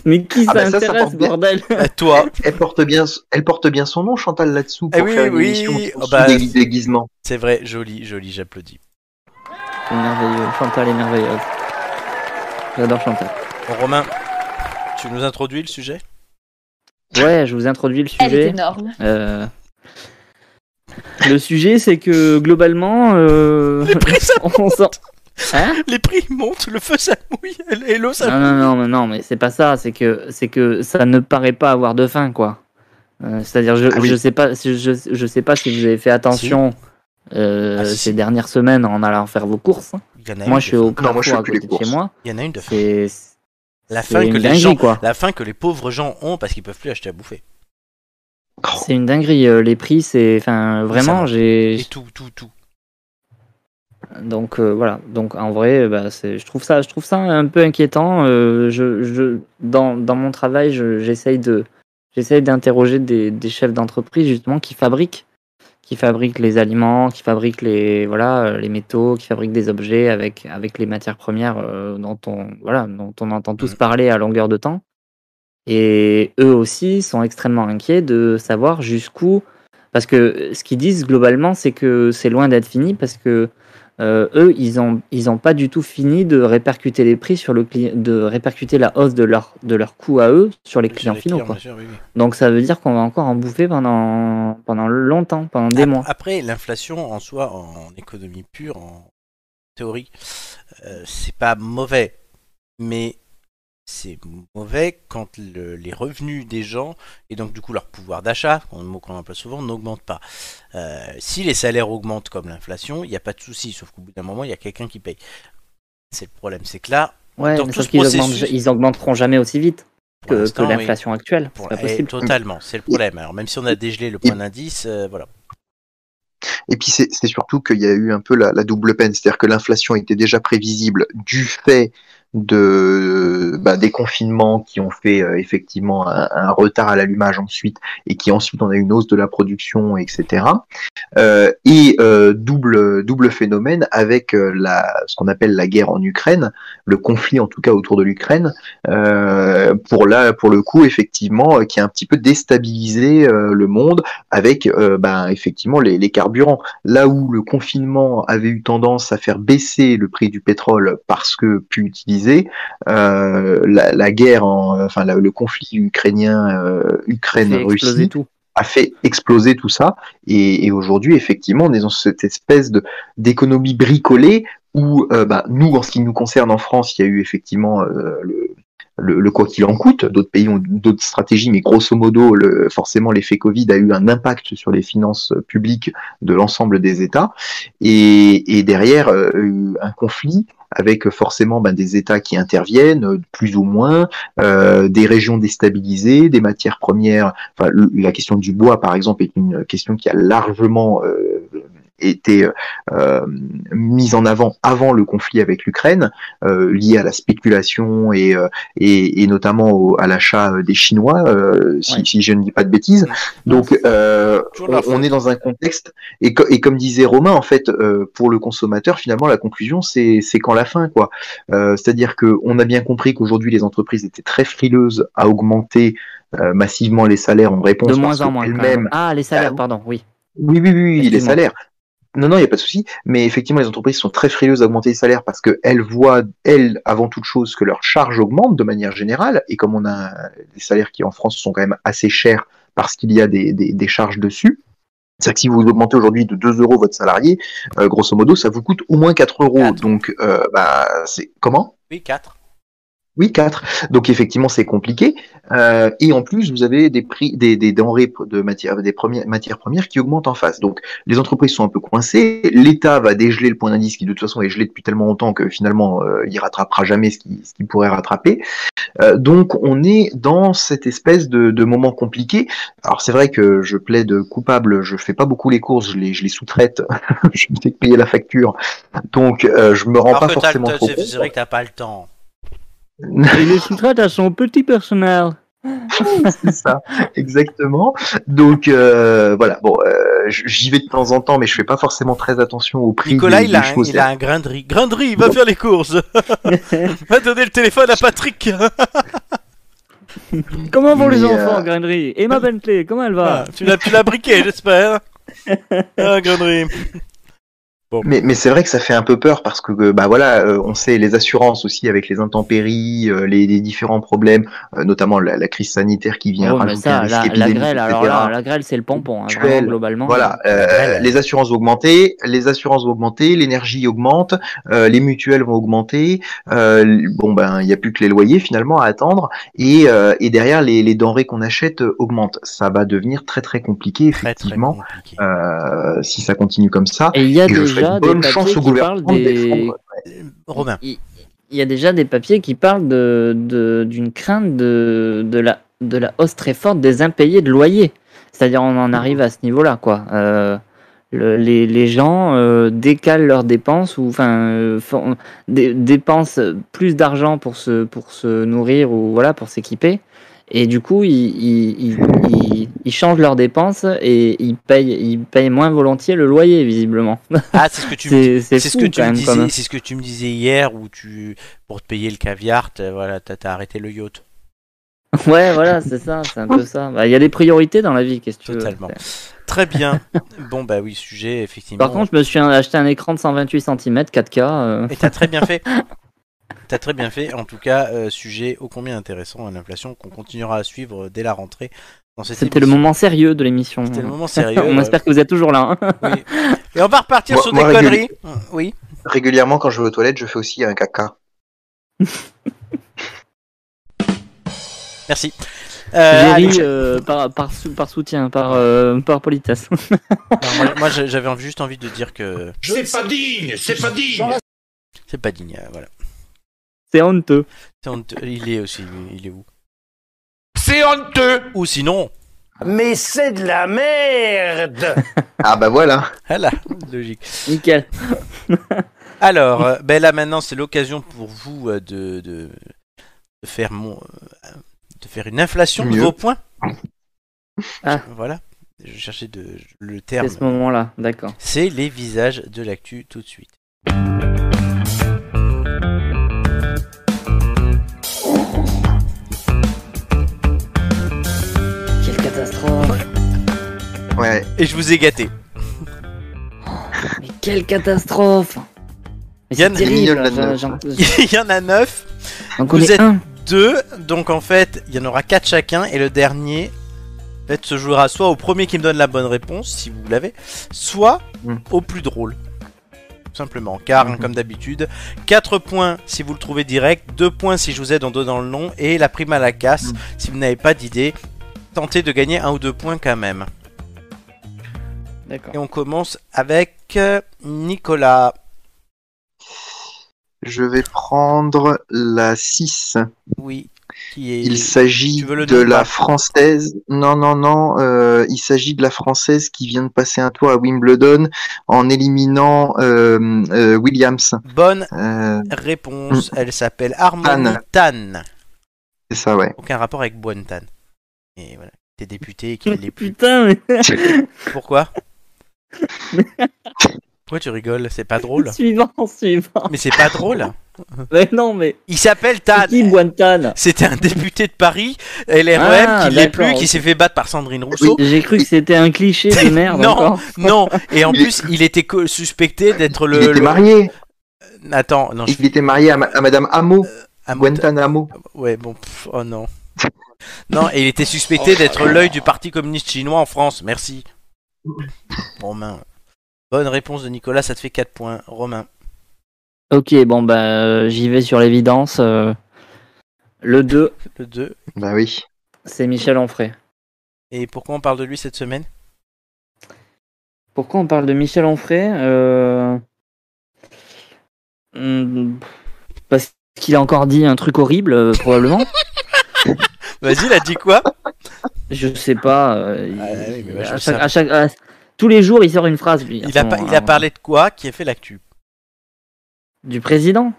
Speaker 3: mais qui
Speaker 2: Ah, bah, ça, ça
Speaker 3: s'intéresse,
Speaker 2: porte bien.
Speaker 3: bordel
Speaker 1: À Euh, toi.
Speaker 2: Bah, Elle porte bien, elle porte bien son nom, Chantal là-dessous,
Speaker 1: Eh
Speaker 2: pour
Speaker 1: oui,
Speaker 2: faire une
Speaker 1: oui,
Speaker 2: émission
Speaker 1: oh
Speaker 2: sous
Speaker 1: bah,
Speaker 2: des déguisements.
Speaker 1: C'est vrai, joli, joli, j'applaudis.
Speaker 3: C'est merveilleux. Chantal est merveilleuse. J'adore Chantal.
Speaker 1: Bon, Romain, tu nous introduis le sujet
Speaker 3: Ouais, je vous introduis le
Speaker 8: Elle est
Speaker 3: sujet.
Speaker 8: énorme.
Speaker 3: Euh, Le sujet, c'est que globalement, euh,
Speaker 1: Les prix, ça-
Speaker 3: on s'en. Hein
Speaker 1: les prix montent, le feu ça mouille, et et l'eau ça.
Speaker 3: non, non, non, mais non, mais c'est pas ça. C'est que, c'est que ça ne paraît pas avoir de fin, quoi. Euh, C'est-à-dire, je,
Speaker 2: Ah oui.
Speaker 3: je sais pas, si- je, je sais pas si vous avez fait attention euh,
Speaker 1: Ah, si, Ah
Speaker 3: ces
Speaker 1: si.
Speaker 3: dernières semaines en allant faire vos courses.
Speaker 1: Il y en a
Speaker 3: moi,
Speaker 1: une
Speaker 3: je suis
Speaker 1: de-
Speaker 3: au
Speaker 2: Non, moi, je
Speaker 3: Carrefour à
Speaker 2: fais
Speaker 3: côté
Speaker 2: plus les
Speaker 3: de chez
Speaker 2: courses.
Speaker 3: moi.
Speaker 1: Il y en a une de faim.
Speaker 3: C'est
Speaker 1: La
Speaker 3: c'est
Speaker 1: faim que
Speaker 3: une
Speaker 1: les
Speaker 3: dinguerie,
Speaker 1: gens-
Speaker 3: quoi.
Speaker 1: La faim que les pauvres gens ont parce qu'ils peuvent plus acheter à bouffer.
Speaker 2: Oh.
Speaker 3: C'est une dinguerie. euh, Les prix, c'est, enfin, vraiment,
Speaker 1: va.
Speaker 3: j'ai.
Speaker 1: Et tout, tout, tout.
Speaker 3: Donc euh, voilà, donc en vrai, euh, bah, c'est- je, trouve ça, je trouve ça un peu inquiétant. Euh, je, je- dans, dans mon travail, je- j'essaye de j'essaye d'interroger des, des chefs d'entreprise justement qui fabriquent, qui fabriquent les aliments, qui fabriquent les, voilà, euh, les métaux, qui fabriquent des objets avec, avec les matières premières euh, dont, on, voilà, dont on entend tous parler à longueur de temps. Et eux aussi sont extrêmement inquiets de savoir jusqu'où. Parce que ce qu'ils disent globalement, c'est que c'est loin d'être fini parce que euh, eux, ils ont ils ont pas du tout fini de répercuter les prix sur le cli- de répercuter la hausse de leur, de leur coût à eux sur les
Speaker 1: Sur
Speaker 3: clients
Speaker 1: les
Speaker 3: finaux.
Speaker 1: clients,
Speaker 3: quoi.
Speaker 1: bien sûr, oui, oui.
Speaker 3: Donc ça veut dire qu'on va encore en bouffer pendant, pendant longtemps, pendant des
Speaker 1: Ap-
Speaker 3: mois.
Speaker 1: Après, l'inflation en soi, en économie pure, en théorie, euh, c'est pas mauvais, mais c'est mauvais quand le- les revenus des gens et donc du coup leur pouvoir d'achat, un mot qu'on emploie souvent, n'augmente pas. Euh, si les salaires augmentent comme l'inflation, il n'y a pas de souci, sauf qu'au bout d'un moment, il y a quelqu'un qui paye. C'est le problème, c'est que là,
Speaker 3: Ouais,
Speaker 1: dans
Speaker 3: mais
Speaker 1: tout
Speaker 3: sauf
Speaker 1: ce
Speaker 3: qu'ils
Speaker 1: processus-
Speaker 3: augmentent- ils augmenteront jamais aussi vite
Speaker 1: pour
Speaker 3: que, que
Speaker 1: l'instant, oui,
Speaker 3: l'inflation actuelle.
Speaker 1: pour-
Speaker 3: C'est pas
Speaker 1: eh,
Speaker 3: possible.
Speaker 1: totalement, c'est le problème. Alors même si on a dégelé le point d'indice, euh, voilà.
Speaker 2: Et puis c'est c'est surtout qu'il y a eu un peu la, la double peine, c'est-à-dire que l'inflation était déjà prévisible du fait de bah, des confinements qui ont fait euh, effectivement un, un retard à l'allumage ensuite et qui ensuite on a une hausse de la production etc Euh, et euh, double double phénomène avec euh, la ce qu'on appelle la guerre en Ukraine le conflit en tout cas autour de l'Ukraine euh, pour là pour le coup effectivement euh, qui a un petit peu déstabilisé euh, le monde avec euh, ben effectivement les, les carburants là où le confinement avait eu tendance à faire baisser le prix du pétrole parce que plus utilisé, euh, la, la guerre, en, enfin la- le conflit ukrainien, euh,
Speaker 3: fait exploser
Speaker 2: Ukraine-Russie
Speaker 3: tout.
Speaker 2: a fait exploser tout ça. Et, et aujourd'hui, effectivement, on est dans cette espèce de d'économie bricolée où, euh, bah, nous, en ce qui nous concerne en France, il y a eu effectivement euh, le, le, le quoi qu'il en coûte. D'autres pays ont d'autres stratégies, mais grosso modo, le, forcément, l'effet Covid a eu un impact sur les finances publiques de l'ensemble des États. Et, et derrière, euh, un conflit avec forcément ben, des États qui interviennent, euh, plus ou moins, euh, des régions déstabilisées, des matières premières. Enfin, le- la question du bois, par exemple, est une question qui a largement euh, été euh, mise en avant avant le conflit avec l'Ukraine, euh, liée à la spéculation et, euh, et, et notamment au- à l'achat euh, des Chinois, euh, si,
Speaker 3: Ouais.
Speaker 2: si je ne dis pas de bêtises. Donc, euh,
Speaker 1: Toujours
Speaker 2: on,
Speaker 1: la faute.
Speaker 2: on est dans un contexte et, co- et comme disait Romain, en fait, euh, pour le consommateur, finalement, la conclusion, c'est c'est quand la fin, quoi. Euh, C'est-à-dire que on a bien compris qu'aujourd'hui, les entreprises étaient très frileuses à augmenter euh, massivement les salaires en réponse
Speaker 3: De
Speaker 2: parce
Speaker 3: moins en
Speaker 2: que
Speaker 3: moins. quand
Speaker 2: elles-mêmes
Speaker 3: même. Ah, les
Speaker 2: Ah,
Speaker 3: salaires, pardon, oui.
Speaker 2: oui, oui, oui, oui, les
Speaker 3: Effectivement.
Speaker 2: salaires. Non, non, il n'y a pas de souci. Mais effectivement, les entreprises sont très frileuses à augmenter les salaires parce qu'elles voient, elles, avant toute chose, que leurs charges augmentent de manière générale. Et comme on a des salaires qui, en France, sont quand même assez chers parce qu'il y a des, des, des charges dessus. C'est-à-dire que si vous augmentez aujourd'hui de 2 euros votre salarié, euh, grosso modo, ça vous coûte au moins 4 euros.
Speaker 1: Quatre.
Speaker 2: Donc, euh, bah, c'est comment
Speaker 1: Oui, 4.
Speaker 2: oui, 4. Donc effectivement, c'est compliqué. Euh, et en plus, vous avez des prix, des, des denrées pr- de matières, des premières, matières premières qui augmentent en face. Donc les entreprises sont un peu coincées. L'État va dégeler le point d'indice qui de toute façon est gelé depuis tellement longtemps que finalement euh, il rattrapera jamais ce qu'il ce qu'il pourrait rattraper. Euh, donc on est dans cette espèce de, de moment compliqué. Alors c'est vrai que je plaide coupable. Je fais pas beaucoup les courses. Je les, je les sous-traite. je me fais payer la facture. Donc euh, je me rends
Speaker 1: Alors
Speaker 2: pas
Speaker 1: que t'as le
Speaker 2: forcément
Speaker 1: temps,
Speaker 2: trop
Speaker 1: c'est c'est vrai que
Speaker 2: compte.
Speaker 1: t'as pas le temps.
Speaker 3: Il les sous-traite à son petit personnel.
Speaker 2: C'est ça, exactement. Donc euh, voilà, bon, euh, j- j'y vais de temps en temps, mais je fais pas forcément très attention au prix
Speaker 1: Nicolas,
Speaker 2: des,
Speaker 1: il
Speaker 2: des
Speaker 1: a, un,
Speaker 2: choses.
Speaker 1: il a un grain de riz. Grain de riz, va faire les courses. va donner le téléphone à Patrick.
Speaker 3: Comment vont les
Speaker 2: Mais,
Speaker 3: enfants,
Speaker 2: euh,
Speaker 3: Grainerie Et ma Bentley, comment elle va
Speaker 1: Ah, tu l'as tu l'as briqué, j'espère. Ah, grain de riz.
Speaker 2: Mais, mais c'est vrai que ça fait un peu peur parce que euh, bah voilà, euh, on sait les assurances aussi avec les intempéries, euh, les, les différents problèmes, euh, notamment la, la crise sanitaire qui vient
Speaker 3: Oh, mais
Speaker 2: rajouter un
Speaker 3: ça,
Speaker 2: risque
Speaker 3: la, la
Speaker 2: épidémique,
Speaker 3: grêle, alors
Speaker 2: etc.
Speaker 3: là, la grêle, c'est le pompon, hein,
Speaker 2: Actuel.
Speaker 3: vraiment, globalement.
Speaker 2: Voilà, euh, les assurances vont augmenter, les assurances vont augmenter, l'énergie augmente, euh, les mutuelles vont augmenter. euh, l- bon ben, il n'y a plus que les loyers finalement à attendre et, euh, et derrière les, les denrées qu'on achète euh, augmentent. Ça va devenir très très compliqué
Speaker 1: Très, très
Speaker 2: effectivement
Speaker 1: compliqué.
Speaker 2: euh, si ça continue comme ça.
Speaker 3: Et il y a
Speaker 2: Et je souhaite
Speaker 3: déjà des
Speaker 2: bonne
Speaker 3: papiers
Speaker 2: chance au
Speaker 3: qui parlent
Speaker 2: gouvernement de
Speaker 3: des...
Speaker 2: défendre.
Speaker 1: Romain.
Speaker 3: Il y a déjà des papiers qui parlent de- de- d'une crainte de, de, la, de la hausse très forte des impayés de loyer. C'est-à-dire, on en arrive à ce niveau-là, quoi. Euh, le- les, les gens euh, décalent leurs dépenses ou enfin euh, font- dé- dépensent plus d'argent pour se, pour se nourrir ou voilà pour s'équiper et du coup ils, ils, ils, ils- ils changent leurs dépenses et ils payent, ils payent moins volontiers le loyer visiblement
Speaker 1: Ah, c'est ce que tu me dis.
Speaker 3: c'est c'est
Speaker 1: C'est ce
Speaker 3: fou
Speaker 1: que tu me
Speaker 3: quand même comme
Speaker 1: disais, c'est ce que tu me disais hier où tu pour te payer le caviar, t'as voilà, t'as t'as arrêté le yacht.
Speaker 3: Ouais, voilà, c'est ça, c'est un peu ça. Bah, Il y a des priorités dans la vie, qu'est-ce que tu veux.
Speaker 1: Totalement. Très bien. bon bah oui, sujet effectivement.
Speaker 3: Par contre, je me suis acheté un écran de 128 cm 4K. euh,
Speaker 1: Et t'as très bien fait. T'as très bien fait. En tout cas, euh, sujet ô combien intéressant à l'inflation qu'on continuera à suivre dès la rentrée. dans cette
Speaker 3: C'était le
Speaker 1: émission.
Speaker 3: moment sérieux de l'émission.
Speaker 1: C'était le moment sérieux.
Speaker 3: On
Speaker 1: euh,
Speaker 3: espère que vous êtes toujours là. hein.
Speaker 1: oui. Et on va repartir
Speaker 2: Moi-
Speaker 1: sur
Speaker 2: moi,
Speaker 1: des
Speaker 2: régul-
Speaker 1: conneries. Euh, Oui.
Speaker 2: Régulièrement, quand je vais aux toilettes, je fais aussi un caca.
Speaker 1: Merci. Euh,
Speaker 3: J'ai
Speaker 1: allez,
Speaker 3: ri euh, par, par, sou- par soutien, par, euh, par politesse.
Speaker 1: Non, moi, moi, j'ai- j'avais juste envie de dire que
Speaker 9: C'est pas digne, c'est pas digne.
Speaker 1: c'est pas digne. euh, Voilà.
Speaker 3: c'est honteux.
Speaker 1: C'est honteux. Il est aussi. Il est où
Speaker 9: C'est honteux.
Speaker 1: Ou sinon.
Speaker 9: Mais c'est de la merde.
Speaker 2: Ah bah voilà.
Speaker 1: Voilà, logique.
Speaker 3: Nickel.
Speaker 1: Alors, euh, ben là maintenant, c'est l'occasion pour vous euh, de, de, de faire mon, euh, de faire une inflation de
Speaker 2: Mieux.
Speaker 1: vos points.
Speaker 3: Ah.
Speaker 1: Voilà. Je cherchais de, le
Speaker 3: C'est
Speaker 1: terme.
Speaker 3: ce moment-là, d'accord.
Speaker 1: C'est les visages de l'actu tout de suite.
Speaker 3: Quelle catastrophe
Speaker 2: Ouais.
Speaker 1: Et je vous ai gâté.
Speaker 3: Mais quelle catastrophe Mais c'est
Speaker 1: Yann-
Speaker 3: terrible
Speaker 2: Mignonne, la
Speaker 3: j'en-
Speaker 2: nana.
Speaker 3: j'en-
Speaker 1: Il y en a 9,
Speaker 3: J'en connais
Speaker 1: Vous êtes-
Speaker 3: un
Speaker 1: 2, donc en fait, il y en aura 4 chacun, et le dernier, en fait, se jouera soit au premier qui me donne la bonne réponse, si vous l'avez, soit
Speaker 2: Mm.
Speaker 1: au plus drôle. Tout simplement, car, hein, comme d'habitude, 4 points si vous le trouvez direct, 2 points si je vous aide en donnant le nom, et la prime à la casse,
Speaker 2: Mm.
Speaker 1: si vous n'avez pas d'idée, tentez de gagner un ou deux points quand même.
Speaker 3: D'accord.
Speaker 1: Et on commence avec euh, Nicolas.
Speaker 2: Je vais prendre la 6.
Speaker 1: Oui, qui est.
Speaker 2: Il s'agit
Speaker 1: tu veux le
Speaker 2: de
Speaker 1: nom ou
Speaker 2: la
Speaker 1: pas
Speaker 2: française. Non, non, non. euh, il s'agit de la française qui vient de passer un tour à Wimbledon en éliminant euh, euh, Williams.
Speaker 1: Bonne
Speaker 2: Euh,
Speaker 1: réponse, elle s'appelle Harmonie Tan.
Speaker 2: c'est ça, ouais.
Speaker 1: Aucun rapport avec Tan. Et voilà, t'es député et qu'il l'est plus.
Speaker 3: Putain, mais
Speaker 1: Pourquoi Pourquoi tu rigoles C'est pas drôle.
Speaker 3: suivant, suivant.
Speaker 1: Mais c'est pas drôle.
Speaker 3: Mais non, mais
Speaker 1: Il s'appelle
Speaker 3: c'est
Speaker 1: Tan.
Speaker 3: qui Guantan
Speaker 1: C'était un député de Paris, LREM,
Speaker 3: Ah,
Speaker 1: qui l'est
Speaker 3: d'accord,
Speaker 1: plus, qui
Speaker 3: ok.
Speaker 1: s'est fait battre par Sandrine Rousseau.
Speaker 3: J'ai cru que c'était un cliché de merde
Speaker 1: Non.
Speaker 3: encore.
Speaker 1: Non, et en
Speaker 2: Il est-
Speaker 1: plus, il était co- suspecté d'être
Speaker 2: il
Speaker 1: le.
Speaker 2: était
Speaker 1: le-
Speaker 2: marié.
Speaker 1: Attends, non, je...
Speaker 2: Il était marié à, ma- à Madame Hamo,
Speaker 1: à mon-
Speaker 2: Guantanamo.
Speaker 1: Ouais, bon, pff, oh non. Non, et il était suspecté d'être l'œil du Parti communiste chinois en France. Merci. Romain. Bonne réponse de Nicolas, ça te fait 4 points. Romain.
Speaker 3: Ok, bon, bah, euh, j'y vais sur l'évidence. euh, Le 2,
Speaker 1: Le 2.
Speaker 2: Bah oui.
Speaker 3: c'est Michel Onfray.
Speaker 1: Et pourquoi on parle de lui cette semaine
Speaker 3: Pourquoi on parle de Michel Onfray Euh, hmm, Parce qu'il a encore dit un truc horrible, euh, probablement.
Speaker 1: Vas-y, il a dit quoi
Speaker 3: Je sais pas. euh,
Speaker 1: Ah, oui, mais moi, je
Speaker 3: à
Speaker 1: le
Speaker 3: chaque-
Speaker 1: sais.
Speaker 3: à chaque- à- tous les jours, il sort une phrase. lui, à
Speaker 1: il a,
Speaker 3: son-
Speaker 1: par- il a
Speaker 3: à-
Speaker 1: parlé de quoi qui a fait l'actu
Speaker 3: du président.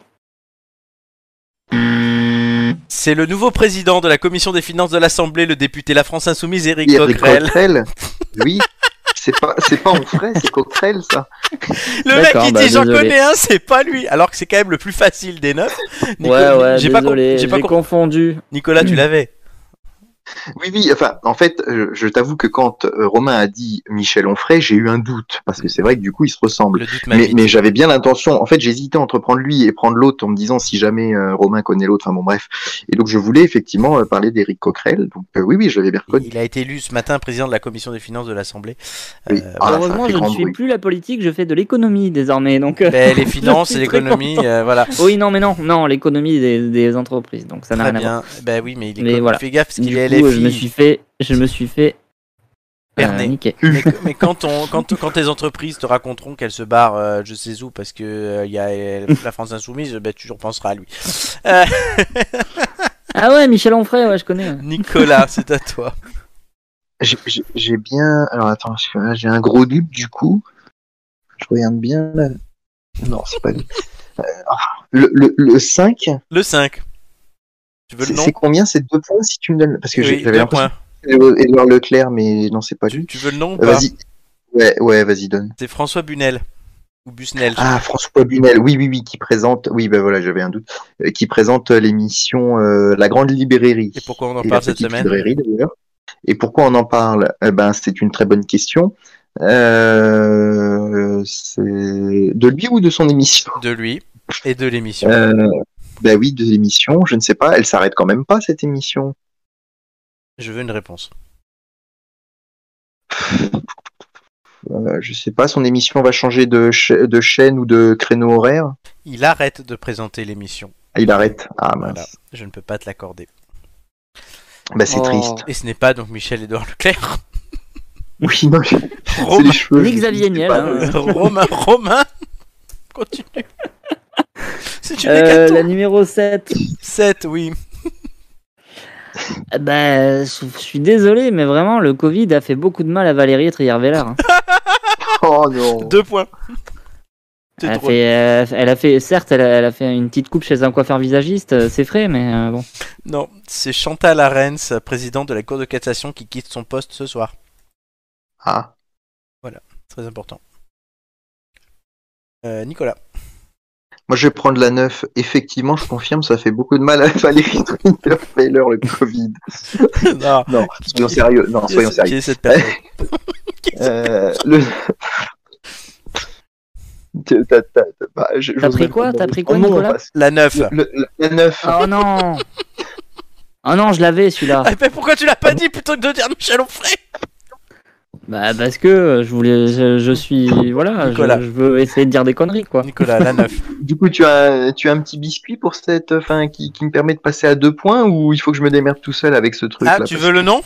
Speaker 1: C'est le nouveau président de la commission des finances de l'Assemblée, le député La France Insoumise, Éric
Speaker 2: Eric
Speaker 1: Coquerel.
Speaker 2: Coquerel. Oui. C'est pas, c'est pas Onfray, c'est Coquerel, ça.
Speaker 1: Le mec
Speaker 3: D'accord,
Speaker 1: qui
Speaker 3: bah,
Speaker 1: dit j'en
Speaker 3: désolé.
Speaker 1: connais un, c'est pas lui. Alors que c'est quand même le plus facile des neuf. Nico-
Speaker 3: ouais, ouais.
Speaker 1: j'ai
Speaker 3: J'ai
Speaker 1: pas
Speaker 3: désolé,
Speaker 1: comp- j'ai
Speaker 3: j'ai
Speaker 1: pas comp-
Speaker 3: confondu.
Speaker 1: Nicolas, tu l'avais.
Speaker 2: Oui, oui, enfin, en fait, euh, je t'avoue que quand euh, Romain a dit Michel Onfray, j'ai eu un doute, parce que c'est vrai que du coup, ils se ressemblent.
Speaker 1: Le doute
Speaker 2: Mais,
Speaker 1: m'habite.
Speaker 2: mais j'avais bien l'intention, en fait, j'hésitais entre prendre lui et prendre l'autre en me disant si jamais euh, Romain connaît l'autre, enfin bon, bref. Et donc, je voulais effectivement euh, parler d'Éric Coquerel, donc euh, oui, oui, je l'avais bien reconnu.
Speaker 1: Il a été élu ce matin président de la commission des finances de l'Assemblée.
Speaker 2: Oui.
Speaker 1: Euh,
Speaker 2: Ah, ça a
Speaker 3: Heureusement,
Speaker 2: fait
Speaker 3: je ne
Speaker 2: grand
Speaker 3: suis
Speaker 2: bruit.
Speaker 3: plus la politique, je fais de l'économie désormais. Donc, euh,
Speaker 1: ben, les finances et
Speaker 3: suis très
Speaker 1: l'économie, euh, voilà.
Speaker 3: oui, non, mais non, non, l'économie des, des entreprises. Donc ça n'a
Speaker 1: Très
Speaker 3: rien à voir.
Speaker 1: bien. Ben oui, mais il est
Speaker 3: Mais
Speaker 1: comme-
Speaker 3: voilà.
Speaker 1: fais gaffe parce
Speaker 3: Du
Speaker 1: qu'il est
Speaker 3: coup, euh,
Speaker 1: LFI.
Speaker 3: je me suis fait, je me suis fait
Speaker 1: Berner.
Speaker 3: euh, niquer.
Speaker 1: mais, mais quand on, quand, quand tes entreprises te raconteront qu'elles se barrent, euh, je sais où, parce que euh, il y a euh, la France insoumise, ben tu repenseras à lui.
Speaker 3: Ah ouais, Michel Onfray, ouais, je connais. hein.
Speaker 1: Nicolas, c'est à toi.
Speaker 2: J'ai- J'ai j'ai bien. Alors attends, parce que là, j'ai un gros dupe du coup. Je regarde bien là. Non, c'est pas lui. Euh, ah, le, le, le 5,
Speaker 1: Le 5. Tu veux le
Speaker 2: c'est
Speaker 1: nom
Speaker 2: c'est combien C'est deux points si tu me donnes. Parce que j'ai-
Speaker 1: Oui,
Speaker 2: j'avais
Speaker 1: deux
Speaker 2: l'impression
Speaker 1: points.
Speaker 2: que c'était Édouard Leclerc, mais non, c'est pas
Speaker 1: Tu,
Speaker 2: lui.
Speaker 1: tu veux le nom ou
Speaker 3: Ah,
Speaker 2: Euh,
Speaker 1: pas
Speaker 2: vas-y. Ouais, ouais, vas-y, donne.
Speaker 1: C'est François Bunel. Ou Busnel.
Speaker 2: Ah, François Bunel, oui, oui, oui, qui présente. Oui, ben voilà, j'avais un doute. Euh, qui présente euh, l'émission euh, La Grande Librairie.
Speaker 1: Et pourquoi on en
Speaker 2: et
Speaker 1: parle
Speaker 2: la
Speaker 1: cette
Speaker 2: petite
Speaker 1: semaine
Speaker 2: librairie, d'ailleurs. Et pourquoi on en parle Eh ben, c'est une très bonne question. Euh, c'est de lui ou de son émission
Speaker 1: De lui et de l'émission.
Speaker 2: euh, Ben oui, de l'émission. Je ne sais pas. Elle s'arrête quand même pas cette émission.
Speaker 1: Je veux une réponse.
Speaker 2: Euh, je sais pas. Son émission va changer de, cha- de chaîne ou de créneau horaire.
Speaker 1: Il arrête de présenter l'émission.
Speaker 2: Ah, il arrête. Ah mince.
Speaker 1: Voilà. Je ne peux pas te l'accorder.
Speaker 2: Ben, c'est
Speaker 3: Oh.
Speaker 2: triste.
Speaker 1: Et ce n'est pas donc Michel-Édouard Leclerc.
Speaker 2: Oui, non, c'est
Speaker 1: Romain,
Speaker 2: les cheveux.
Speaker 3: Nick Xavier Niel, hein.
Speaker 1: Romain, Romain. Continue. C'est une
Speaker 3: Euh,
Speaker 1: hécatombe.
Speaker 3: la numéro 7.
Speaker 1: 7, oui.
Speaker 3: Eh Ben, je je suis désolé, mais vraiment, le Covid a fait beaucoup de mal à Valérie Trier-Veller. hein.
Speaker 2: Oh non.
Speaker 1: Deux points. C'est
Speaker 3: Elle a,
Speaker 1: drôle.
Speaker 3: fait, euh, elle a fait, certes, elle a, elle a fait une petite coupe chez un coiffeur visagiste, euh, c'est frais, mais euh, bon.
Speaker 1: Non, c'est Chantal Arens, présidente de la Cour de cassation, qui quitte son poste ce soir.
Speaker 2: Ah.
Speaker 1: Très important. Euh, Nicolas.
Speaker 2: Moi, je vais prendre la 9. Effectivement, je confirme, ça fait beaucoup de mal à Valérie Trierweiler, le Covid.
Speaker 1: non,
Speaker 2: Non, soyons sérieux. Non,
Speaker 1: Ah, qui est-
Speaker 2: soyons
Speaker 1: qui
Speaker 2: sérieux.
Speaker 1: est cette personne
Speaker 2: Euh, le... T'as- t'as- t'as- bah, je-
Speaker 3: T'as
Speaker 2: j'ose
Speaker 3: pris
Speaker 2: même
Speaker 3: quoi
Speaker 2: pas
Speaker 3: T'as
Speaker 2: demander.
Speaker 3: pris quoi,
Speaker 2: Oh non,
Speaker 3: Nicolas
Speaker 2: parce-
Speaker 1: La 9.
Speaker 2: le- le- La 9.
Speaker 3: Oh non Oh non, je l'avais celui-là.
Speaker 1: Ah, mais pourquoi tu l'as pas dit plutôt que de dire Michel Onfray
Speaker 3: Bah parce que euh, je voulais, je, je suis, voilà, je,
Speaker 1: Nicolas.
Speaker 3: je veux essayer de dire des conneries quoi.
Speaker 1: Nicolas, la 9.
Speaker 2: Du coup, tu as, tu as un petit biscuit pour cette euh, fin qui, qui me permet de passer à deux points ou il faut que je me démerde tout seul avec ce truc
Speaker 1: ah,
Speaker 2: là
Speaker 1: tu veux le nom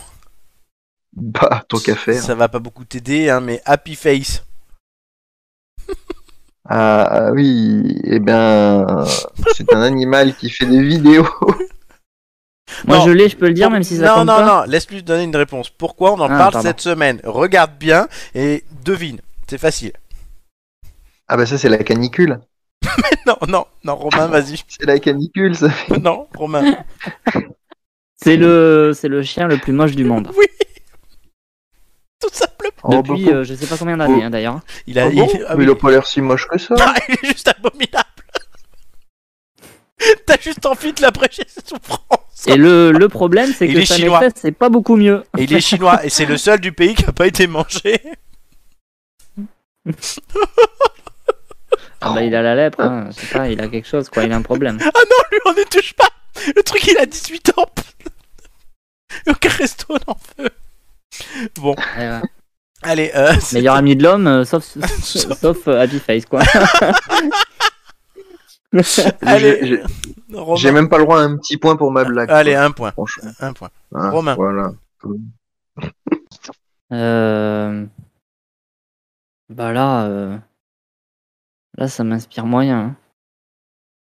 Speaker 2: Bah, tant qu'à faire.
Speaker 1: Ça va pas beaucoup t'aider, hein, mais Happy Face.
Speaker 2: Ah ah oui, eh bien, c'est un animal qui fait des vidéos.
Speaker 3: Moi
Speaker 1: Non.
Speaker 3: je l'ai, je peux le dire même si ça
Speaker 1: non,
Speaker 3: compte
Speaker 1: non,
Speaker 3: pas.
Speaker 1: non, laisse-lui donner une réponse. Pourquoi on en
Speaker 3: Ah,
Speaker 1: parle
Speaker 3: pardon.
Speaker 1: cette semaine Regarde bien et devine. C'est facile.
Speaker 2: Ah bah ça c'est la canicule.
Speaker 1: Non, non, non,
Speaker 3: Ah.
Speaker 1: Romain, vas-y.
Speaker 2: C'est la canicule ça.
Speaker 1: Non, Romain.
Speaker 3: C'est le, c'est le chien le plus moche du monde.
Speaker 1: Oui. Tout simplement.
Speaker 2: Oh,
Speaker 3: Depuis,
Speaker 2: bah,
Speaker 3: euh, je sais pas combien d'années hein, d'ailleurs.
Speaker 1: Il a.
Speaker 2: ah bon
Speaker 1: il- ah oui.
Speaker 2: Mais il a pas l'air si moche que ça.
Speaker 1: Ah, il est juste abominable. T'as juste envie de l'abréger ses souffrances.
Speaker 3: Et le, le problème, c'est
Speaker 1: Il
Speaker 3: que
Speaker 1: est
Speaker 3: sa
Speaker 1: chinois.
Speaker 3: maîtresse, c'est pas beaucoup mieux.
Speaker 1: Et il est chinois, et c'est le seul du pays qui a pas été mangé.
Speaker 3: Ah bah, il a la lèpre, hein, je sais pas, il a quelque chose quoi, il a un problème.
Speaker 1: Lui, on ne touche pas. Le truc, il a 18 ans. Aucun resto n'en veut. Bon,
Speaker 3: Ouais, ouais.
Speaker 1: allez, euh, c'est-
Speaker 3: Meilleur ami de l'homme, euh, sauf, sauf euh, Happy Face quoi.
Speaker 1: allez,
Speaker 2: J'ai-
Speaker 1: Romain.
Speaker 2: J'ai même pas le droit à un petit point pour ma blague.
Speaker 1: Allez,
Speaker 2: quoi,
Speaker 1: un point,
Speaker 2: franchement.
Speaker 1: un point.
Speaker 2: Hein,
Speaker 1: Romain.
Speaker 2: Voilà.
Speaker 3: Euh... Bah là, euh, là ça m'inspire moyen. hein.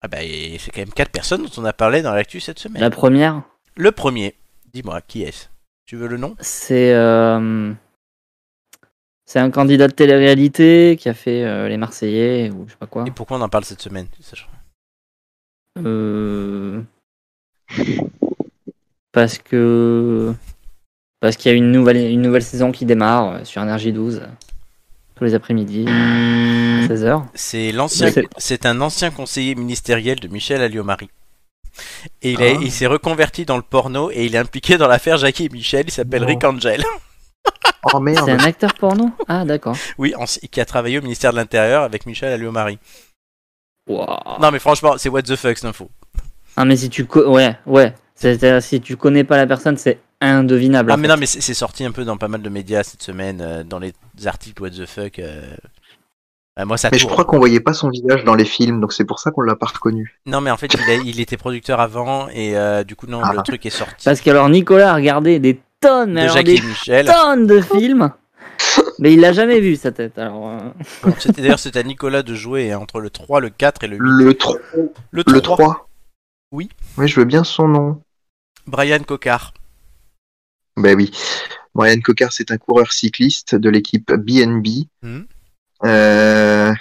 Speaker 1: Ah bah, et c'est quand même quatre personnes dont on a parlé dans l'actu cette semaine.
Speaker 3: La première,
Speaker 1: Le premier, dis-moi, qui est-ce Tu veux le nom
Speaker 3: c'est euh, c'est un candidat de télé-réalité qui a fait euh, les Marseillais ou je sais pas quoi.
Speaker 1: Et pourquoi on en parle cette semaine Sacha
Speaker 3: Euh, Parce que parce qu'il y a une nouvelle une nouvelle saison qui démarre euh, sur Energy 12 euh, tous les après-midi à 16h.
Speaker 1: C'est l'ancien,
Speaker 3: C'est-
Speaker 1: c'est un ancien conseiller ministériel de Michel Alliot-Marie. Et il, a-
Speaker 2: Ah.
Speaker 1: il s'est reconverti dans le porno et il est impliqué dans l'affaire Jackie et Michel. Il s'appelle
Speaker 2: Non.
Speaker 1: Rick Angel.
Speaker 2: Oh
Speaker 3: C'est
Speaker 2: merde.
Speaker 3: un acteur porno Ah d'accord.
Speaker 1: Oui, en- qui a travaillé au ministère de l'Intérieur avec Michel Alliot-Marie.
Speaker 2: Ah.
Speaker 3: Wow.
Speaker 1: Non, mais franchement, c'est what the fuck cette info.
Speaker 3: Ah mais si tu co- ouais ouais C'est-à-dire, si tu connais pas la personne c'est indevinable.
Speaker 1: Ah,
Speaker 3: en
Speaker 1: mais
Speaker 3: fait.
Speaker 1: non, mais c'est c'est sorti un peu dans pas mal de médias cette semaine, euh, dans les articles what the fuck. euh. Ah, moi, ça
Speaker 2: Mais je
Speaker 1: tourne.
Speaker 2: crois qu'on voyait pas son visage dans les films, donc c'est pour ça qu'on l'a pas reconnu.
Speaker 1: Non, mais en fait, il, a- il était producteur avant et euh, du coup, non, le
Speaker 2: Ah.
Speaker 1: truc est sorti.
Speaker 3: Parce que alors Nicolas a regardé des tonnes mais
Speaker 1: de
Speaker 3: alors,
Speaker 1: Jackie
Speaker 3: des
Speaker 1: et Michel.
Speaker 3: tonnes de films. Mais il l'a jamais vu sa tête. Alors euh,
Speaker 1: C'était- D'ailleurs, c'était à Nicolas de jouer hein, entre le 3, le 4 et le 8.
Speaker 2: Le 3.
Speaker 1: Le 3,
Speaker 2: Le 3.
Speaker 1: Oui.
Speaker 2: Oui, je veux bien son nom.
Speaker 1: Brian Cocard.
Speaker 2: Ben oui. Brian Cocard, c'est un coureur cycliste de l'équipe BNB.
Speaker 1: Mhm.
Speaker 2: Euh,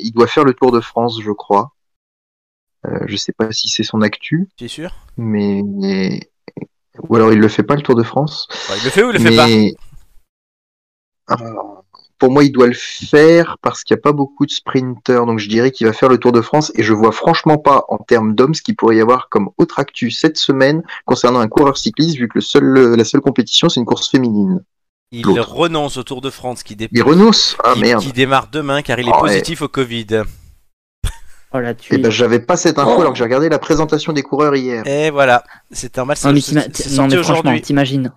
Speaker 2: il doit faire le Tour de France, je crois. Euh, je sais pas si c'est son actu,
Speaker 1: Tu es sûr
Speaker 2: mais ou alors il le fait pas le Tour de France.
Speaker 1: Enfin, Il le fait ou il le fait pas
Speaker 2: mais Alors, pour moi, il doit le faire parce qu'il n'y a pas beaucoup de sprinters, donc je dirais qu'il va faire le Tour de France. Et je vois franchement pas en termes d'hommes ce qu'il pourrait y avoir comme autre actu cette semaine concernant un coureur cycliste, vu que le seul, la seule compétition c'est une course féminine.
Speaker 1: Il
Speaker 2: l'autre.
Speaker 1: renonce au Tour de France qui, dé-
Speaker 2: Il renonce. Ah
Speaker 1: qui-
Speaker 2: merde.
Speaker 1: qui démarre demain car il est
Speaker 2: Oh, ouais.
Speaker 1: positif au Covid.
Speaker 3: oh la
Speaker 2: Eh
Speaker 3: tuile.
Speaker 2: ben, j'avais pas cette info
Speaker 3: Oh.
Speaker 2: alors que j'ai regardé la présentation des coureurs hier.
Speaker 1: Et voilà, c'est normal, c'est
Speaker 3: Non mais, t'ima-
Speaker 1: c'est
Speaker 3: non,
Speaker 1: sorti
Speaker 3: mais franchement,
Speaker 1: aujourd'hui.
Speaker 3: t'imagines,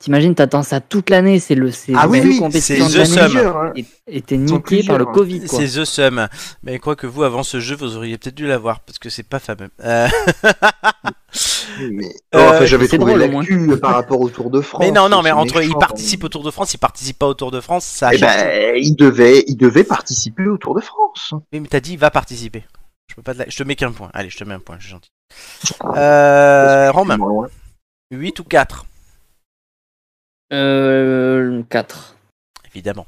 Speaker 3: t'imagines, t'attends ça toute l'année, c'est le, c'est
Speaker 2: Ah
Speaker 3: la
Speaker 2: oui,
Speaker 3: seule
Speaker 2: oui,
Speaker 3: compétition
Speaker 1: c'est
Speaker 3: de
Speaker 1: The
Speaker 3: l'année.
Speaker 1: Sum.
Speaker 2: hein.
Speaker 3: Et- Et t'es
Speaker 2: sont
Speaker 3: niqué
Speaker 2: plusieurs,
Speaker 3: par le
Speaker 2: hein.
Speaker 3: Covid, quoi.
Speaker 1: C'est The Sum. Mais quoi que vous, avant ce jeu, vous auriez peut-être dû l'avoir parce que c'est pas fameux. Euh,
Speaker 2: Mais...
Speaker 1: Euh,
Speaker 2: Non, enfin, j'avais
Speaker 3: c'est
Speaker 2: trouvé
Speaker 3: drôle, au
Speaker 2: l'actu par rapport au Tour de France.
Speaker 1: mais non, non, mais
Speaker 2: Oh, C'est
Speaker 1: entre
Speaker 2: méchant,
Speaker 1: il
Speaker 2: hein.
Speaker 1: participe au Tour de France, il participe pas au Tour de France, ça.
Speaker 2: Eh
Speaker 1: change.
Speaker 2: ben, il devait, il devait participer au Tour de France.
Speaker 1: Oui, mais t'as dit, va participer. Je peux pas. te la- Je te mets qu'un point. Allez, je te mets un point, je suis gentil. Ah, Euh, Romain,
Speaker 2: Excusez-moi, loin.
Speaker 1: 8 ou 4
Speaker 3: Euh, 4.
Speaker 1: Évidemment.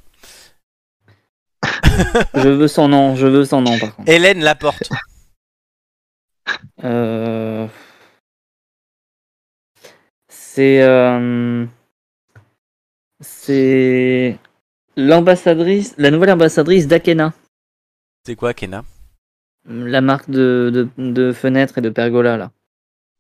Speaker 3: Je veux son nom, je veux son nom par contre.
Speaker 1: Hélène Laporte.
Speaker 3: Euh, C'est. euh, C'est. L'ambassadrice, la nouvelle ambassadrice d'Akena,
Speaker 1: C'est quoi, Kena
Speaker 3: la marque de, de, de fenêtres et de pergolas là.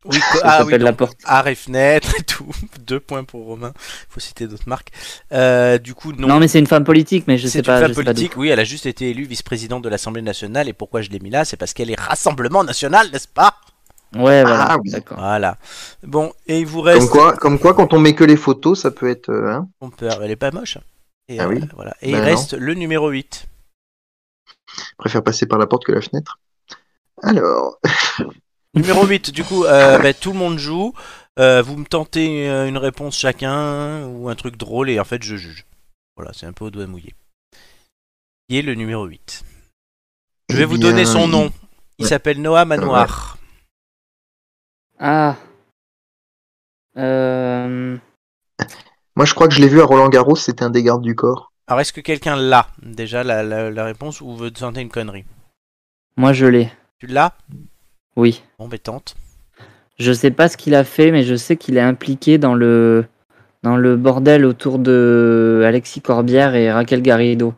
Speaker 1: Oui,
Speaker 3: Ça s'appelle La Porte.
Speaker 1: Art et fenêtre et tout. Deux points pour Romain. Faut citer d'autres marques. Euh, du coup, non.
Speaker 3: Non, mais c'est une femme politique, mais je sais
Speaker 1: C'est
Speaker 3: pas.
Speaker 1: une femme
Speaker 3: je sais pas d'où.
Speaker 1: politique, oui, elle a juste été élue vice-présidente de l'Assemblée nationale. Et pourquoi je l'ai mis là C'est parce qu'elle est Rassemblement national, n'est-ce pas
Speaker 3: Ouais, voilà.
Speaker 10: Ah, oui.
Speaker 3: D'accord.
Speaker 1: Voilà. Bon, et il vous reste.
Speaker 10: Comme quoi, comme quoi, quand on met que les photos, ça peut être. euh, hein.
Speaker 1: On peut- Elle est pas moche. Et,
Speaker 10: Ah oui.
Speaker 1: euh, voilà. et
Speaker 10: Ben
Speaker 1: il
Speaker 10: non.
Speaker 1: reste le numéro 8.
Speaker 10: Je préfère passer par la porte que la fenêtre. Alors,
Speaker 1: Numéro 8, du coup, euh, bah, tout le monde joue. Euh, vous me tentez euh, une réponse chacun ou un truc drôle et en fait je juge. Voilà, c'est un peu au doigt mouillé. Qui est le numéro 8 Je vais
Speaker 10: Eh
Speaker 1: vous
Speaker 10: bien,
Speaker 1: donner son
Speaker 10: il-
Speaker 1: nom. Il
Speaker 10: ouais.
Speaker 1: s'appelle Noah Manoir.
Speaker 3: Ah. Euh...
Speaker 10: moi, je crois que je l'ai vu à Roland Garros. C'était un des gardes du corps.
Speaker 1: Alors est-ce que quelqu'un l'a déjà la, la- la réponse ou veut tenter une connerie
Speaker 3: Moi, je l'ai.
Speaker 1: Tu l'as
Speaker 3: Oui.
Speaker 1: Bon, bah, tente.
Speaker 3: Je sais pas ce qu'il a fait, mais je sais qu'il est impliqué dans le dans le bordel autour de Alexis Corbière et Raquel Garrido.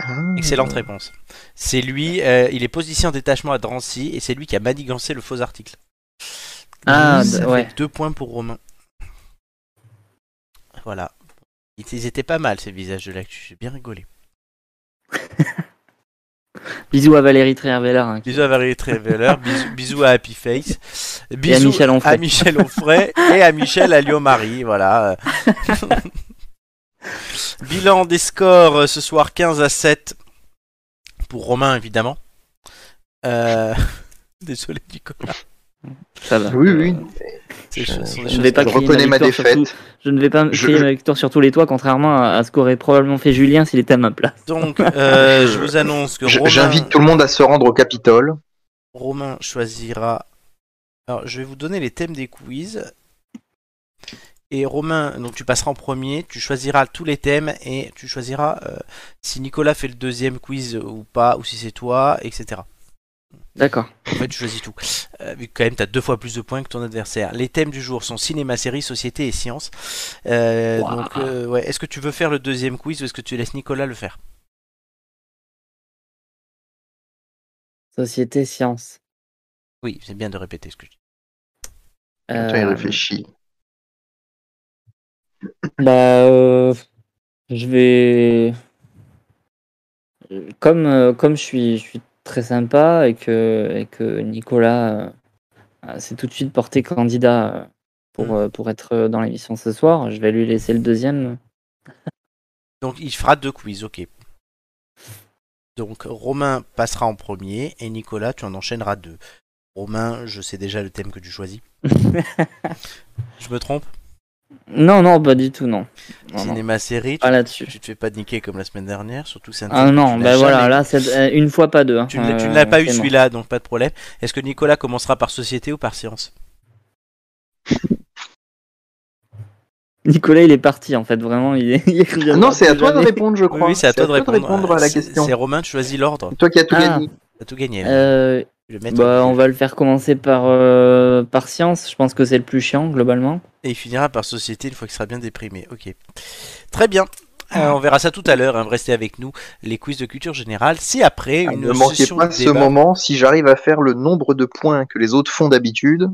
Speaker 10: Ah.
Speaker 1: Excellente réponse. C'est lui, euh, il est position en détachement à Drancy et c'est lui qui a manigancé le faux article.
Speaker 3: Ah,
Speaker 1: Ça
Speaker 3: d-
Speaker 1: fait
Speaker 3: ouais.
Speaker 1: Deux points pour Romain. Voilà. Ils, ils étaient pas mal ces visages de l'actu, j'ai bien rigolé.
Speaker 3: Bisous à Valérie Trierweiler. hein.
Speaker 1: Bisous à Valérie Treveller, bisous, bisous à Happy Face, bisous
Speaker 3: Michel Onfray.
Speaker 1: à Michel Onfray et à Michel Alliot-Marie, voilà. Bilan des scores euh, ce soir 15 à 7 pour Romain évidemment. Euh, Désolé du coup.
Speaker 3: Ça va.
Speaker 10: Ah. Oui, oui.
Speaker 1: Ces
Speaker 10: Je-
Speaker 1: choses sont des
Speaker 3: je
Speaker 1: choses
Speaker 3: vais
Speaker 1: qui
Speaker 3: Euh, pas
Speaker 10: je
Speaker 3: crier
Speaker 10: reconnais
Speaker 3: ma
Speaker 10: ma
Speaker 3: victoire,
Speaker 10: défaite.
Speaker 3: Je ne vais pas
Speaker 10: Je-
Speaker 3: crier ma victoire sur tous les toits, contrairement à à ce qu'aurait probablement fait Julien s'il était à ma place.
Speaker 1: Donc, euh, je vous annonce que
Speaker 10: Je-
Speaker 1: Romain,
Speaker 10: J'invite tout le monde à se rendre au Capitole.
Speaker 1: Romain choisira. Alors, je vais vous donner les thèmes des quiz. Et Romain, donc tu passeras en premier, tu choisiras tous les thèmes et tu choisiras euh, si Nicolas fait le deuxième quiz ou pas, ou si c'est toi, etc.
Speaker 3: D'accord.
Speaker 1: En fait, tu choisis tout. Euh, vu que quand même, tu as deux fois plus de points que ton adversaire. Les thèmes du jour sont cinéma, série, société et sciences. Euh,
Speaker 3: Ouah.
Speaker 1: donc, euh, ouais, est-ce que tu veux faire le deuxième quiz ou est-ce que tu laisses Nicolas le faire
Speaker 3: Société science.
Speaker 1: Oui, c'est bien de répéter ce que je dis.
Speaker 10: Putain, il
Speaker 3: Euh,
Speaker 10: réfléchit.
Speaker 3: Bah, euh, je vais. Comme, euh, comme je suis, je suis très sympa et que, et que Nicolas euh, euh, s'est tout de suite porté candidat euh, pour, euh, pour être euh, dans l'émission ce soir, je vais lui laisser le deuxième.
Speaker 1: Donc il fera deux quiz, ok. Donc Romain passera en premier et Nicolas, tu en enchaîneras deux. Romain, je sais déjà le thème que tu choisis. Je me trompe
Speaker 3: Non, non, pas du tout, non. Non, non,
Speaker 1: Cinéma série, tu,
Speaker 3: pas là-dessus.
Speaker 1: tu te fais pas niquer comme la semaine dernière, surtout que c'est un
Speaker 3: Ah
Speaker 1: thème que
Speaker 3: non,
Speaker 1: tu n'as
Speaker 3: bah voilà,
Speaker 1: jamais-
Speaker 3: là, c'est euh, une fois, pas deux. hein.
Speaker 1: Tu ne l'as- tu ne
Speaker 3: Euh,
Speaker 1: l'as pas eu
Speaker 3: c'est bon.
Speaker 1: celui-là, donc pas de problème. Est-ce que Nicolas commencera par société ou par science
Speaker 3: Nicolas, il est parti, en fait, vraiment. Il est... il reviendra
Speaker 10: Ah Non, c'est à
Speaker 3: plus
Speaker 10: toi de
Speaker 3: jamais.
Speaker 10: répondre, je
Speaker 1: Oui,
Speaker 10: crois.
Speaker 1: oui, c'est à toi de répondre. euh,
Speaker 10: à la
Speaker 1: C'est-
Speaker 10: question.
Speaker 1: C'est Romain, tu choisis l'ordre.
Speaker 10: C'est toi qui as tout
Speaker 3: Ah.
Speaker 10: gagné.
Speaker 1: T'as tout gagné. là.
Speaker 3: Euh,
Speaker 1: Je vais le mettre
Speaker 3: Bah,
Speaker 1: au
Speaker 3: on
Speaker 1: milieu.
Speaker 3: va le faire commencer par, euh, par science. Je pense que c'est le plus chiant, globalement.
Speaker 1: Et il finira par société une fois qu'il sera bien déprimé. Ok. Très bien. Euh, on verra ça tout à l'heure. hein. Restez avec nous. Les quiz de culture générale. C'est après
Speaker 10: Ah,
Speaker 1: une
Speaker 10: ne manquez
Speaker 1: session
Speaker 10: pas
Speaker 1: de
Speaker 10: ce
Speaker 1: débat.
Speaker 10: moment. Si j'arrive à faire le nombre de points que les autres font d'habitude,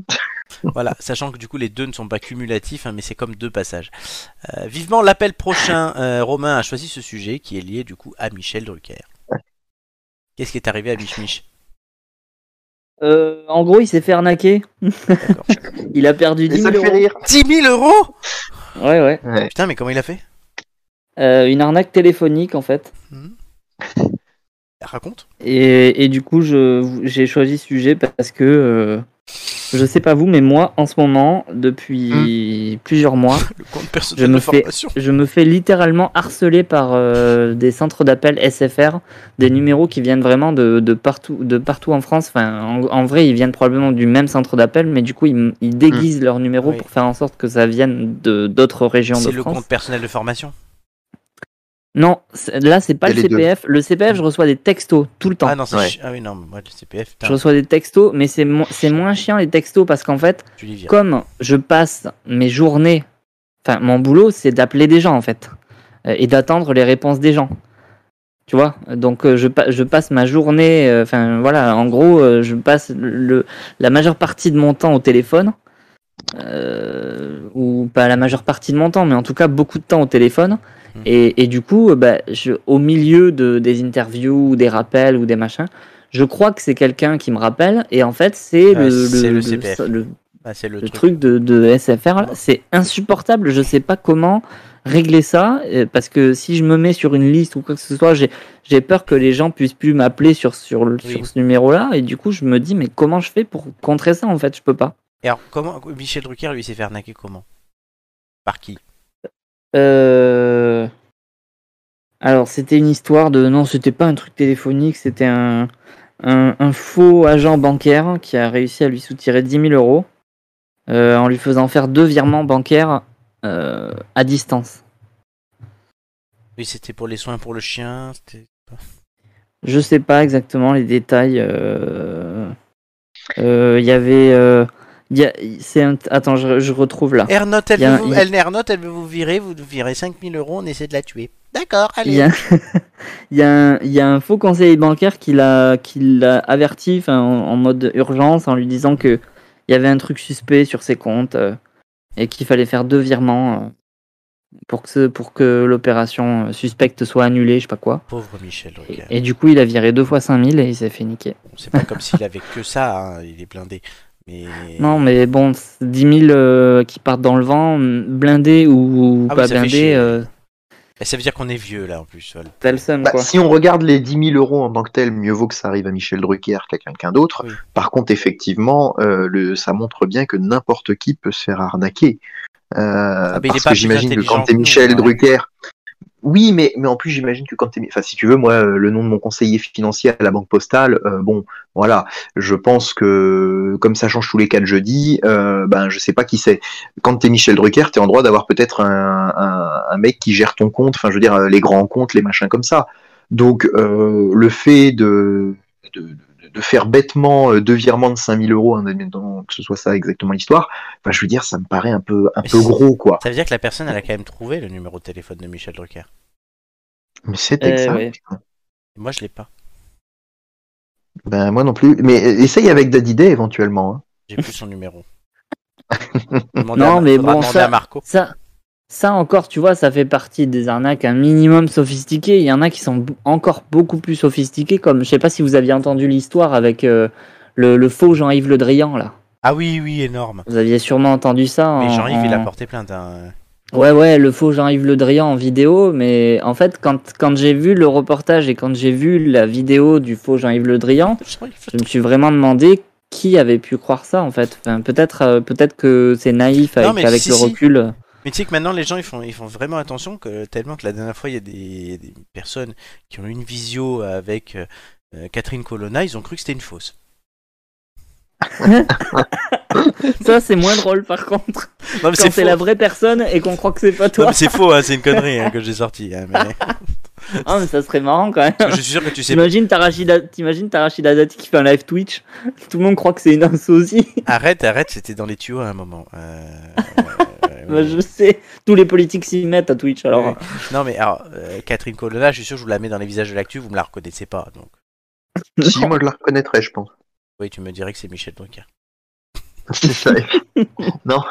Speaker 1: Voilà, sachant que du coup les deux ne sont pas cumulatifs, hein, mais c'est comme deux passages. Euh, vivement l'appel prochain. Euh, Romain a choisi ce sujet qui est lié du coup à Michel Drucker. Qu'est-ce qui est arrivé à Mich Mich
Speaker 3: Euh, en gros, il s'est fait arnaquer.
Speaker 1: D'accord.
Speaker 3: Il a perdu
Speaker 10: et
Speaker 3: 10
Speaker 10: ça
Speaker 3: 000
Speaker 10: le fait
Speaker 3: euros.
Speaker 10: rire.
Speaker 1: 10 000 euros
Speaker 3: Ouais, ouais.
Speaker 10: Ouais.
Speaker 1: Putain, mais comment il a fait
Speaker 3: Euh, une arnaque téléphonique, en fait.
Speaker 1: Raconte.
Speaker 3: Et, et du coup, je- j'ai choisi ce sujet parce que. euh, je sais pas vous, mais moi, en ce moment, depuis
Speaker 10: Hum.
Speaker 3: plusieurs mois,
Speaker 1: Le compte personnel
Speaker 3: me
Speaker 1: de
Speaker 3: fais-
Speaker 1: formation.
Speaker 3: je me fais littéralement harceler par euh, des centres d'appel SFR, des numéros qui viennent vraiment de, de partout, de partout en France. Enfin, en, en vrai, ils viennent probablement du même centre d'appel, mais du coup, ils, ils déguisent leurs numéros
Speaker 1: Mmh. Oui.
Speaker 3: pour faire en sorte que ça vienne de d'autres régions
Speaker 1: C'est
Speaker 3: de
Speaker 1: le
Speaker 3: France.
Speaker 1: compte personnel de formation.
Speaker 3: Non, c'est- là, c'est pas
Speaker 1: Il y
Speaker 3: le
Speaker 1: a les deux.
Speaker 3: CPF. Le CPF, je reçois des textos tout le temps.
Speaker 1: Ah non, c'est chi- Ah oui, non, moi, le CPF, putain.
Speaker 3: Je reçois des textos, mais c'est mo- c'est moins chiant les textos parce qu'en fait,
Speaker 1: Tu les vires.
Speaker 3: comme je passe mes journées, enfin mon boulot, c'est d'appeler des gens en fait euh, et d'attendre les réponses des gens. Tu vois, donc euh, je, pa- je passe ma journée, euh, enfin voilà, en gros, euh, je passe le, la majeure partie de mon temps au téléphone, euh, ou pas la majeure partie de mon temps, mais en tout cas beaucoup de temps au téléphone.
Speaker 1: Mmh.
Speaker 3: Et, et du coup, euh, bah, je, au milieu de, des interviews, ou des rappels ou des machins, je crois que c'est quelqu'un qui me rappelle, et en fait, c'est
Speaker 1: Ouais,
Speaker 3: le,
Speaker 1: c'est le
Speaker 3: le,
Speaker 1: CPF.
Speaker 3: le-
Speaker 1: Ah, c'est le,
Speaker 3: le truc de, de SFR, là, c'est insupportable. Je sais pas comment régler ça euh, parce que si je me mets sur une liste ou quoi que ce soit, j'ai j'ai peur que les gens puissent plus m'appeler sur sur, le-
Speaker 1: Oui.
Speaker 3: sur ce numéro-là et du coup je me dis mais comment je fais pour contrer ça en fait Je peux pas.
Speaker 1: Et alors, comment Michel Drucker, lui, s'est fait arnaquer comment Par qui
Speaker 3: Euh... Alors, c'était une histoire de. Non, c'était pas un truc téléphonique, c'était un... Un... un faux agent bancaire qui a réussi à lui soutirer 10 000 euros euh, en lui faisant faire deux virements bancaires euh, à distance.
Speaker 1: Oui, c'était pour les soins pour le chien. c'était-
Speaker 3: Je sais pas exactement les détails. euh, euh, Il y avait. euh, il y a- c'est un- Attends, je, je retrouve là.
Speaker 1: Ernotte, elle,
Speaker 3: Il y a
Speaker 1: veut
Speaker 3: un-
Speaker 1: vous...
Speaker 3: il y a-
Speaker 1: elle, Ernotte, elle veut vous virer, vous nous virez 5000 euros, on essaie de la tuer. D'accord,
Speaker 3: Il
Speaker 1: allez.
Speaker 3: y, a, il y a un, il y a un faux conseiller bancaire qui l'a, qui l'a averti 'fin, en, en mode urgence en lui disant que il y avait un truc suspect sur ses comptes euh, et qu'il fallait faire deux virements euh, pour que, ce- pour que l'opération euh, suspecte soit annulée, je sais pas quoi.
Speaker 1: Pauvre Michel Drucker.
Speaker 3: Et du coup, il a viré deux fois 5000 et il s'est fait niquer.
Speaker 1: C'est pas comme s'il avait que ça, hein, il est blindé. Mais...
Speaker 3: Non, mais bon, c'est 10 000 euh, qui partent dans le vent, mm, blindés ou, ou
Speaker 1: Ah oui,
Speaker 3: pas
Speaker 1: ça fait chier.
Speaker 3: blindés, euh,
Speaker 1: Et ça veut dire qu'on est vieux, là, en plus. voilà.
Speaker 3: t'as le seum,
Speaker 2: Bah,
Speaker 3: quoi.
Speaker 2: si on regarde les 10 000 euros en tant que tel, mieux vaut que ça arrive à Michel Drucker qu'à quelqu'un d'autre. Par contre, effectivement, euh, le, ça montre bien que n'importe qui peut se faire arnaquer. Euh,
Speaker 1: Ah, mais il est
Speaker 2: parce
Speaker 1: pas
Speaker 2: que
Speaker 1: plus
Speaker 2: j'imagine que
Speaker 1: intelligent
Speaker 2: quand t'es
Speaker 1: que nous,
Speaker 2: Michel
Speaker 1: ouais.
Speaker 2: Drucker, oui, mais, mais en plus, j'imagine que quand t'es. Enfin, si tu veux, moi, euh, le nom de mon conseiller financier à la Banque Postale, euh, bon, voilà, je pense que comme ça change tous les quatre jeudis, euh, ben, je sais pas qui c'est. Quand t'es Michel Drucker, t'es en droit d'avoir peut-être un, un- un mec qui gère ton compte, enfin, je veux dire, euh, les grands comptes, les machins comme ça. Donc, euh, le fait de, de, de- de faire bêtement euh, deux virements de 5000 euros, hein, admettons que ce soit ça exactement l'histoire, enfin, je veux dire, ça me paraît un peu, un
Speaker 1: Mais
Speaker 2: peu
Speaker 1: c'est-
Speaker 2: gros, quoi.
Speaker 1: Ça veut dire que la personne, elle a quand même trouvé le numéro de téléphone de Michel Drucker.
Speaker 2: Mais c'est
Speaker 3: Euh,
Speaker 2: exact.
Speaker 3: ouais.
Speaker 1: Et moi, je l'ai pas.
Speaker 2: Ben, moi non plus. Mais euh, essaye avec Daddy Day éventuellement. hein.
Speaker 1: J'ai plus son numéro.
Speaker 3: Non, mais bon,
Speaker 1: demander
Speaker 3: ça,
Speaker 1: à Marco.
Speaker 3: ça, ça encore, tu vois, ça fait partie des arnaques un minimum sophistiquées. Il y en a qui sont b- encore beaucoup plus sophistiquées, comme je sais pas si vous aviez entendu l'histoire avec euh, le, le faux Jean-Yves Le Drian là.
Speaker 1: Ah oui, oui, énorme.
Speaker 3: Vous aviez sûrement entendu ça.
Speaker 1: Mais
Speaker 3: en-
Speaker 1: Jean-Yves, il a
Speaker 3: en-
Speaker 1: porté plainte. hein.
Speaker 3: Ouais, ouais, le faux Jean-Yves Le Drian en vidéo, mais en fait, quand, quand j'ai vu le reportage et quand j'ai vu la vidéo du faux Jean-Yves Le Drian, je me suis vraiment demandé qui avait pu croire ça, en fait. Enfin, peut-être euh, peut-être que c'est naïf
Speaker 1: Non,
Speaker 3: avec,
Speaker 1: mais
Speaker 3: avec
Speaker 1: si,
Speaker 3: le
Speaker 1: si.
Speaker 3: recul.
Speaker 1: Mais tu sais que maintenant les gens ils font ils font vraiment attention que tellement que la dernière fois il y a des, des personnes qui ont eu une visio avec euh, Catherine Colonna, ils ont cru que c'était une fausse.
Speaker 3: Ça, c'est moins drôle par contre.
Speaker 1: Non, mais c'est
Speaker 3: quand c'est
Speaker 1: faux.
Speaker 3: la vraie personne et qu'on croit que c'est pas toi.
Speaker 1: Non mais c'est faux, hein, c'est une connerie hein, que j'ai sortie. hein, mais-
Speaker 3: Ah, mais ça serait marrant quand même.
Speaker 1: Je suis sûr que tu sais.
Speaker 3: T'imagines t'as Rachida- T'imagines t'as Rachida Dati qui fait un live Twitch. Tout le monde croit que c'est une inso aussi.
Speaker 1: Arrête, arrête, c'était dans les tuyaux à un moment. Euh, euh,
Speaker 3: Bah, je sais. Tous les politiques s'y mettent à Twitch alors.
Speaker 1: Non mais alors euh, Catherine Colonna, je suis sûr que je vous la mets dans les visages de l'actu, vous me la reconnaissez pas donc.
Speaker 2: Si, moi je la reconnaîtrais, je pense.
Speaker 1: Oui, tu me dirais que c'est Michel Drucker.
Speaker 2: C'est ça. non.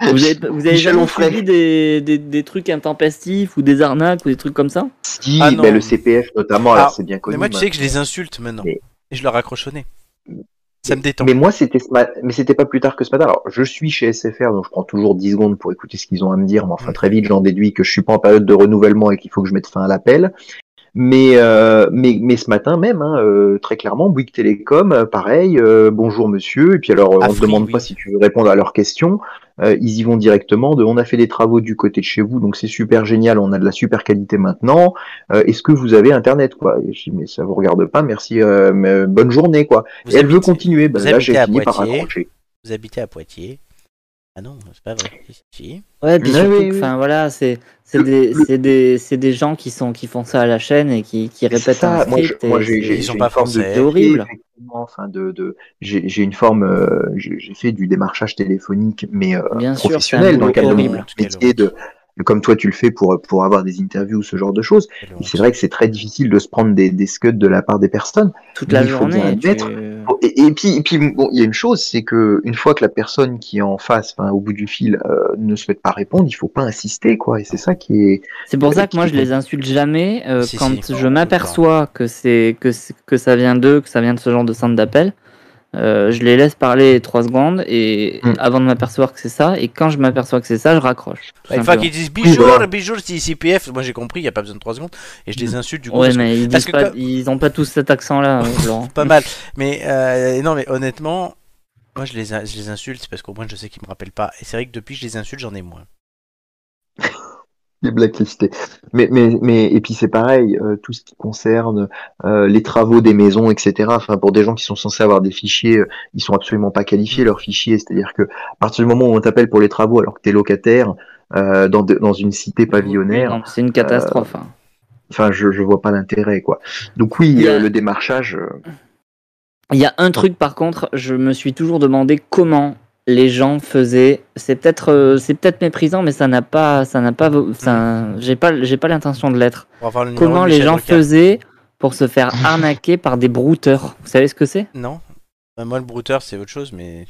Speaker 3: Vous avez, vous avez
Speaker 2: Michel
Speaker 3: jamais
Speaker 2: Onfray.
Speaker 3: subi des, des, des trucs intempestifs ou des arnaques ou des trucs comme ça
Speaker 2: Si,
Speaker 1: Ah, non.
Speaker 2: ben, le CPF notamment,
Speaker 1: Ah,
Speaker 2: alors c'est bien connu. bah.
Speaker 1: mais moi tu sais
Speaker 2: maintenant.
Speaker 1: que je les insulte maintenant
Speaker 2: Mais-
Speaker 1: et je leur accroche au nez. Ça me détend.
Speaker 2: Mais moi, c'était ce ma- mais c'était pas plus tard que ce matin. Alors, je suis chez SFR, donc je prends toujours 10 secondes pour écouter ce qu'ils ont à me dire, mais enfin, très vite, j'en déduis que je suis pas en période de renouvellement et qu'il faut que je mette fin à l'appel. Mais, euh, mais, mais ce matin même, hein, euh, très clairement, Bouygues Télécom, euh, pareil, euh, bonjour monsieur, et puis alors, euh, on
Speaker 1: Afri,
Speaker 2: te demande
Speaker 1: oui.
Speaker 2: pas si tu veux répondre à leurs questions, Euh, ils y vont directement de on a fait des travaux du côté de chez vous, donc c'est super génial, on a de la super qualité maintenant, Euh, est-ce que vous avez internet, quoi? Et je dis, mais ça vous regarde pas, merci, euh, mais, euh, bonne journée, quoi.
Speaker 1: Vous
Speaker 2: et elle veut
Speaker 1: habitez-
Speaker 2: continuer, ben,
Speaker 1: vous
Speaker 2: là, j'ai
Speaker 1: habitez à
Speaker 2: fini par
Speaker 1: Poitiers.
Speaker 2: raccrocher.
Speaker 1: Vous habitez à Poitiers. Ah non, c'est pas vrai. Si.
Speaker 3: Ouais, puis
Speaker 1: Ah
Speaker 3: surtout,
Speaker 1: oui, oui.
Speaker 3: enfin voilà, c'est c'est des c'est des c'est des gens qui sont qui font ça à la chaîne et qui qui répètent un
Speaker 2: ça, moi,
Speaker 3: script.
Speaker 2: je- moi,
Speaker 3: et
Speaker 2: j'ai-
Speaker 3: c'est-
Speaker 2: j'ai- j'ai une forme de-
Speaker 3: C'est horrible.
Speaker 2: hein, effectivement, Enfin, de, de- j'ai j'ai une forme, euh, j'ai j'ai fait du démarchage téléphonique, mais euh,
Speaker 3: Bien sûr, c'est
Speaker 2: professionnel
Speaker 3: un
Speaker 2: dans le cadre de
Speaker 3: boulot
Speaker 2: mon
Speaker 3: horrible.
Speaker 2: métier, de, comme toi tu le fais pour pour avoir des interviews, ce genre de choses. Et C'est vrai que c'est très difficile de se prendre des, des scuds de la part des personnes.
Speaker 3: Toute la
Speaker 2: Mais il faut bien
Speaker 3: journée, euh,
Speaker 2: admettre,
Speaker 3: tu-
Speaker 2: Bon, Et, et puis, et puis, bon, il y a une chose, c'est que une fois que la personne qui est en face, enfin, au bout du fil, euh, ne souhaite pas répondre, il faut pas insister, quoi. Et c'est ça qui est.
Speaker 3: C'est pour ça que moi je les insulte jamais euh,
Speaker 2: Si,
Speaker 3: quand
Speaker 2: si.
Speaker 3: je m'aperçois que c'est que c'est- que ça vient d'eux, que ça vient de ce genre de centre d'appel. euh, je les laisse parler trois secondes et
Speaker 2: Hmm.
Speaker 3: avant de m'apercevoir que c'est ça et quand je m'aperçois que c'est ça, je raccroche. tout
Speaker 1: Bah, une fois
Speaker 3: simplement.
Speaker 1: qu'ils disent bonjour, bonjour, c'est ICPF, moi j'ai compris, il n'y a pas besoin de 3 secondes, et je
Speaker 2: Mm.
Speaker 1: les insulte du coup.
Speaker 3: Ouais,
Speaker 1: parce que-
Speaker 3: mais ils,
Speaker 1: parce
Speaker 3: disent
Speaker 1: que
Speaker 3: pas-
Speaker 1: comme-
Speaker 3: ils ont pas tous cet accent là, Laurent.
Speaker 1: pas mal. Mais euh, non, mais honnêtement, moi je les, je les insulte parce qu'au moins je sais qu'ils me rappellent pas. Et c'est vrai que depuis je les insulte, j'en ai moins.
Speaker 2: Les blacklistés. Mais, mais, mais, et puis c'est pareil, euh, tout ce qui concerne euh, les travaux des maisons, etc. Enfin, pour des gens qui sont censés avoir des fichiers, euh, ils sont absolument pas qualifiés, leurs fichiers. C'est-à-dire que, à partir du moment où on t'appelle pour les travaux alors que t'es locataire, euh, dans, de- dans une cité
Speaker 3: Non,
Speaker 2: pavillonnaire.
Speaker 3: C'est une catastrophe.
Speaker 2: hein. euh,
Speaker 3: hein.
Speaker 2: Enfin, je, je vois pas l'intérêt, quoi. Donc oui, euh, le démarchage. euh,
Speaker 3: Il y a un truc par contre, je me suis toujours demandé comment les gens faisaient. C'est peut-être euh, c'est peut-être méprisant, mais ça n'a pas ça n'a pas vo- ça-
Speaker 1: Hmm.
Speaker 3: j'ai pas j'ai pas l'intention de l'être.
Speaker 1: Pour avoir le numéro
Speaker 3: Comment
Speaker 1: de
Speaker 3: les
Speaker 1: Michel
Speaker 3: gens
Speaker 1: Drucker.
Speaker 3: faisaient pour se faire arnaquer par des brouteurs Vous savez ce que c'est
Speaker 1: Non Bah, Moi le brouteur c'est autre chose, mais.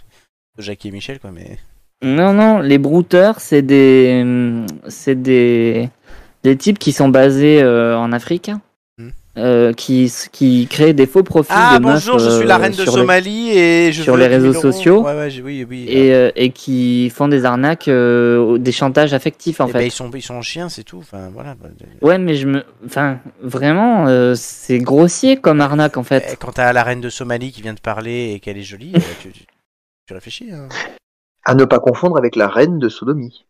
Speaker 1: Jackie et Michel quoi, mais.
Speaker 3: Non non, les brouteurs c'est des hum, c'est des des types qui sont basés euh, en Afrique. euh, qui, qui créent des faux profils
Speaker 1: Hmm. Ah
Speaker 3: de meufs,
Speaker 1: bonjour, je suis la
Speaker 3: euh,
Speaker 1: reine de
Speaker 3: sur les-
Speaker 1: Somalie et je
Speaker 3: sur
Speaker 1: veux
Speaker 3: les
Speaker 1: 10
Speaker 3: réseaux
Speaker 1: 000 euros.
Speaker 3: sociaux.
Speaker 1: Ouais, ouais, j'ai- oui, oui.
Speaker 3: et, euh, et qui font des arnaques, euh, des chantages affectifs en
Speaker 1: Eh
Speaker 3: fait.
Speaker 1: ben, ils sont ils sont en chien, c'est tout. Enfin voilà. bah,
Speaker 3: Ouais, mais je me. Enfin, vraiment, euh, c'est grossier comme arnaque en fait.
Speaker 1: Eh, Quand t'as la reine de Somalie qui vient de parler et qu'elle est jolie, euh, tu, tu- tu réfléchis. hein.
Speaker 2: à ne pas confondre avec la reine de sodomie.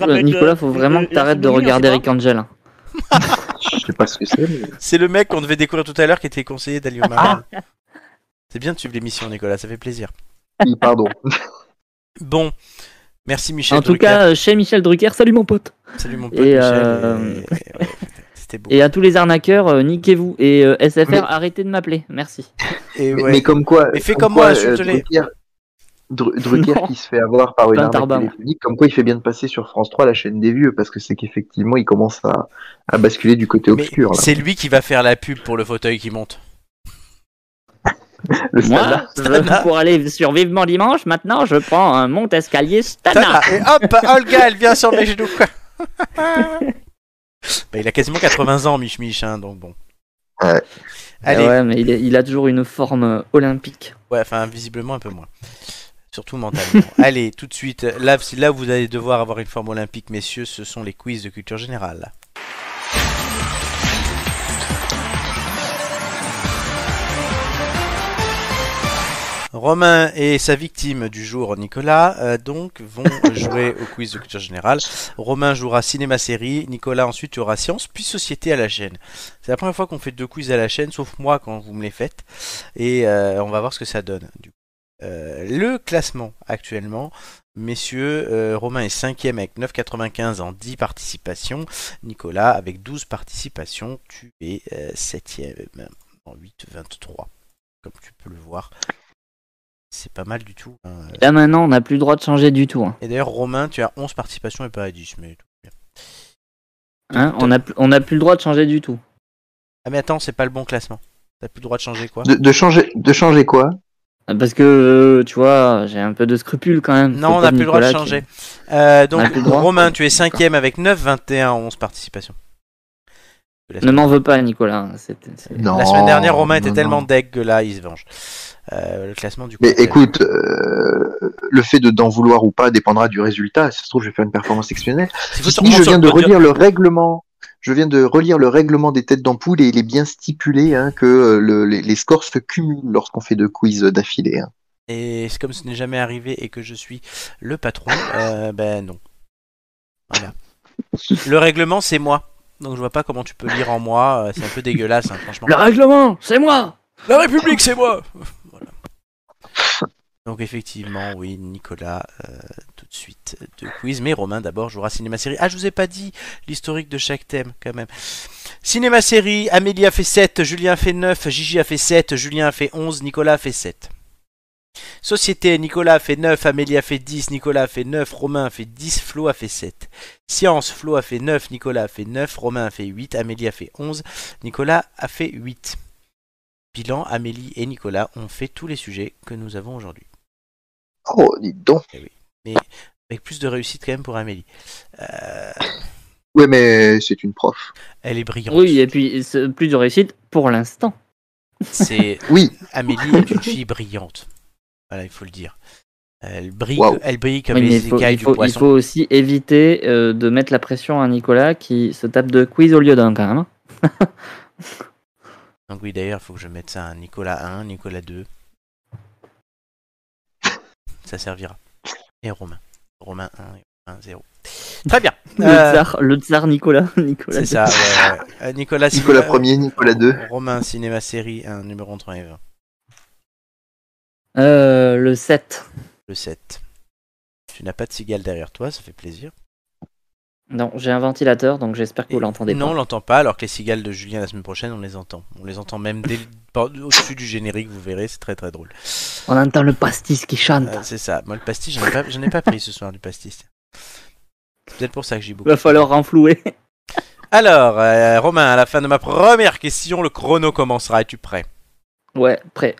Speaker 3: Euh, Nicolas, faut vraiment que t'arrêtes de regarder Rick Angel. hein.
Speaker 2: Je sais pas ce que c'est. mais-
Speaker 1: C'est le mec qu'on devait découvrir tout à l'heure qui était conseiller d'Aliomar. C'est bien de suivre l'émission, Nicolas, ça fait plaisir.
Speaker 2: Oui, pardon.
Speaker 1: Bon, merci Michel.
Speaker 3: En tout
Speaker 1: Drucker.
Speaker 3: cas, euh, chez Michel Drucker, salut mon pote.
Speaker 1: Salut mon pote
Speaker 3: Et,
Speaker 1: Michel,
Speaker 3: euh,
Speaker 1: et- ouais, c'était beau.
Speaker 3: et à tous les arnaqueurs, euh, niquez-vous. Et euh, SFR,
Speaker 1: Mais-
Speaker 3: arrêtez de m'appeler, merci.
Speaker 1: Et
Speaker 2: Mais,
Speaker 1: ouais.
Speaker 2: mais comme quoi.
Speaker 1: Mais fais
Speaker 2: comme
Speaker 1: comme moi,
Speaker 2: quoi,
Speaker 1: insulte-les.
Speaker 2: euh, Drucker, Dru- Drucker
Speaker 3: Non.
Speaker 2: qui se fait avoir par une
Speaker 3: Pas un
Speaker 2: arnaque
Speaker 3: tarbat, moi.
Speaker 2: téléphonique, comme quoi il fait bien de passer sur France 3, la chaîne des vieux, parce que c'est qu'effectivement il commence à, à basculer du côté
Speaker 1: Mais
Speaker 2: obscur. là.
Speaker 1: c'est lui qui va faire la pub pour le fauteuil qui monte.
Speaker 2: Le
Speaker 3: Moi,
Speaker 2: standard.
Speaker 3: je- Euh, pour aller sur Vivement Dimanche, maintenant, je prends un monte-escalier Stana.
Speaker 1: Tana, et hop, Olga, elle vient sur mes genoux. Bah, il a quasiment 80 ans, Mich Mich, hein, donc bon.
Speaker 2: Ouais.
Speaker 1: Allez.
Speaker 3: Ouais, mais il, est- il a toujours une forme euh, olympique.
Speaker 1: Ouais, enfin, visiblement un peu moins. Surtout mentalement. Allez, tout de suite, là, c'est là où vous allez devoir avoir une forme olympique, messieurs, ce sont les quiz de culture générale. Romain et sa victime du jour, Nicolas, euh, donc vont jouer au quiz de culture générale. Romain jouera cinéma-série, Nicolas ensuite jouera science, puis société à la chaîne. C'est la première fois qu'on fait deux quiz à la chaîne, sauf moi quand vous me les faites. Et euh, on va voir ce que ça donne. du coup. Euh, le classement actuellement, messieurs, euh, Romain est 5ème avec 9,95 en 10 participations. Nicolas, avec 12 participations, tu es 7ème en 8,23. Comme tu peux le voir, c'est pas mal du tout. hein.
Speaker 3: Là maintenant, on n'a plus le droit de changer du tout. hein.
Speaker 1: Et d'ailleurs, Romain, tu as 11 participations et pas 10. Mais... tout bien.
Speaker 3: Hein, on n'a pl- on n'a plus le droit de changer du tout.
Speaker 1: Ah, mais attends, c'est pas le bon classement. T'as plus le droit de changer quoi
Speaker 2: De, de changer, de changer quoi
Speaker 3: Ah, Parce que, euh, tu vois, j'ai un peu de scrupules quand même.
Speaker 1: Non, on n'a
Speaker 3: n'a
Speaker 1: plus le droit de changer. Euh, donc,
Speaker 3: On a plus le droit
Speaker 1: Romain, tu es 5ème avec 9, 21, 11 participations.
Speaker 3: Ne m'en veux pas, Nicolas. C'est- c'est-
Speaker 2: Non.
Speaker 1: La semaine dernière, Romain était
Speaker 2: non,
Speaker 1: tellement
Speaker 2: non.
Speaker 1: deg que là, il se venge. Euh, le classement du coup.
Speaker 2: Mais
Speaker 1: c'est-
Speaker 2: écoute, euh, le fait de d'en vouloir ou pas dépendra du résultat. Si ça se trouve, je vais faire une performance exceptionnelle.
Speaker 1: Si vous
Speaker 2: Ceci
Speaker 1: tournez
Speaker 2: dit, je
Speaker 1: sur
Speaker 2: viens
Speaker 1: le
Speaker 2: de
Speaker 1: podium-
Speaker 2: relire le règlement. Je viens de relire le règlement des têtes d'ampoule et il est bien stipulé hein, que euh, le- les, les scores se cumulent lorsqu'on fait deux quiz d'affilée. hein.
Speaker 1: Et c'est comme ce n'est jamais arrivé et que je suis le patron, euh, ben non. Voilà. Le règlement, c'est moi. Donc je vois pas comment tu peux lire en moi. euh, C'est un peu dégueulasse, hein, franchement.
Speaker 3: Le règlement, c'est moi
Speaker 1: La République, c'est moi. Donc effectivement, oui, Nicolas, euh, tout de suite de quiz. Mais Romain d'abord jouera cinéma-série. Ah, je vous ai pas dit l'historique de chaque thème quand même. Cinéma-série, Amélie a fait 7, Julien a fait 9, Gigi a fait 7, Julien a fait 11, Nicolas a fait 7. Société, Nicolas a fait 9, Amélie a fait 10, Nicolas a fait 9, Romain a fait 10, Flo a fait 7. Science, Flo a fait 9, Nicolas a fait 9, Romain a fait 8, Amélie a fait 11, Nicolas a fait 8. Bilan, Amélie et Nicolas ont fait tous les sujets que nous avons aujourd'hui.
Speaker 2: Oh, dites donc.
Speaker 1: Eh oui. Mais avec plus de réussite quand même pour Amélie. Euh,
Speaker 2: Ouais, mais c'est une prof.
Speaker 1: elle est brillante.
Speaker 3: Oui, et puis c'est plus de réussite pour l'instant.
Speaker 1: C'est
Speaker 2: Oui.
Speaker 1: Amélie est une fille brillante. Voilà, il faut le dire. Elle brille,
Speaker 2: Waouh.
Speaker 1: elle brille comme
Speaker 3: Oui, mais
Speaker 1: les
Speaker 3: il faut,
Speaker 1: écailles
Speaker 3: il faut-
Speaker 1: du
Speaker 3: il
Speaker 1: poisson.
Speaker 3: faut aussi éviter euh, de mettre la pression à Nicolas qui se tape de quiz au lieu d'un quand même. hein.
Speaker 1: Donc oui, d'ailleurs, il faut que je mette ça à Nicolas 1, Nicolas 2. ça servira. Et Romain. Romain 1 et Romain 0. Très bien.
Speaker 3: Le,
Speaker 1: Euh,
Speaker 3: tsar, le tsar Nicolas. Nicolas
Speaker 1: c'est ça. ouais, ouais. Euh, Nicolas,
Speaker 2: Nicolas
Speaker 1: cinéma-
Speaker 2: 1er, Nicolas 2.
Speaker 1: Romain, cinéma série 1, numéro 3 et 20.
Speaker 3: Euh, le 7.
Speaker 1: Le 7. Tu n'as pas de cigale derrière toi, ça fait plaisir.
Speaker 3: Non, j'ai un ventilateur, donc j'espère que vous l'entendez
Speaker 1: non, on
Speaker 3: pas.
Speaker 1: l'entend pas, alors que les cigales de Julien la semaine prochaine, on les entend. On les entend même dès le- par- au-dessus du générique, vous verrez, c'est très très drôle.
Speaker 3: On entend le pastis qui chante.
Speaker 1: Euh, c'est ça. Moi, le pastis, j'en ai pas, j'en ai pas pris ce soir du pastis. C'est peut-être pour ça que j'ai beaucoup.
Speaker 3: Va falloir renflouer.
Speaker 1: Alors, euh, Romain, à la fin de ma première question, le chrono commencera. Es-tu prêt
Speaker 3: Ouais, prêt.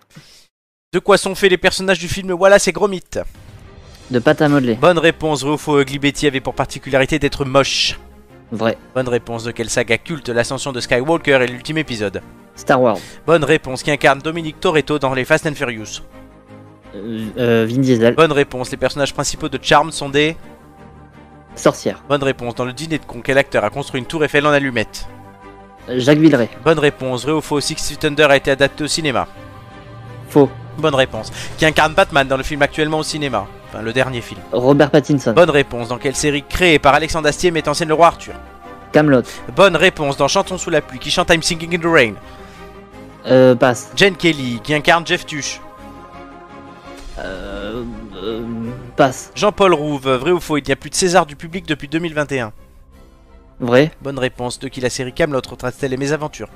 Speaker 1: De quoi sont faits les personnages du film Wallace et Gromit
Speaker 3: De pâte à modeler.
Speaker 1: Bonne réponse, vrai ou faux, Ugly Betty avait pour particularité d'être moche.
Speaker 3: Vrai.
Speaker 1: Bonne réponse, de quelle saga culte l'ascension de Skywalker est l'ultime épisode
Speaker 3: Star Wars.
Speaker 1: Bonne réponse, qui incarne Dominique Toretto dans les Fast and Furious
Speaker 3: Euh, euh, Vin Diesel.
Speaker 1: Bonne réponse, les personnages principaux de Charm sont des...
Speaker 3: Sorcière.
Speaker 1: Bonne réponse, dans le dîner de con, quel acteur a construit une tour Eiffel en allumettes
Speaker 3: Euh, Jacques Villeray.
Speaker 1: Bonne réponse, vrai ou faux, Six Feet Under a été adapté au cinéma
Speaker 3: Faux.
Speaker 1: Bonne réponse, qui incarne Batman dans le film actuellement au cinéma Enfin, le dernier film.
Speaker 3: Robert Pattinson.
Speaker 1: Bonne réponse, dans quelle série créée par Alexandre Astier met en scène le roi Arthur
Speaker 3: Camelot.
Speaker 1: Bonne réponse, dans Chantons sous la pluie, qui chante I'm Singing in the Rain
Speaker 3: Euh, passe.
Speaker 1: Jane Kelly, qui incarne Jeff Tuche
Speaker 3: Euh, euh, passe.
Speaker 1: Jean-Paul Rouve, vrai ou faux, il n'y a plus de César du public depuis 2021
Speaker 3: Vrai.
Speaker 1: Bonne réponse, de qui la série Camelot retrace-t-elle les mésaventures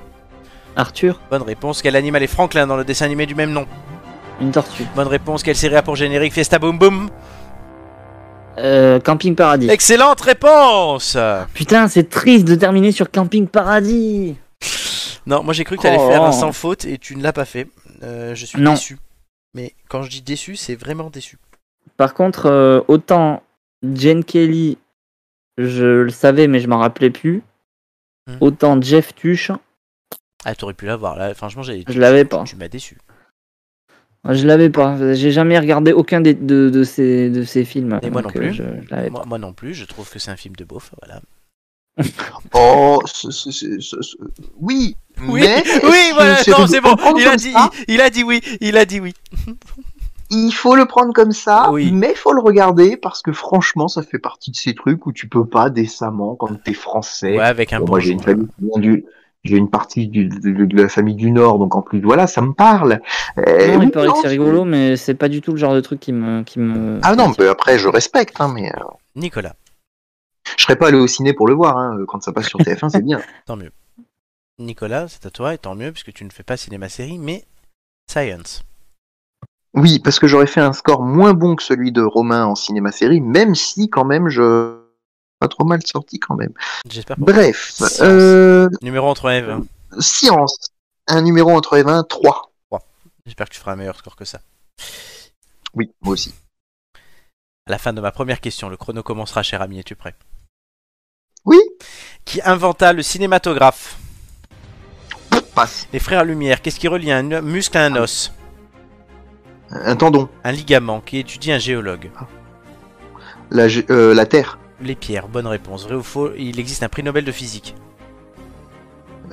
Speaker 3: Arthur.
Speaker 1: Bonne réponse, quel animal est Franklin dans le dessin animé du même nom
Speaker 3: Une tortue.
Speaker 1: Bonne réponse, quelle série a pour générique Fiesta Boom Boom
Speaker 3: Euh, Camping Paradis.
Speaker 1: Excellente réponse
Speaker 3: Putain, c'est triste de terminer sur Camping Paradis.
Speaker 1: Non, moi j'ai cru que t'allais
Speaker 3: Oh.
Speaker 1: faire un sans faute et tu ne l'as pas fait. Euh, je suis
Speaker 3: Non.
Speaker 1: déçu. Mais quand je dis déçu, c'est vraiment déçu.
Speaker 3: Par contre, euh, autant Jane Kelly, je le savais mais je m'en rappelais plus.
Speaker 1: Hmm.
Speaker 3: Autant Jeff Tuche,
Speaker 1: Ah, t'aurais pu l'avoir là, franchement, j'ai.
Speaker 3: je l'avais pas.
Speaker 1: Tu m'as déçu.
Speaker 3: Je l'avais pas. J'ai jamais regardé aucun des- de, de ces, de ces films.
Speaker 1: Et moi non
Speaker 3: donc, euh,
Speaker 1: plus.
Speaker 3: Je, je l'avais pas.
Speaker 1: Moi, moi non plus, je trouve que c'est un film de beauf, voilà.
Speaker 2: Oh, ce- ce- ce- ce- ce- oui,
Speaker 1: Oui,
Speaker 2: mais
Speaker 1: oui, voilà,
Speaker 2: c'est-
Speaker 1: non, c'est bon,
Speaker 2: comprendre
Speaker 1: il a
Speaker 2: comme
Speaker 1: dit,
Speaker 2: ça,
Speaker 1: il, il a dit oui, il a dit oui.
Speaker 2: il faut le prendre comme ça,
Speaker 1: Oui.
Speaker 2: mais faut le regarder parce que franchement, ça fait partie de ces trucs où tu peux pas décemment quand t'es français.
Speaker 1: Ouais, avec un
Speaker 2: Bon,
Speaker 1: bon.
Speaker 2: moi, j'ai une famille qui vient du- j'ai une partie du- de, de la famille du Nord, donc en plus, voilà, ça me parle. Euh,
Speaker 3: Non,
Speaker 2: oui,
Speaker 3: il paraît que
Speaker 2: non,
Speaker 3: c'est rigolo, mais c'est pas du tout le genre de truc qui me. Qui me
Speaker 2: Ah non, mais après, je respecte, hein, mais euh,
Speaker 1: Nicolas,
Speaker 2: je serais pas allé au ciné pour le voir, hein, euh, quand ça passe sur TF1, c'est bien.
Speaker 1: tant mieux. Nicolas, c'est à toi, et tant mieux, puisque tu ne fais pas cinéma-série, mais science.
Speaker 2: Oui, parce que j'aurais fait un score moins bon que celui de Romain en cinéma-série, même si quand même je pas trop mal sorti quand même.
Speaker 1: J'espère pas.
Speaker 2: Bref,
Speaker 1: Science.
Speaker 2: euh,
Speaker 1: Numéro entre Eve, hein.
Speaker 2: science, un numéro entre les 20, 3.
Speaker 1: j'espère que tu feras un meilleur score que ça.
Speaker 2: Oui, moi aussi.
Speaker 1: À la fin de ma première question, le chrono commencera, cher ami, es-tu prêt
Speaker 2: Oui.
Speaker 1: Qui inventa le cinématographe
Speaker 2: Passe.
Speaker 1: Les frères Lumière, qu'est-ce qui relie un muscle à un os
Speaker 2: Un tendon,
Speaker 1: Un ligament, qui étudie un géologue
Speaker 2: la, gé- euh, la terre,
Speaker 1: Les pierres, bonne réponse. Vrai ou faux, il existe un prix Nobel de physique.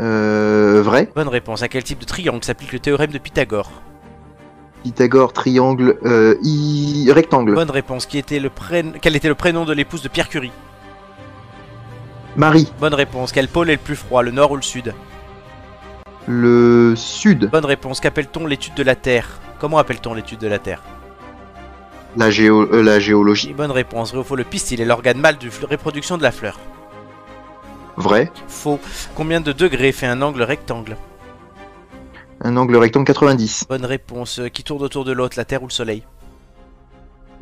Speaker 2: euh, vrai.
Speaker 1: Bonne réponse. À quel type de triangle s'applique le théorème de Pythagore
Speaker 2: Pythagore, triangle, euh, i- rectangle.
Speaker 1: Bonne réponse. Qui était le prén- Quel était le prénom de l'épouse de Pierre Curie
Speaker 2: Marie,
Speaker 1: Bonne réponse. Quel pôle est le plus froid, le nord ou le sud
Speaker 2: le sud,
Speaker 1: Bonne réponse. Qu'appelle-t-on l'étude de la Terre Comment appelle-t-on l'étude de la Terre
Speaker 2: La, géo- euh, la géologie.
Speaker 1: Bonne réponse. Vrai ou faux, le pistil est l'organe mâle de reproduction de la fleur.
Speaker 2: Vrai.
Speaker 1: Faux. Combien de degrés fait un angle rectangle
Speaker 2: Un angle rectangle 90.
Speaker 1: Bonne réponse. Euh, Qui tourne autour de l'autre, la Terre ou le Soleil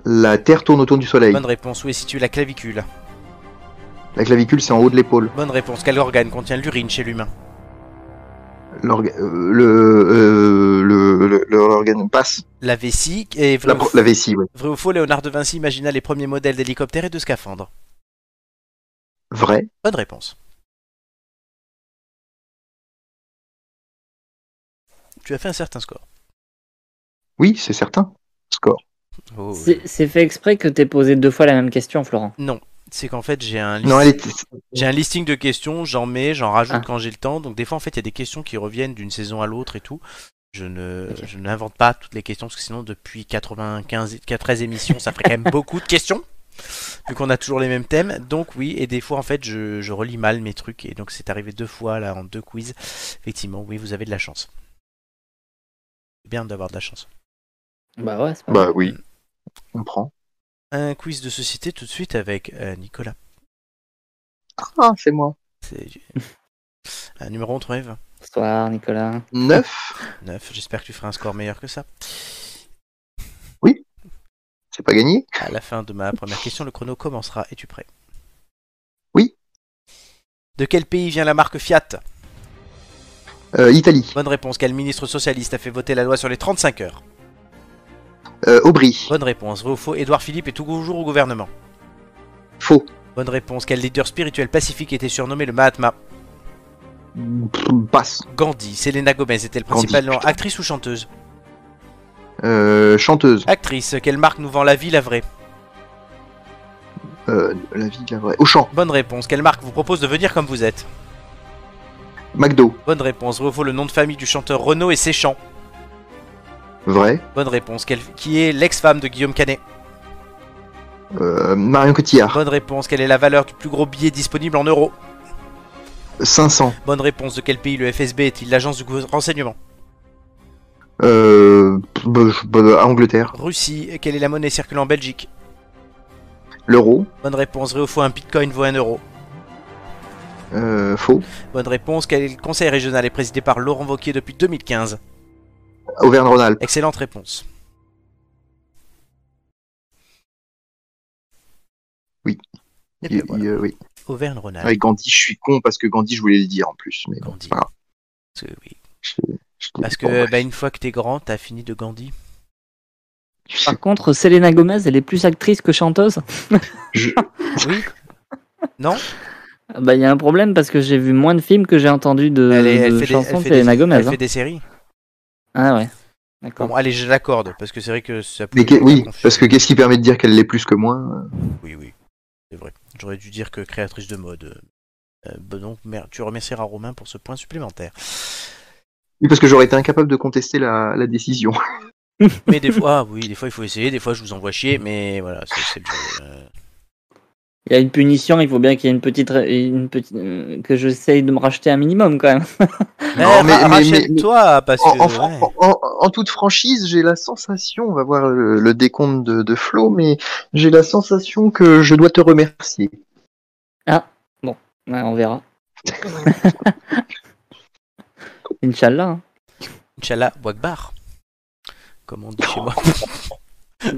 Speaker 2: La Terre tourne autour du Soleil.
Speaker 1: Bonne réponse. Où est située la clavicule
Speaker 2: La clavicule, c'est en haut de l'épaule.
Speaker 1: Bonne réponse. Quel organe contient l'urine chez l'humain
Speaker 2: L'orga- euh, le, euh, le, le- le- l'organe passe.
Speaker 1: La vessie. Et vrai,
Speaker 2: La,
Speaker 1: ou
Speaker 2: pro-
Speaker 1: faux-
Speaker 2: la vessie, oui.
Speaker 1: vrai ou faux, Léonard de Vinci imagina les premiers modèles d'hélicoptères et de scaphandres
Speaker 2: Vrai.
Speaker 1: Bonne réponse. Tu as fait un certain score.
Speaker 2: Oui, c'est certain. Score. Oh,
Speaker 3: C'est c'est fait exprès que t'aies posé deux fois la même question, Florent.
Speaker 1: Non, c'est qu'en fait j'ai un,
Speaker 2: Non, elle
Speaker 1: listing-
Speaker 2: était.
Speaker 1: j'ai un listing de questions, j'en mets, j'en rajoute
Speaker 3: Ah.
Speaker 1: quand j'ai le temps. Donc des fois en fait il y a des questions qui reviennent d'une saison à l'autre et tout. Je ne je n'invente pas toutes les questions parce que sinon depuis 95 13 émissions ça ferait quand même beaucoup de questions. Vu qu'on a toujours les mêmes thèmes, donc oui, et des fois en fait je, je relis mal mes trucs, et donc c'est arrivé deux fois là en deux quiz. Effectivement, oui, vous avez de la chance. C'est bien d'avoir de la chance.
Speaker 3: Bah ouais, c'est pas
Speaker 2: Bah oui. On prend.
Speaker 1: Un quiz de société tout de suite avec euh, Nicolas.
Speaker 2: Ah, c'est moi.
Speaker 1: C'est... Un numéro entre Eve
Speaker 3: Bonsoir, Nicolas.
Speaker 2: 9.
Speaker 1: 9. J'espère que tu feras un score meilleur que ça.
Speaker 2: C'est pas gagné.
Speaker 1: À la fin de ma première question, le chrono commencera. Es-tu prêt
Speaker 2: Oui.
Speaker 1: De quel pays vient la marque Fiat
Speaker 2: Euh, Italie.
Speaker 1: Bonne réponse. Quel ministre socialiste a fait voter la loi sur les 35 heures
Speaker 2: Euh, Aubry.
Speaker 1: Bonne réponse. Vrai ou faux Édouard Philippe est toujours au gouvernement.
Speaker 2: Faux.
Speaker 1: Bonne réponse. Quel leader spirituel pacifique était surnommé le Mahatma
Speaker 2: Pff, Passe.
Speaker 1: Gandhi. Selena Gomez était le
Speaker 2: Gandhi,
Speaker 1: principal
Speaker 2: putain.
Speaker 1: actrice ou chanteuse
Speaker 2: Euh, chanteuse.
Speaker 1: Actrice. Quelle marque nous vend la vie, la vraie
Speaker 2: Euh, la vie de la vraie. Auchan.
Speaker 1: Bonne réponse. Quelle marque vous propose de venir comme vous êtes
Speaker 2: McDo.
Speaker 1: Bonne réponse. Vrai ou faux, le nom de famille du chanteur Renaud et Séchant
Speaker 2: Vrai.
Speaker 1: Bonne réponse. Quelle- Qui est l'ex-femme de Guillaume Canet
Speaker 2: Euh, Marion Cotillard.
Speaker 1: Bonne réponse. Quelle est la valeur du plus gros billet disponible en euros
Speaker 2: 500.
Speaker 1: Bonne réponse. De quel pays le FSB est-il l'agence du gouver- renseignement
Speaker 2: Euh, pff, bah, je- bah, à Angleterre.
Speaker 1: Russie. Quelle est la monnaie circulant en Belgique
Speaker 2: L'euro.
Speaker 1: Bonne réponse. Vrai ou faux, un bitcoin vaut un euro
Speaker 2: Euh, faux.
Speaker 1: Bonne réponse. Quel conseil régional est présidé par Laurent Wauquiez depuis 2015
Speaker 2: Auvergne-Rhône-Alpes.
Speaker 1: Excellente réponse. Et
Speaker 2: Il-
Speaker 1: ben voilà.
Speaker 2: il- euh, oui.
Speaker 1: Auvergne-Rhône-Alpes.
Speaker 2: Avec Gandhi, je suis con parce que Gandhi, je voulais le dire en plus. Mais bon,
Speaker 1: Gandhi.
Speaker 2: c'est pas grave.
Speaker 1: Parce que, oui.
Speaker 2: Je- je l'ai-
Speaker 1: Parce
Speaker 2: bon,
Speaker 1: que, bah, une fois que t'es grand, t'as fini de Gandhi.
Speaker 2: bref.
Speaker 3: Par contre, Selena Gomez, elle est plus actrice que chanteuse.
Speaker 2: Je-
Speaker 1: Oui Non
Speaker 3: Bah, il y a un problème parce que j'ai vu moins de films que j'ai entendu de,
Speaker 1: Elle est- elle
Speaker 3: de
Speaker 1: fait des- elle
Speaker 3: chansons Euh, de
Speaker 1: fait des-
Speaker 3: Selena Gomez.
Speaker 1: Elle
Speaker 3: hein.
Speaker 1: fait des séries
Speaker 3: Ah ouais. D'accord.
Speaker 1: Bon, allez, je l'accorde, parce que c'est vrai que ça
Speaker 2: Ah. Mais
Speaker 1: pouvait
Speaker 2: que-
Speaker 1: être
Speaker 2: oui,
Speaker 1: confus.
Speaker 2: parce que qu'est-ce qui permet de dire qu'elle l'est plus que moins
Speaker 1: Oui, oui, c'est vrai. J'aurais dû dire que créatrice de mode. Euh, bah donc, mer- tu remercieras Romain pour ce point supplémentaire.
Speaker 2: Oui, parce que j'aurais été incapable de contester la, la décision.
Speaker 1: Mais des fois, ah oui, des fois il faut essayer, des fois je vous envoie chier, mais voilà, c'est c'est le jeu. euh.
Speaker 3: Il y a une punition, il faut bien qu'il y ait une petite, ra- une petite euh, que j'essaye de me racheter un minimum quand même.
Speaker 1: Eh,
Speaker 2: mais-
Speaker 1: ra-
Speaker 2: mais- mais-
Speaker 1: rachète-toi, parce
Speaker 2: En,
Speaker 1: que.
Speaker 2: en
Speaker 1: ouais.
Speaker 2: fran- en- en toute franchise, j'ai la sensation, on va voir le, le décompte de, de Flo, mais j'ai la sensation que je dois te remercier.
Speaker 3: Ouais, on verra. Inch'Allah. hein.
Speaker 1: Inch'Allah, Wakbar. Comme on dit chez moi.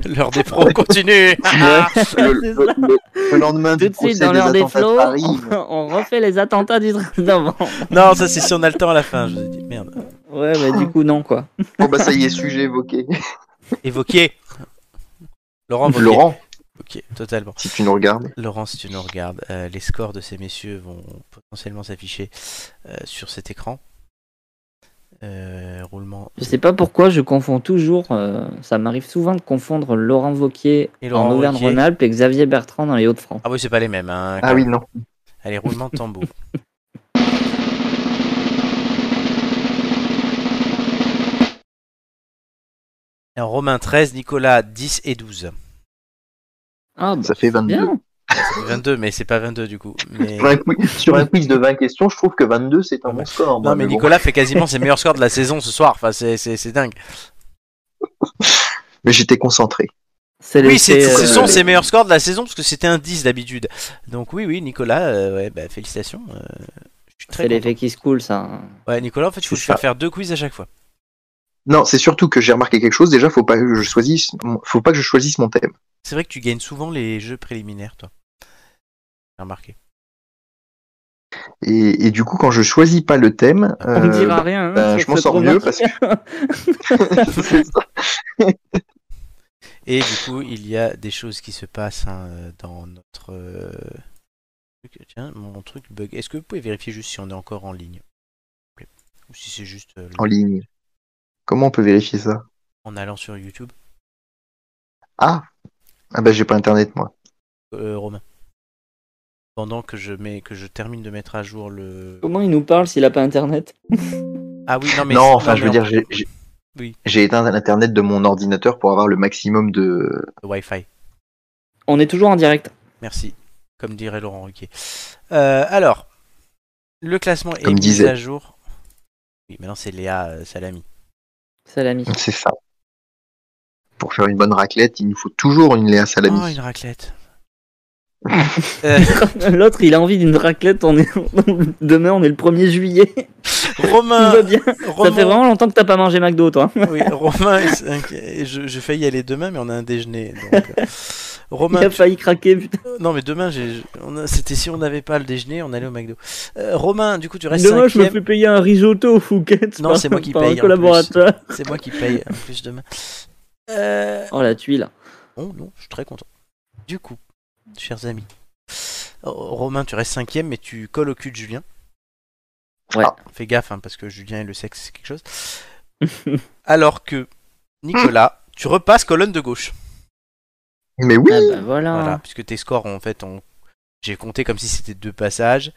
Speaker 1: L'heure des pros continue
Speaker 2: le,
Speaker 3: Ah, c'est
Speaker 2: le-
Speaker 3: ça.
Speaker 2: le- le lendemain
Speaker 3: Tout
Speaker 2: du
Speaker 3: de suite,
Speaker 2: procès
Speaker 3: dans l'heure des
Speaker 2: attentats de
Speaker 3: flots,
Speaker 2: Paris.
Speaker 3: on, on refait les attentats du 13 novembre.
Speaker 1: Non, ça c'est si on a le temps à la fin, je vous ai dit, merde.
Speaker 3: Ouais, mais du coup, non, quoi.
Speaker 2: Bon, bah ça y est, sujet évoqué.
Speaker 1: Évoqué Laurent, Wauquiez.
Speaker 2: Laurent,
Speaker 1: Ok, totalement.
Speaker 2: si tu nous regardes,
Speaker 1: Laurent, si tu nous regardes, euh, les scores de ces messieurs vont potentiellement s'afficher euh, sur cet écran. Euh, roulement.
Speaker 3: Je sais pas pourquoi je confonds toujours, euh, ça m'arrive souvent de confondre Laurent Vauquier
Speaker 1: Et Laurent
Speaker 3: en
Speaker 1: Wauquiez.
Speaker 3: Auvergne-Rhône-Alpes et Xavier Bertrand dans les Hauts-de-France.
Speaker 1: Ah oui, c'est pas les mêmes. Hein,
Speaker 2: ah oui, non.
Speaker 1: Allez, roulement de tambour. Alors, Romain 13, Nicolas 10 et 12.
Speaker 3: Ah, bah,
Speaker 2: Ça fait 22.
Speaker 3: bien.
Speaker 1: C'est 22, mais c'est pas 22 du coup. Mais...
Speaker 2: Sur un, qui- sur un quiz de 20 questions, je trouve que 22 c'est un bon score. moi,
Speaker 1: Non, mais
Speaker 2: bon.
Speaker 1: Nicolas fait quasiment ses meilleurs scores de la saison ce soir. Enfin, c'est- c'est c'est dingue.
Speaker 2: Mais j'étais concentré.
Speaker 3: C'est
Speaker 1: Oui,
Speaker 3: l'effet,
Speaker 1: c'est- ce
Speaker 3: euh,
Speaker 1: sont ses meilleurs scores de la saison parce que c'était un 10 d'habitude. Donc oui, oui, Nicolas, euh, ouais, bah, félicitations. euh, je suis très
Speaker 3: C'est
Speaker 1: content.
Speaker 3: l'effet qui se coule, ça.
Speaker 1: Ouais, Nicolas, en fait, il faut lui faire faire deux quiz à chaque fois.
Speaker 2: Non, c'est surtout que j'ai remarqué quelque chose. Déjà, faut pas que je choisisse, faut pas que je choisisse mon thème.
Speaker 1: C'est vrai que tu gagnes souvent les jeux préliminaires, toi. J'ai remarqué.
Speaker 2: Et, et du coup, quand je choisis pas le thème,
Speaker 3: On ne
Speaker 2: euh,
Speaker 3: dira rien. hein,
Speaker 2: ben,
Speaker 3: sur
Speaker 2: je m'en
Speaker 3: cette
Speaker 2: sors mieux parce
Speaker 3: remarque.
Speaker 2: que euh, c'est ça.
Speaker 1: Et du coup, il y a des choses qui se passent hein, euh, dans notre euh, truc. Tiens, mon truc bug. Est-ce que vous pouvez vérifier juste si on est encore en ligne s'il vous plaît Ou si c'est juste euh,
Speaker 2: en ligne. Comment on peut vérifier ça
Speaker 1: en allant sur YouTube
Speaker 2: Ah, ah bah j'ai pas internet moi.
Speaker 1: Euh, Romain. Pendant que je mets que je termine de mettre à jour le.
Speaker 3: Comment il nous parle s'il a pas internet
Speaker 1: Ah oui, non mais
Speaker 2: non, enfin, je
Speaker 1: mais
Speaker 2: veux
Speaker 1: on-
Speaker 2: dire, j'ai- j'ai
Speaker 1: Oui.
Speaker 2: j'ai éteint l'internet de mon ordinateur pour avoir le maximum de.
Speaker 1: le Wi-Fi.
Speaker 3: On est toujours en direct.
Speaker 1: Merci, comme dirait Laurent Ruquier. Euh, alors, le classement est
Speaker 2: Comme
Speaker 1: mis
Speaker 2: disait.
Speaker 1: à jour. Oui, maintenant c'est Léa euh, Salami.
Speaker 3: Salami.
Speaker 2: C'est ça. Pour faire une bonne raclette, il nous faut toujours une Léa Salami.
Speaker 1: Oh, une raclette. Euh,
Speaker 3: L'autre, il a envie d'une raclette. On est... Demain, on est le 1er juillet.
Speaker 1: Romain,
Speaker 3: Tout va bien. Ça
Speaker 1: Romain-
Speaker 3: fait vraiment longtemps que t'as pas mangé McDo, toi. hein.
Speaker 1: oui, Romain, il s'inquiète. je, je fais y aller demain, mais on a un déjeuner. donc, euh,
Speaker 3: il
Speaker 1: Romain,
Speaker 3: a failli craquer, putain.
Speaker 1: tu- non mais demain, j'ai- on a- c'était si on n'avait pas le déjéner, on allait au McDo. Euh, Romain, du coup, tu restes
Speaker 3: Demain, je me
Speaker 1: cinquième.
Speaker 3: fais payer un risotto aux fouquettes.
Speaker 1: Non,
Speaker 3: par-
Speaker 1: c'est moi qui
Speaker 3: par
Speaker 1: paye, en Euh,
Speaker 3: Un collaborateur.
Speaker 1: C'est moi qui paye en plus demain. Euh,
Speaker 3: Oh, la tuile.
Speaker 1: Bon, Oh non, je suis très content. Du coup, chers amis, oh, Romain, tu restes cinquième, mais tu colles au cul de Julien.
Speaker 3: Ouais.
Speaker 1: Ah, fais gaffe, hein, parce que Julien et le sexe, c'est quelque chose. Alors que Nicolas, tu repasses colonne de gauche.
Speaker 2: Mais oui
Speaker 3: Ah, bah voilà.
Speaker 1: Voilà, puisque tes scores, en fait, ont... j'ai compté comme si c'était deux passages.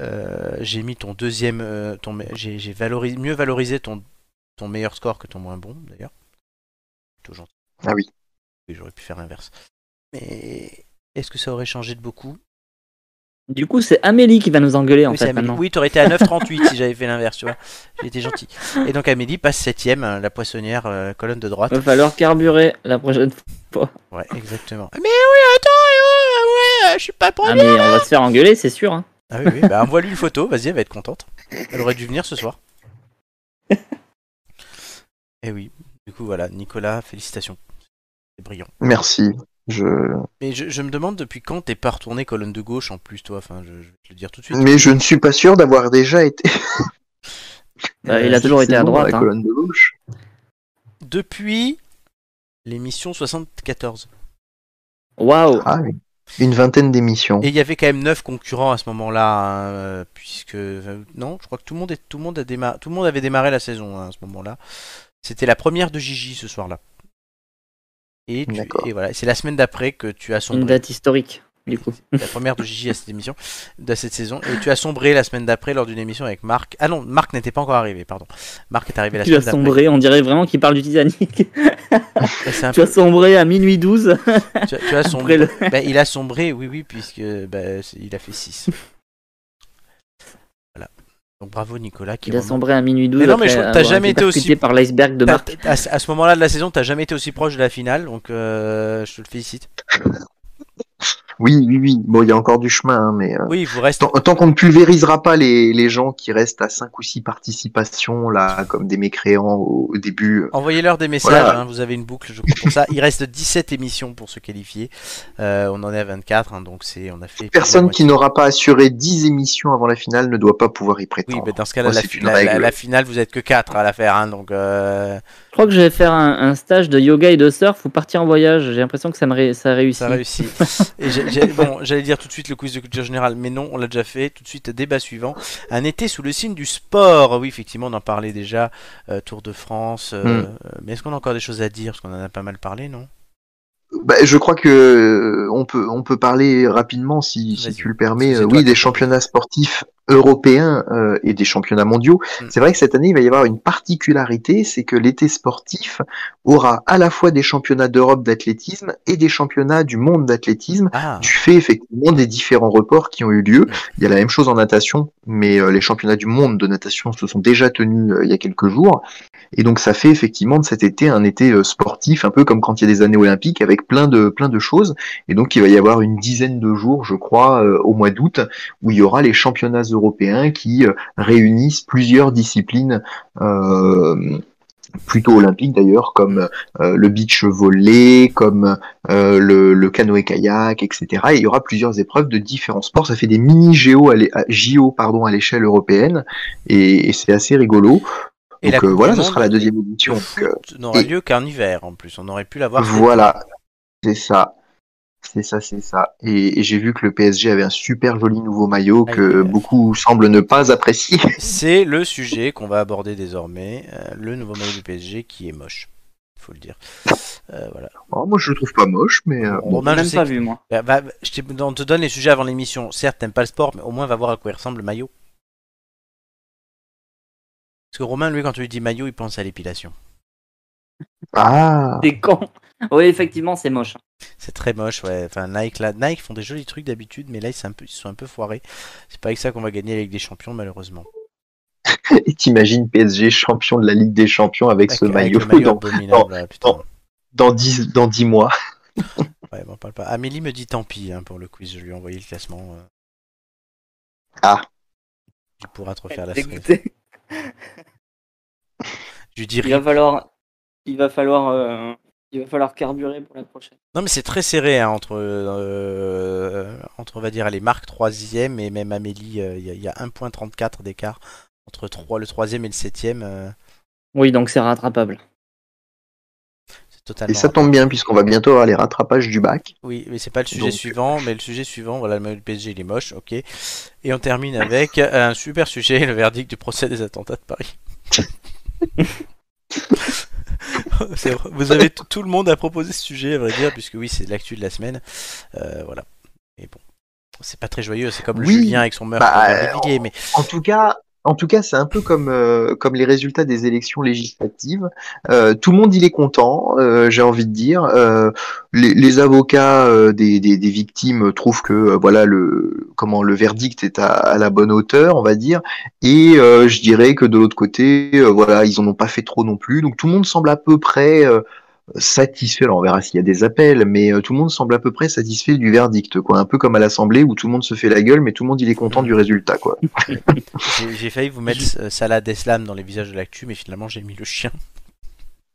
Speaker 1: Euh, j'ai mis ton deuxième, euh, ton, me- j'ai j'ai valoris- mieux valorisé ton, ton meilleur score que ton moins bon, d'ailleurs. Plutôt gentil.
Speaker 2: Ah oui.
Speaker 1: Oui, J'aurais pu faire l'inverse. Mais est-ce que ça aurait changé de beaucoup
Speaker 3: Du coup, c'est Amélie qui va nous engueuler, en
Speaker 1: Oui,
Speaker 3: fait,
Speaker 1: c'est Amélie.
Speaker 3: maintenant.
Speaker 1: Oui, t'aurais été à 9,38 si j'avais fait l'inverse, tu vois. J'ai été gentil. Et donc Amélie passe septième, hein, la poissonnière, euh, colonne de droite.
Speaker 3: Va falloir carburer la prochaine fois.
Speaker 1: Ouais, exactement. Mais oui, attends, ouais, ouais, je suis pas premier.
Speaker 3: Ah, mais on va se faire engueuler, c'est sûr. hein.
Speaker 1: Ah oui, oui, bah envoie-lui une photo, vas-y, elle va être contente. Elle aurait dû venir ce soir. Et oui, du coup voilà, Nicolas, félicitations. C'est brillant.
Speaker 2: Merci. Je...
Speaker 1: Mais je, je me demande depuis quand t'es pas retourné colonne de gauche en plus, toi, enfin, je, je vais te le dire tout de suite.
Speaker 2: Mais je ne suis pas sûr d'avoir déjà été.
Speaker 3: Bah, il a toujours été à
Speaker 2: Dans
Speaker 3: droite.
Speaker 2: la
Speaker 3: hein.
Speaker 2: colonne de gauche.
Speaker 1: Depuis l'émission 74.
Speaker 3: Waouh.
Speaker 2: Ah oui. Une vingtaine d'émissions.
Speaker 1: Et il y avait quand même 9 concurrents à ce moment-là, hein, euh, puisque euh, non, je crois que tout le monde, est, tout le monde, a déma- tout le monde avait démarré la saison hein, à ce moment-là. C'était la première de Gigi ce soir-là. Et, tu-
Speaker 2: D'accord.
Speaker 1: et voilà, c'est la semaine d'après que tu as
Speaker 3: Une
Speaker 1: sombré.
Speaker 3: date historique, du coup.
Speaker 1: La première de Gigi à cette émission, de cette saison. Et tu as sombré la semaine d'après lors d'une émission avec Marc. Ah non, Marc n'était pas encore arrivé, pardon. Marc est arrivé la
Speaker 3: Tu as
Speaker 1: semaine d'après.
Speaker 3: sombré, on dirait vraiment qu'il parle du Titanic.
Speaker 1: Et c'est un
Speaker 3: tu as sombré à minuit 12.
Speaker 1: peu- tu as- tu as sombré.
Speaker 3: Après le-
Speaker 1: Bah, il a sombré, oui, oui, puisque bah, c'est- il a fait 6. voilà. Donc bravo Nicolas qui
Speaker 3: Il a
Speaker 1: remonte.
Speaker 3: sombré à minuit 12.
Speaker 1: Mais non, mais je
Speaker 3: après
Speaker 1: crois que t'as
Speaker 3: avoir
Speaker 1: jamais été aussi-
Speaker 3: percuté par l'iceberg de
Speaker 1: T'as-
Speaker 3: Marc.
Speaker 1: t'as- À, ce- à ce moment-là de la saison, t'as jamais été aussi proche de la finale, donc euh, je te le félicite.
Speaker 2: Oui, oui, oui. Bon, il y a encore du chemin, hein, mais. euh,
Speaker 1: Oui, il vous reste.
Speaker 2: Tant, tant qu'on ne pulvérisera pas les, les gens qui restent à 5 ou 6 participations, là, comme des mécréants au, au début.
Speaker 1: Envoyez-leur des messages,
Speaker 2: Voilà.
Speaker 1: hein, vous avez une boucle, je crois, pour ça. Il reste 17 émissions pour se qualifier. Euh, on en est à 24, hein, donc c'est, on a fait. plus de la
Speaker 2: Personne qui
Speaker 1: moitié.
Speaker 2: n'aura pas assuré 10 émissions avant la finale ne doit pas pouvoir y
Speaker 1: Oui,
Speaker 2: prétendre.
Speaker 1: mais dans ce cas-là,
Speaker 2: Moi,
Speaker 1: la,
Speaker 2: c'est
Speaker 1: fi-
Speaker 2: une
Speaker 1: la- la-
Speaker 2: règle.
Speaker 1: la finale, vous êtes que 4 à la faire, hein, donc. euh,
Speaker 3: Je crois que je vais faire un, un stage de yoga et de surf ou partir en voyage. J'ai l'impression que ça, me ré- ça réussit.
Speaker 1: Ça réussit. Et j'ai- j'ai- bon, j'allais dire tout de suite le quiz de culture générale, mais non, on l'a déjà fait. Tout de suite, débat suivant. Un été sous le signe du sport. Oui, effectivement, on en parlait déjà. euh, Tour de France. euh,
Speaker 2: Mm.
Speaker 1: euh, Mais est-ce qu'on a encore des choses à dire Parce qu'on en a pas mal parlé, non
Speaker 2: Bah, je crois que euh, on peut on peut parler rapidement si, si
Speaker 1: Vas-y.
Speaker 2: tu le permets.
Speaker 1: C'est
Speaker 2: Euh,
Speaker 1: toi
Speaker 2: oui,
Speaker 1: qui-
Speaker 2: des championnats sportifs européens euh, et des championnats mondiaux.
Speaker 1: Mm.
Speaker 2: C'est vrai que cette année, il va y avoir une particularité, c'est que l'été sportif aura à la fois des championnats d'Europe d'athlétisme et des championnats du monde d'athlétisme,
Speaker 1: Ah,
Speaker 2: du fait effectivement des différents reports qui ont eu lieu. Il y a la même chose en natation, mais euh, les championnats du monde de natation se sont déjà tenus euh, il y a quelques jours. Et donc ça fait effectivement de cet été un été euh, sportif, un peu comme quand il y a des années olympiques, avec plein de, plein de choses. Et donc il va y avoir une dizaine de jours, je crois, euh, au mois d'août, où il y aura les championnats européens qui euh, réunissent plusieurs disciplines. euh, plutôt olympiques d'ailleurs, comme euh, le beach volley, comme euh, le, le canoë kayak, etc. Et il y aura plusieurs épreuves de différents sports. Ça fait des mini géo à l'é- à- JO pardon à l'échelle européenne, et, et c'est assez rigolo.
Speaker 1: Et la
Speaker 2: Donc
Speaker 1: Coupe
Speaker 2: euh, voilà,
Speaker 1: du
Speaker 2: ce
Speaker 1: Monde
Speaker 2: sera la deuxième édition. Donc, euh,
Speaker 1: n'aura
Speaker 2: et-
Speaker 1: lieu qu'un hiver en plus. On aurait pu l'avoir.
Speaker 2: voilà, c'est ça. C'est ça, c'est ça. Et, et j'ai vu que le PSG avait un super joli nouveau
Speaker 1: Ah,
Speaker 2: maillot que beaucoup semblent ne pas apprécier.
Speaker 1: C'est le sujet qu'on va aborder désormais. euh, le nouveau maillot du PSG qui est moche. Faut le dire. Euh, voilà.
Speaker 2: Oh, moi, je le trouve pas moche, mais euh, bon.
Speaker 1: je sais que- Bah, bah, je t'ai- on te donne les sujets avant l'émission. Certes, t'aimes pas le sport, mais au moins va voir à quoi il ressemble le maillot. Parce que Romain, lui, quand tu lui dis maillot, il pense à l'épilation.
Speaker 2: Ah
Speaker 3: Des cons Oui, effectivement, c'est moche. hein.
Speaker 1: C'est très moche, ouais. Enfin, Nike, là, Nike font des jolis trucs d'habitude, mais là, ils sont un peu, ils sont un peu foirés. C'est pas avec ça qu'on va gagner avec des champions, malheureusement.
Speaker 2: Et t'imagines PSG champion de la Ligue des Champions avec ce
Speaker 1: Avec
Speaker 2: maillot,
Speaker 1: le maillot
Speaker 2: dans,
Speaker 1: abominable, là, putain.
Speaker 2: dans, dans, 10, dans 10 mois.
Speaker 1: Ouais, m'en parle pas. Amélie me dit tant pis hein, pour le quiz. Je lui ai envoyé le classement. euh,
Speaker 2: Ah.
Speaker 1: Il pourra te refaire la cerise.
Speaker 3: Dégoûté.
Speaker 1: Je lui dis
Speaker 3: Il va falloir, il va falloir, euh, il va falloir carburer pour la prochaine.
Speaker 1: Non, mais c'est très serré hein, entre, euh, entre, on va dire, les marques 3 et même Amélie. euh, Il y a- il y a, 1,34 d'écart entre 3, le 3 et le 7 euh,
Speaker 3: Oui, donc c'est rattrapable.
Speaker 1: C'est totalement.
Speaker 2: Et ça tombe bien puisqu'on va bientôt avoir les rattrapages du bac.
Speaker 1: Oui, mais c'est pas le sujet
Speaker 2: Donc-
Speaker 1: suivant. Mais le sujet suivant, voilà, le maillot du PSG, il est moche, ok. Et on termine avec un super sujet le verdict du procès des attentats de Paris. C'est vrai, Vous avez t- tout le monde à proposer ce sujet, à vrai dire, puisque oui, c'est l'actu de la semaine. Euh, voilà. Et bon, c'est pas très joyeux, c'est comme le
Speaker 2: Oui,
Speaker 1: Julien avec son meurtre
Speaker 2: bah,
Speaker 1: dans le Villiers, mais
Speaker 2: En tout cas, en tout cas, c'est un peu comme euh, comme les résultats des élections législatives. Euh, tout le monde il est content. euh, J'ai envie de dire, Euh, les, les avocats euh, des, des, des victimes trouvent que euh, voilà le comment le verdict est à, à la bonne hauteur, on va dire. Et euh, je dirais que de l'autre côté, euh, voilà, ils en ont pas fait trop non plus. Donc tout le monde semble à peu près euh, satisfait. Alors on verra s'il y a des appels, mais euh, tout le monde semble à peu près satisfait du verdict, quoi. Un peu comme à l'Assemblée où tout le monde se fait la gueule, mais tout le monde il est content du résultat, quoi.
Speaker 1: j'ai- j'ai failli vous mettre euh, Salah Deslam dans les visages de l'actu, mais finalement j'ai mis le chien.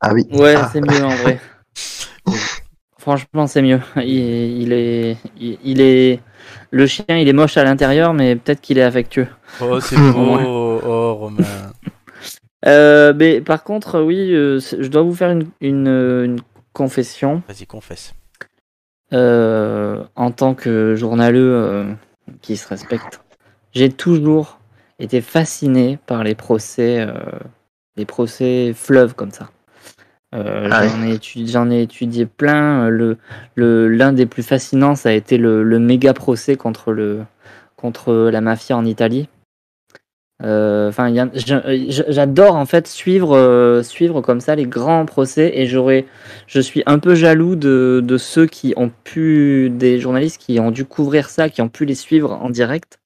Speaker 2: Ah oui.
Speaker 3: Ouais,
Speaker 2: Ah.
Speaker 3: c'est mieux en vrai. Franchement, c'est mieux. Il, il est, il, il est, le chien, il est moche à l'intérieur, mais peut-être qu'il est affectueux.
Speaker 1: Oh, c'est beau, oh Romain.
Speaker 3: Euh, mais par contre, oui, euh, c'est- je dois vous faire une, une, euh, une confession.
Speaker 1: Vas-y, confesse.
Speaker 3: Euh, en tant que journaleux euh, qui se respecte, j'ai toujours été fasciné par les procès, euh, les procès fleuves comme ça. Euh,
Speaker 2: Ah ouais.
Speaker 3: j'en, ai étu- j'en ai étudié plein. Euh, Le, le, l'un des plus fascinants, ça a été le, le méga procès contre, le, contre la mafia en Italie. Euh, Enfin, il y a- j'a- j'a- j'adore en fait suivre, euh, suivre comme ça les grands procès et j'aurais, je suis un peu jaloux de, de ceux qui ont pu, des journalistes qui ont dû couvrir ça, qui ont pu les suivre en direct,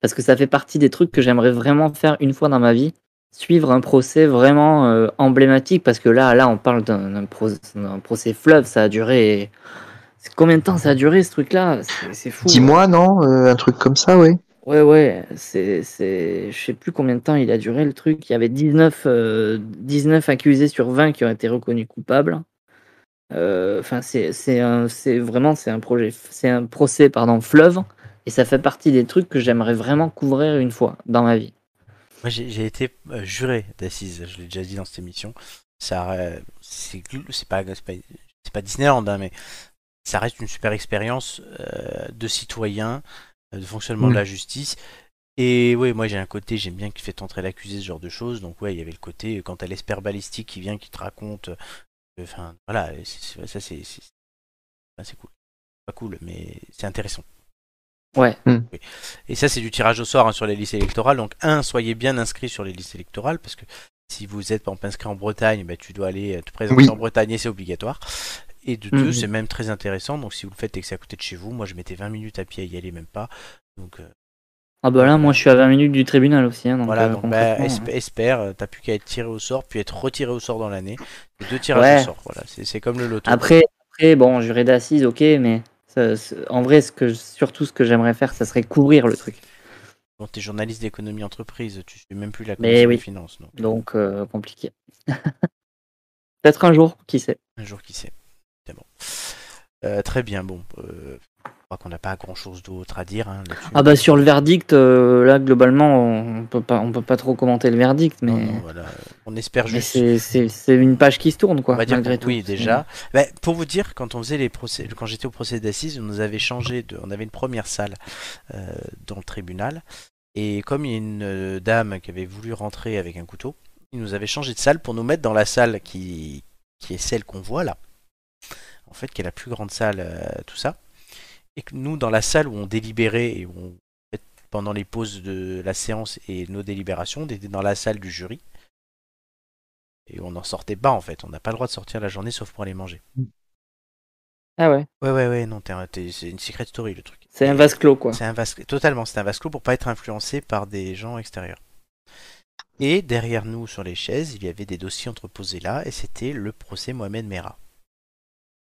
Speaker 3: parce que ça fait partie des trucs que j'aimerais vraiment faire une fois dans ma vie, suivre un procès vraiment euh, emblématique, parce que là, là, on parle d'un d'un pro- d'un procès fleuve, ça a duré. c'est- Combien de temps ça a duré ce truc-là C'est- C'est fou. hein.
Speaker 2: Dix mois, non Euh, Un truc comme ça, ouais.
Speaker 3: Ouais, ouais, c'est, c'est... je sais plus combien de temps il a duré le truc. Il y avait 19, euh, 19 accusés sur 20 qui ont été reconnus coupables. Euh, Enfin, c'est, c'est, un, c'est vraiment c'est un, projet, c'est un procès pardon, fleuve. Et ça fait partie des trucs que j'aimerais vraiment couvrir une fois dans ma vie.
Speaker 1: Moi, j'ai j'ai été euh, juré d'assises, je l'ai déjà dit dans cette émission. Ça, euh, c'est glou- c'est pas, c'est pas, c'est pas Disneyland, hein, mais ça reste une super expérience euh, de citoyen, euh, de fonctionnement de
Speaker 2: Mm.
Speaker 1: la justice. Et oui, moi j'ai un côté, j'aime bien qui fait entrer l'accusé, ce genre de choses. Donc ouais, il y avait le côté euh, quand t'as l'expert balistique qui vient, qui te raconte. euh, Enfin voilà, c'est- c'est- ça c'est c'est- enfin, c'est cool, pas cool, mais c'est intéressant.
Speaker 3: Ouais.
Speaker 2: Mm.
Speaker 1: Et ça, c'est du tirage au sort hein, sur les listes électorales. Donc, un, soyez bien inscrit sur les listes électorales, parce que si vous êtes, par exemple, inscrit en Bretagne, bah, tu dois aller euh, te présenter
Speaker 2: Oui.
Speaker 1: en Bretagne et c'est obligatoire. Et de
Speaker 2: Mhm.
Speaker 1: deux, c'est même très intéressant. Donc, si vous le faites et que c'est à côté de chez vous, moi, je mettais 20 minutes à pied à y aller, même pas. Donc, euh,
Speaker 3: Ah bah là, moi je suis à 20 minutes du tribunal aussi. hein, donc,
Speaker 1: voilà,
Speaker 3: euh,
Speaker 1: donc, bah,
Speaker 3: concrètement,
Speaker 1: esp-
Speaker 3: hein.
Speaker 1: espère, euh, t'as plus qu'à être tiré au sort, puis être retiré au sort dans l'année. C'est Deux tirages
Speaker 3: Ouais.
Speaker 1: au sort, voilà. C'est c'est comme le loto.
Speaker 3: euh. Après, après, bon, juré d'assises, ok, mais ça- ça- en vrai, ce que je- surtout ce que j'aimerais faire, ça serait couvrir le truc.
Speaker 1: Bon, t'es journaliste d'économie entreprise, tu suis même plus la
Speaker 3: Mais
Speaker 1: commission
Speaker 3: oui.
Speaker 1: des finances. non.
Speaker 3: Donc euh, compliqué. Peut-être un jour, qui sait.
Speaker 1: Un jour, qui sait. C'est bon. Euh, très bien, bon. euh, je crois qu'on n'a pas grand chose d'autre à dire. hein, là-dessus.
Speaker 3: Ah bah sur le verdict, euh, là globalement, on peut pas, on peut pas trop commenter le verdict, mais,
Speaker 1: Voilà, euh, on espère
Speaker 3: mais
Speaker 1: juste.
Speaker 3: c'est- c'est c'est une page qui se tourne quoi,
Speaker 1: On va dire
Speaker 3: malgré
Speaker 1: qu'on-
Speaker 3: tout. Mm.
Speaker 1: oui déjà. Bah, pour vous dire, quand on faisait les procès, quand j'étais au procès d'assises, on nous avait changé de, on avait une première salle euh, dans le tribunal, et comme il y a une euh, dame qui avait voulu rentrer avec un couteau, ils nous avaient changé de salle pour nous mettre dans la salle qui qui est celle qu'on voit là, en fait, qui est la plus grande salle, euh, tout ça, et que nous dans la salle où on délibérait et où on pendant les pauses de la séance et nos délibérations, on était dans la salle du jury. Et on n'en sortait pas en fait. On n'a pas le droit de sortir la journée sauf pour aller manger.
Speaker 3: Ah ouais.
Speaker 1: Ouais, ouais, ouais, non, t'es un- t'es- c'est une secret story le truc.
Speaker 3: C'est un vase clos quoi.
Speaker 1: C'est un vase, totalement, c'est un vase clos pour pas être influencé par des gens extérieurs. Et derrière nous, sur les chaises, il y avait des dossiers entreposés là, et c'était le procès Mohamed Merah.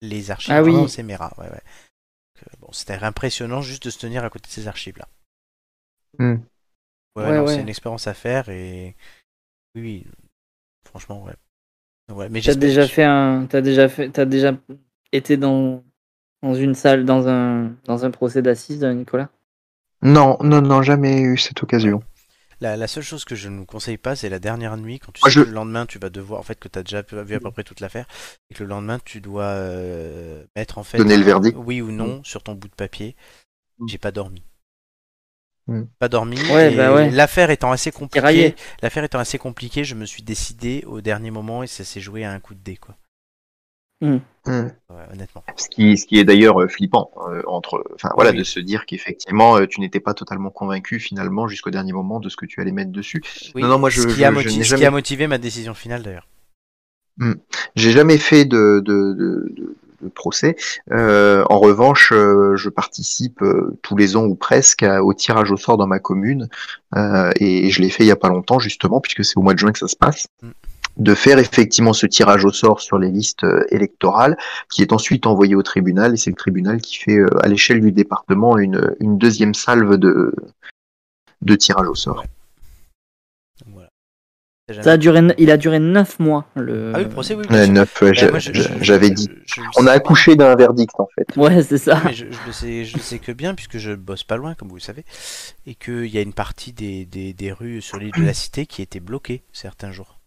Speaker 1: Les archives
Speaker 3: Ah oui.
Speaker 1: du procès Merah, ouais, ouais. Donc, euh, bon, c'était impressionnant juste de se tenir à côté de ces archives là.
Speaker 2: Hmm.
Speaker 1: Ouais,
Speaker 3: Ouais,
Speaker 1: non,
Speaker 3: ouais.
Speaker 1: c'est une expérience à faire et oui, oui, franchement, ouais. Ouais, mais
Speaker 3: T'as
Speaker 1: j'espère-
Speaker 3: déjà fait un, t'as déjà fait, t'as déjà été dans dans une salle, dans un dans un procès d'assises, Nicolas.
Speaker 2: Non, non, non, jamais eu cette occasion.
Speaker 1: La, la seule chose que je ne conseille pas, c'est la dernière nuit, quand tu
Speaker 2: Moi,
Speaker 1: sais
Speaker 2: je- Mm.
Speaker 1: que le lendemain, tu vas devoir, en fait, que tu as déjà vu à peu près toute l'affaire, et que le lendemain, tu dois euh, mettre, en fait,
Speaker 2: Donner le verdict.
Speaker 1: oui ou non, sur ton bout de papier. J'ai pas dormi.
Speaker 2: Mm.
Speaker 1: Pas dormi.
Speaker 3: Ouais,
Speaker 1: et
Speaker 3: bah ouais.
Speaker 1: L'affaire étant assez compliquée,
Speaker 3: Tiraillé.
Speaker 1: l'affaire étant assez compliquée, je me suis décidé au dernier moment et ça s'est joué à un coup de dé, quoi.
Speaker 3: Mm.
Speaker 2: Hmm.
Speaker 1: Ouais, honnêtement.
Speaker 2: Ce qui, ce qui est d'ailleurs euh, flippant, euh, entre, enfin voilà,
Speaker 1: Oui.
Speaker 2: de se dire qu'effectivement euh, tu n'étais pas totalement convaincu finalement jusqu'au dernier moment de ce que tu allais mettre dessus.
Speaker 1: Oui,
Speaker 2: non, non, moi je,
Speaker 1: ce qui,
Speaker 2: je-
Speaker 1: a
Speaker 2: je
Speaker 1: motivé,
Speaker 2: n'ai
Speaker 1: ce qui a
Speaker 2: jamais,
Speaker 1: motivé ma décision finale, d'ailleurs.
Speaker 2: j'ai jamais fait de, de, de- de- de procès. Euh, en revanche, euh, je participe euh, tous les ans ou presque à- au tirage au sort dans ma commune euh, et je l'ai fait il y a pas longtemps justement puisque c'est au mois de juin que ça se passe.
Speaker 1: Mm.
Speaker 2: de faire effectivement ce tirage au sort sur les listes euh, électorales, qui est ensuite envoyé au tribunal, et c'est le tribunal qui fait euh, à l'échelle du département une, une deuxième salve de, de tirage au sort.
Speaker 1: Donc, voilà. T'as jamais-
Speaker 3: Ça a duré, ne- il a duré 9 mois le.
Speaker 1: Ah oui, le procès, oui. oui,
Speaker 2: Euh,
Speaker 1: je-
Speaker 2: neuf, ouais,
Speaker 1: bah,
Speaker 2: j'a-
Speaker 1: moi, je-
Speaker 2: j'a-
Speaker 1: je-
Speaker 2: j'avais
Speaker 1: je-
Speaker 2: dit.
Speaker 1: je- je-
Speaker 2: On a accouché d'un verdict en fait.
Speaker 3: Ouais, c'est ça.
Speaker 1: Non, mais je, je le sais, je le sais que bien, puisque je bosse pas loin, comme vous le savez, et qu'il y a une partie des, des, des rues sur l'île de la Cité qui étaient bloquées certains jours.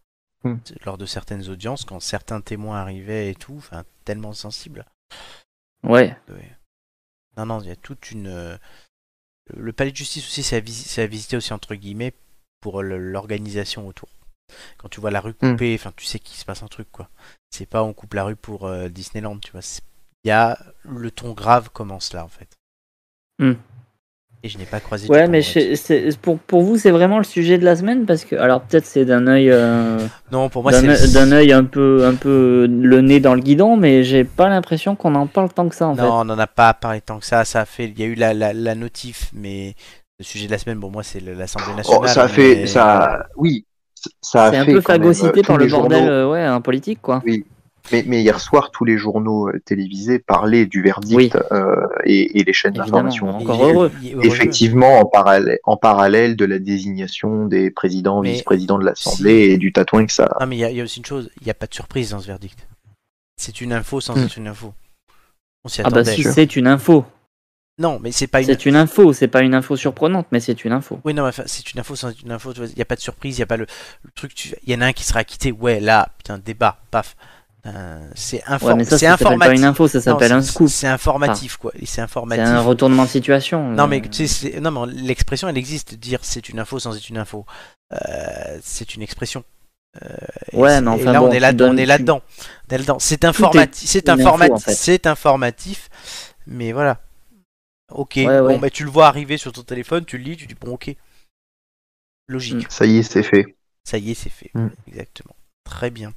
Speaker 2: Hmm.
Speaker 1: Lors de certaines audiences, quand certains témoins arrivaient et tout, enfin, tellement sensible.
Speaker 3: Ouais.
Speaker 1: Non, non, il y a toute une. euh, Le palais de justice aussi, c'est à, visi- c'est à visiter aussi, entre guillemets, pour le- l'organisation autour. Quand tu vois la rue
Speaker 2: Hmm.
Speaker 1: coupée, enfin, tu sais qu'il se passe un truc, quoi. C'est pas on coupe la rue pour euh, Disneyland, tu vois. c'est- Il y a. Le ton grave commence là, en fait.
Speaker 3: Hmm.
Speaker 1: Et je n'ai pas croisé.
Speaker 3: Ouais,
Speaker 1: du
Speaker 3: mais
Speaker 1: Pomereux.
Speaker 3: je- c'est- pour, pour vous, c'est vraiment le sujet de la semaine parce que, alors peut-être c'est d'un œil, euh,
Speaker 1: Non, pour moi,
Speaker 3: d'un
Speaker 1: c'est.
Speaker 3: œil- d'un œil un peu, un peu le nez dans le guidon, mais j'ai pas l'impression qu'on en parle tant que ça en
Speaker 1: Non, on n'en a pas parlé tant que ça. Ça a fait. Il y a eu la, la, la notif, mais le sujet de la semaine, pour moi, c'est le- l'Assemblée nationale.
Speaker 2: Oh, ça a
Speaker 1: mais-
Speaker 2: fait, ça, oui, ça-
Speaker 3: fait.
Speaker 2: ça a
Speaker 3: C'est
Speaker 2: fait
Speaker 3: un peu
Speaker 2: quand même, euh,
Speaker 3: phagocyté
Speaker 2: tous
Speaker 3: par le
Speaker 2: les
Speaker 3: bordel,
Speaker 2: journaux.
Speaker 3: euh, ouais, hein, politique quoi.
Speaker 2: Oui, mais, mais hier soir, tous les journaux euh, télévisés parlaient du verdict
Speaker 3: Oui.
Speaker 2: euh, et, et les chaînes
Speaker 3: Évidemment, hein.
Speaker 2: d'information.
Speaker 1: Il-
Speaker 3: encore
Speaker 1: il-
Speaker 3: heureux.
Speaker 1: il- heureux.
Speaker 2: Effectivement, en parallèle, en parallèle de la désignation des présidents,
Speaker 1: Mais-
Speaker 2: vice-présidents de l'Assemblée et du tatouin que ça.
Speaker 1: Non, mais il y a- il y, a aussi une chose. Il n'y a pas de surprise dans ce verdict. C'est une info sans
Speaker 2: Hmm.
Speaker 1: être une info. On s'y
Speaker 3: Ah bah
Speaker 1: attendait.
Speaker 3: si, c'est une info.
Speaker 1: Non, mais c'est pas une.
Speaker 3: C'est une info, c'est pas une info surprenante, mais c'est une info.
Speaker 1: Oui, non, mais enfin, c'est une info sans être une info. Il n'y a pas de surprise. Il n'y a pas le, le truc. tu- Il y en a un qui sera acquitté. Ouais, là, putain, débat, paf. Euh, c'est
Speaker 3: Ouais,
Speaker 1: inform...
Speaker 3: mais ça,
Speaker 1: c'est
Speaker 3: ça s'appelle pas
Speaker 1: informatif.
Speaker 3: une info, ça
Speaker 1: Non,
Speaker 3: s'appelle
Speaker 1: c'est-
Speaker 3: un scoop.
Speaker 1: C'est informatif, quoi. Et C'est
Speaker 3: C'est
Speaker 1: informatif.
Speaker 3: un retournement de situation.
Speaker 1: Non mais tu sais, c'est- non mais l'expression elle existe dire c'est une info sans être une info Euh, c'est une expression Euh, et
Speaker 3: Ouais,
Speaker 1: c'est-
Speaker 3: mais
Speaker 1: et
Speaker 3: enfin,
Speaker 1: là
Speaker 3: bon,
Speaker 1: on est
Speaker 3: tu
Speaker 1: là on
Speaker 3: donnes-
Speaker 1: est
Speaker 3: tu-
Speaker 1: là dedans là dedans c'est
Speaker 3: est
Speaker 1: informatif c'est
Speaker 3: une info, en
Speaker 1: informatif
Speaker 3: fait.
Speaker 1: c'est informatif mais voilà Ok,
Speaker 3: Ouais,
Speaker 1: bon,
Speaker 3: ouais.
Speaker 1: bah, tu le vois arriver sur ton téléphone, tu le lis, tu dis bon, ok. Logique.
Speaker 2: Ça y est, c'est fait.
Speaker 1: Ça y est, c'est fait.
Speaker 2: Mm.
Speaker 1: Exactement. Très bien.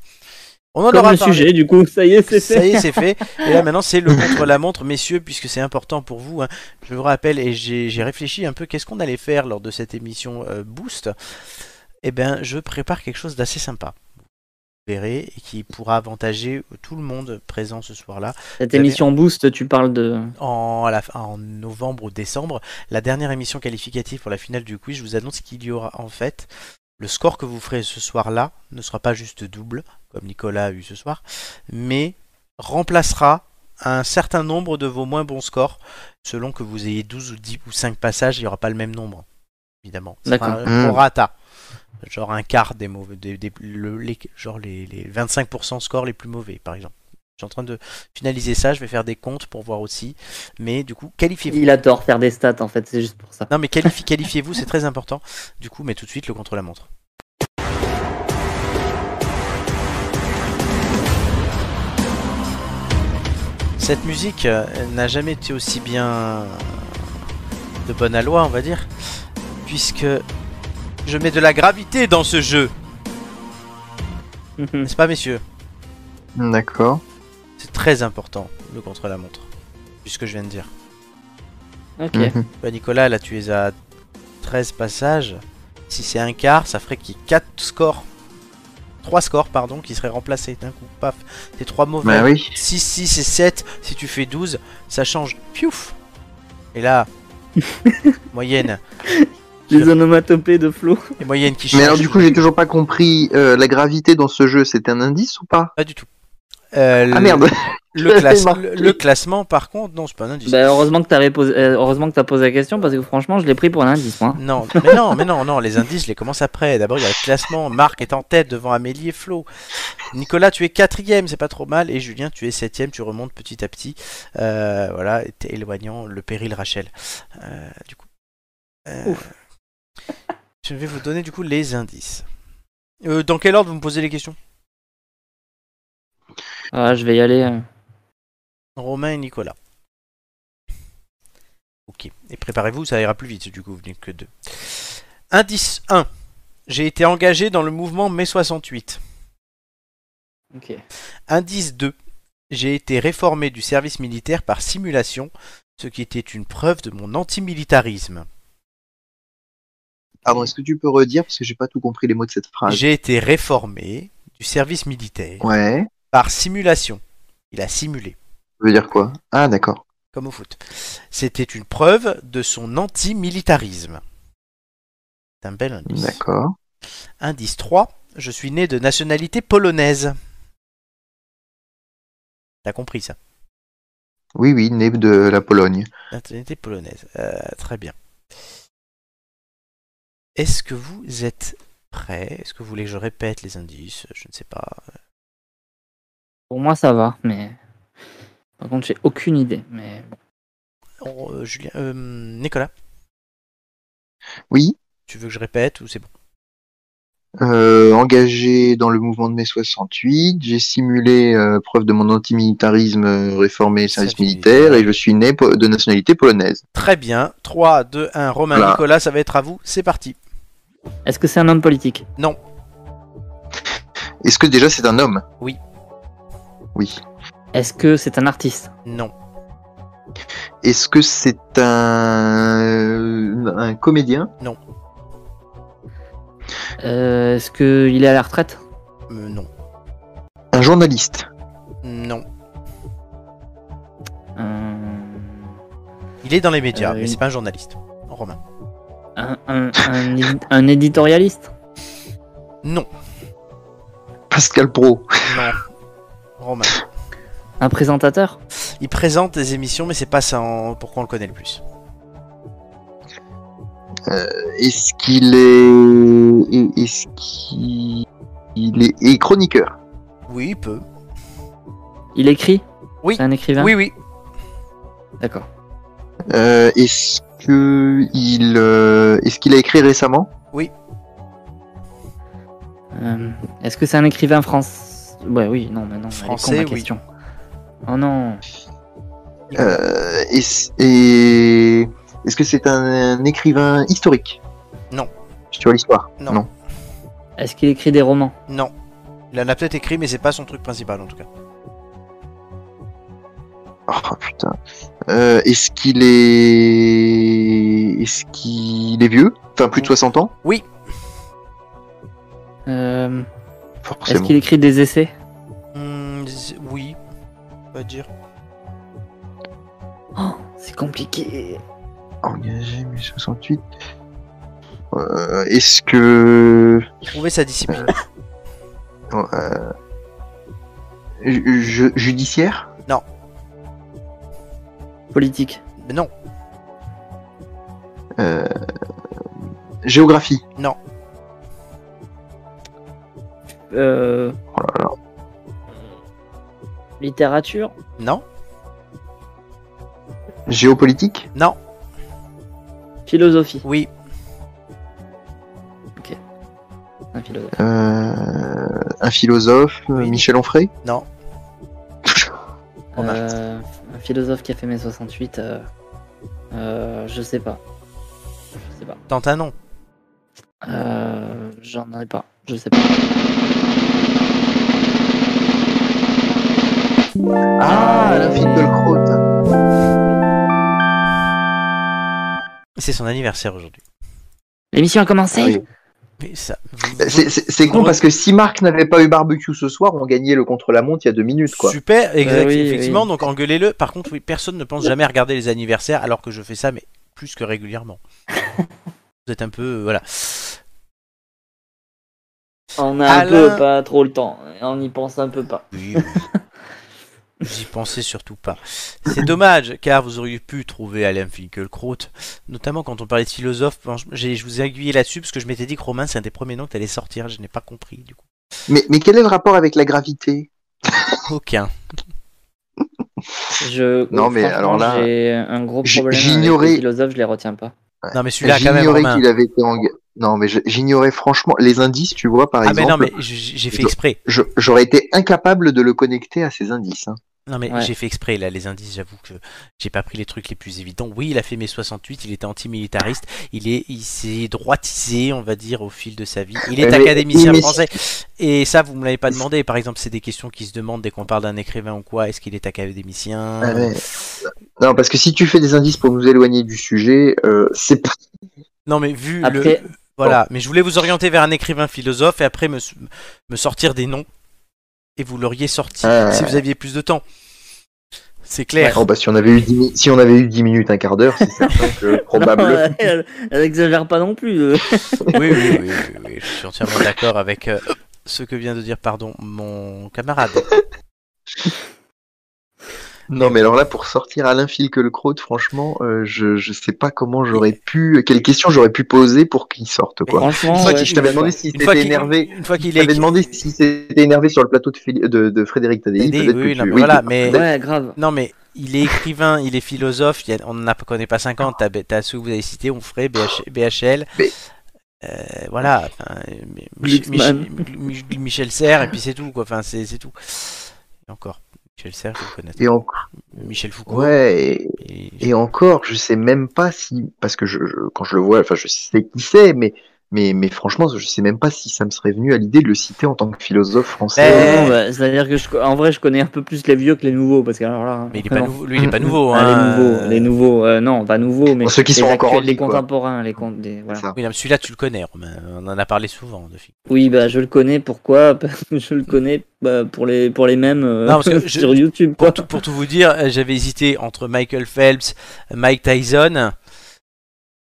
Speaker 1: On en
Speaker 3: Comme
Speaker 1: aura
Speaker 3: le
Speaker 1: parlé.
Speaker 3: sujet, du coup, ça y est, c'est fait.
Speaker 1: Ça y est, c'est fait. Et là, maintenant, c'est le contre-la-montre, messieurs, puisque c'est important pour vous. hein. Je vous rappelle, et j'ai j'ai réfléchi un peu, qu'est-ce qu'on allait faire lors de cette émission euh, Boost Eh bien, je prépare quelque chose d'assez sympa. Vous verrez, et qui pourra avantager tout le monde présent ce soir-là.
Speaker 3: Cette émission Boost, tu parles de.
Speaker 1: En, à la fin- en novembre ou décembre, la dernière émission qualificative pour la finale du quiz, je vous annonce qu'il y aura en fait. Le score que vous ferez ce soir-là ne sera pas juste double, comme Nicolas a eu ce soir, mais remplacera un certain nombre de vos moins bons scores. Selon que vous ayez 12 ou 10 ou 5 passages, il n'y aura pas le même nombre, évidemment. Ce sera
Speaker 3: D'accord.
Speaker 1: un
Speaker 2: Mm.
Speaker 1: prorata. Genre un quart des mauvais, des, des- le- les, genre les, les 25% scores les plus mauvais, par exemple. Je suis en train de finaliser ça, je vais faire des comptes pour voir aussi. Mais du coup, qualifiez-vous.
Speaker 3: Il a tort, faire des stats, en fait, c'est juste pour ça.
Speaker 1: Non, mais qualifi- qualifiez-vous, c'est très important. Du coup, mais tout de suite le contre-la-montre. Cette musique euh, n'a jamais été aussi bien de bonne loi, on va dire, puisque je mets de la gravité dans ce jeu, n'est-ce pas, messieurs
Speaker 2: D'accord.
Speaker 1: C'est très important, le contre-la-montre, puisque je viens de dire.
Speaker 3: ok.
Speaker 2: Mhm.
Speaker 1: Bah, Nicolas, là tu es à 13 passages. Si c'est un quart, ça ferait qu'il y ait 4 scores. 3 scores, pardon, qui seraient remplacés d'un coup. Paf, t'es 3 mauvais.
Speaker 2: Bah oui.
Speaker 1: 6, 6 et 7. Si tu fais 12, ça change. Piouf Et là, moyenne.
Speaker 3: Les onomatopées de Flo.
Speaker 1: Et moyenne qui change.
Speaker 2: Mais alors du coup, j'ai toujours pas compris euh, la gravité dans ce jeu. C'était un indice ou pas
Speaker 1: Pas du tout. Euh,
Speaker 2: Ah
Speaker 1: le-
Speaker 2: merde.
Speaker 1: Le, classe-
Speaker 2: marqué.
Speaker 1: le- le classement, par contre, non, c'est pas un indice.
Speaker 3: Bah, heureusement que t'avais posé, euh, heureusement que t'as posé la question parce que franchement, je l'ai pris pour un indice, moi.
Speaker 1: Non, mais non, mais non, non, les indices, je les commence après. D'abord, il y a le classement. Marc est en tête devant Amélie et Flo. Nicolas, tu es quatrième, c'est pas trop mal. Et Julien, tu es septième, tu remontes petit à petit. Euh, voilà, et t'es éloignant le péril Rachel. Euh, du coup. euh, je vais vous donner du coup les indices. Euh, dans quel ordre vous me posez les questions
Speaker 3: Ah, je vais y aller. euh.
Speaker 1: Romain et Nicolas. Ok. Et préparez-vous, ça ira plus vite du coup, vous n'êtes que deux. Indice 1. J'ai été engagé dans le mouvement mai 68.
Speaker 3: Ok.
Speaker 1: Indice 2. J'ai été réformé du service militaire par simulation, ce qui était une preuve de mon antimilitarisme.
Speaker 2: Pardon, est-ce que tu peux redire parce que j'ai pas tout compris les mots de cette phrase.
Speaker 1: J'ai été réformé du service militaire
Speaker 2: Ah. Ouais.
Speaker 1: par simulation. Il a simulé,
Speaker 2: Ça veut dire quoi Ah d'accord.
Speaker 1: comme au foot. C'était une preuve de son antimilitarisme. C'est un bel indice.
Speaker 2: D'accord.
Speaker 1: Indice 3, je suis né de nationalité polonaise. T'as compris ça
Speaker 2: Oui oui, né de la Pologne.
Speaker 1: Nationalité polonaise. Euh, très bien. Est-ce que vous êtes prêts Est-ce que vous voulez que je répète les indices Je ne sais pas.
Speaker 3: Pour moi, ça va, mais. Par contre, j'ai aucune idée. Mais
Speaker 1: Oh, euh, Julien, euh, Nicolas,
Speaker 2: Oui.
Speaker 1: tu veux que je répète ou c'est bon
Speaker 2: euh, engagé dans le mouvement de mai 68, j'ai simulé euh, preuve de mon antimilitarisme euh, réformé et service
Speaker 1: Service
Speaker 2: militaire
Speaker 1: militaire.
Speaker 2: et je suis né po- de nationalité polonaise.
Speaker 1: Très bien. 3, 2, 1. Romain,
Speaker 2: Voilà.
Speaker 1: Nicolas, ça va être à vous. C'est parti.
Speaker 3: est-ce que c'est un homme politique
Speaker 2: Est-ce que déjà c'est un homme
Speaker 1: Oui.
Speaker 2: Oui.
Speaker 3: Est-ce que c'est un artiste
Speaker 1: Non.
Speaker 2: Est-ce que c'est un un comédien
Speaker 3: Euh, Est-ce qu'il est à la retraite
Speaker 1: Euh, non.
Speaker 2: Un journaliste
Speaker 1: Non.
Speaker 3: Euh,
Speaker 1: Il est dans les médias,
Speaker 3: Euh,
Speaker 1: mais
Speaker 3: une-
Speaker 1: c'est pas un journaliste. Romain.
Speaker 3: un, un- un édi- un éditorialiste
Speaker 1: Non.
Speaker 2: Pascal Pro
Speaker 1: Non. Romain.
Speaker 3: Un présentateur
Speaker 1: Il présente des émissions, mais c'est pas ça en- pourquoi on le connaît le plus.
Speaker 2: Est-ce qu'il est est-ce qu'il il est, est chroniqueur
Speaker 1: Oui, il peut.
Speaker 3: Il écrit
Speaker 1: Oui.
Speaker 3: C'est un écrivain
Speaker 1: Oui, oui.
Speaker 3: D'accord.
Speaker 2: Euh, Est-ce que il euh, est-ce qu'il a écrit récemment
Speaker 3: Euh, Est-ce que c'est un écrivain français Ouais, oui, non, mais non. elle est con,
Speaker 1: Français,
Speaker 3: ma
Speaker 1: oui.
Speaker 3: question. Oh non.
Speaker 2: Euh, est-ce- et Est-ce que c'est un, écrivain historique
Speaker 1: Non.
Speaker 2: Sur l'histoire
Speaker 1: Non.
Speaker 3: Est-ce qu'il écrit des romans
Speaker 1: Non. Il en a peut-être écrit, mais c'est pas son truc principal en tout cas.
Speaker 2: Oh putain. Euh, est-ce qu'il est. Est-ce qu'il est vieux Enfin, plus de 60 ans
Speaker 1: Oui.
Speaker 3: Euh, Est-ce
Speaker 2: Forcément.
Speaker 3: qu'il écrit des essais
Speaker 1: Hmm, z- oui, on va dire.
Speaker 3: C'est compliqué.
Speaker 2: Engagé 1068. Euh, est-ce que.
Speaker 1: Trouver sa discipline.
Speaker 2: Euh, ju- ju- judiciaire
Speaker 3: Politique.
Speaker 1: Mais non,
Speaker 2: Euh, Géographie
Speaker 1: non.
Speaker 3: Euh,
Speaker 2: Oh là là.
Speaker 3: littérature.
Speaker 1: Non,
Speaker 2: Géopolitique
Speaker 1: non,
Speaker 3: Philosophie.
Speaker 1: oui,
Speaker 3: Un philosophe.
Speaker 2: Euh, Un philosophe euh,
Speaker 1: Oui.
Speaker 2: Michel Onfray
Speaker 1: non. Romain.
Speaker 3: Euh, un philosophe qui a fait mai 68. euh, euh, je sais pas. Je sais pas.
Speaker 1: Tente un nom.
Speaker 3: Euh, J'en ai pas. Je sais pas.
Speaker 2: Ah, la Finkielkraut
Speaker 1: C'est son anniversaire aujourd'hui.
Speaker 3: L'émission a commencé.
Speaker 2: Ah oui.
Speaker 1: Mais ça. vous-
Speaker 2: C'est- C'est c'est con parce que si Marc n'avait pas eu barbecue ce soir, on gagnait le contre-la-montre il y a deux minutes, quoi.
Speaker 1: Super, exact,
Speaker 3: Euh, oui,
Speaker 1: effectivement.
Speaker 3: oui.
Speaker 1: Donc engueulez-le. Par contre, oui, personne ne pense jamais regarder les anniversaires, alors que je fais ça, mais plus que régulièrement. Vous êtes un peu, euh, voilà.
Speaker 3: On a
Speaker 1: Alain-
Speaker 3: un peu pas trop le temps. On y pense un peu pas.
Speaker 1: Oui. J'y pensais surtout pas. C'est dommage, car vous auriez pu trouver Alain Finkielkraut, notamment quand on parlait de philosophe. Bon, je- j'ai- je vous ai aiguillé là-dessus parce que je m'étais dit que Romain, c'est un des premiers noms que t'allais sortir. Je n'ai pas compris, du coup.
Speaker 2: Mais, mais quel est le rapport avec la gravité
Speaker 1: Aucun.
Speaker 3: Je,
Speaker 2: Non, mais
Speaker 3: franchement,
Speaker 2: alors là,
Speaker 3: j'ai un gros
Speaker 2: j-
Speaker 3: problème.
Speaker 2: j'ignorais-
Speaker 3: J'ignorais. Les philosophes, je les retiens pas.
Speaker 1: Non, mais celui-là, quand même,
Speaker 2: J'ignorais
Speaker 1: Romain.
Speaker 2: qu'il avait été en... gue- Non, mais je- j'ignorais franchement les indices, tu vois, par
Speaker 1: Ah, mais
Speaker 2: exemple.
Speaker 1: non, mais j- j'ai fait exprès.
Speaker 2: je- J'aurais été incapable de le connecter à ces indices. hein.
Speaker 1: Non, mais
Speaker 3: Ouais.
Speaker 1: j'ai fait exprès, là, les indices. J'avoue que j'ai pas pris les trucs les plus évidents. Oui, il a fait mes 68, il était antimilitariste. Il est, il s'est droitisé, on va dire, au fil de sa vie. Il est
Speaker 2: Mais-
Speaker 1: académicien
Speaker 2: mais-
Speaker 1: français. Et ça, vous me l'avez pas demandé. Par exemple, c'est des questions qui se demandent dès qu'on parle d'un écrivain ou quoi. Est-ce qu'il est académicien
Speaker 2: Ah ouais. Non, parce que si tu fais des indices pour nous éloigner du sujet, euh, c'est pas.
Speaker 1: Non, mais vu le.
Speaker 3: Après,
Speaker 1: Voilà, mais je voulais vous orienter vers un écrivain philosophe et après me, me sortir des noms. Et vous l'auriez sorti
Speaker 2: Ah.
Speaker 1: si vous aviez plus de temps. C'est clair.
Speaker 2: Oh, bah, si on avait eu 10, mi- si on avait eu 10 minutes, un quart d'heure, c'est certain que probable.
Speaker 3: elle, elle exagère pas non plus. euh.
Speaker 1: Oui, oui, oui, oui, oui, je suis entièrement d'accord avec euh, ce que vient de dire, pardon, mon camarade.
Speaker 2: Non, mais alors là, pour sortir Alain Finkielkraut, franchement, euh, je, je sais pas comment j'aurais pu, quelles questions j'aurais pu poser pour qu'il sorte, quoi.
Speaker 3: Franchement,
Speaker 2: Une fois
Speaker 3: ouais,
Speaker 2: qu'il- je t'avais demandé si
Speaker 1: Une fois
Speaker 2: t'étais
Speaker 1: qu'il
Speaker 2: énervé.
Speaker 1: une fois qu'il
Speaker 2: Je
Speaker 1: est.
Speaker 2: t'avais demandé si c'était énervé sur le plateau de, Féli- de, de Frédéric Tadei.
Speaker 1: Oui,
Speaker 2: peut-être que
Speaker 1: oui,
Speaker 2: tu-
Speaker 1: non, mais
Speaker 2: oui,
Speaker 1: voilà,
Speaker 2: peut-être-
Speaker 1: mais.
Speaker 3: ouais, grave.
Speaker 1: Non, mais il est écrivain, il est philosophe, il y a- on n'en a- connaît pas 50. T'as, t'as ceux que vous avez cités, Onfray, BH, BHL.
Speaker 2: Mais-
Speaker 1: euh, voilà, enfin, euh, Mi- Mich-
Speaker 3: Glucksmann.
Speaker 1: Mich- Mich- Michel Serres, et puis c'est tout, quoi. Enfin, c'est, c'est tout. Et encore, Michel Serres, je le connais.
Speaker 2: Et, en-
Speaker 1: Michel Foucault.
Speaker 2: ouais, et-
Speaker 1: et-
Speaker 2: et encore, je sais même pas si, parce que je, je- quand je le vois, enfin, je sais qui c'est, mais, mais, mais franchement, je sais même pas si ça me serait venu à l'idée de le citer en tant que philosophe français.
Speaker 1: Eh.
Speaker 3: Non, bah, C'est-à-dire que je- en vrai, je connais un peu plus les vieux que les nouveaux parce que alors là.
Speaker 1: Mais il est
Speaker 3: vraiment.
Speaker 1: pas nouveau, lui, il est pas nouveau.
Speaker 3: Ah,
Speaker 1: hein.
Speaker 3: les nouveaux, les nouveaux, euh, non, pas nouveaux, mais
Speaker 2: Bon, ceux qui
Speaker 3: les
Speaker 2: sont encore
Speaker 3: actuels,
Speaker 2: en vie,
Speaker 3: les
Speaker 2: quoi.
Speaker 3: contemporains, les con- des- voilà.
Speaker 2: Ça.
Speaker 1: Oui, non, mais celui-là, tu le connais, Romain. On en a parlé souvent de films.
Speaker 3: Oui, bah je le connais. Pourquoi Parce que Je le connais bah, pour les pour les mêmes euh,
Speaker 1: Non, parce que je-
Speaker 3: sur YouTube. Quoi.
Speaker 1: Pour tout, pour tout vous dire, euh, j'avais hésité entre Michael Phelps, Mike Tyson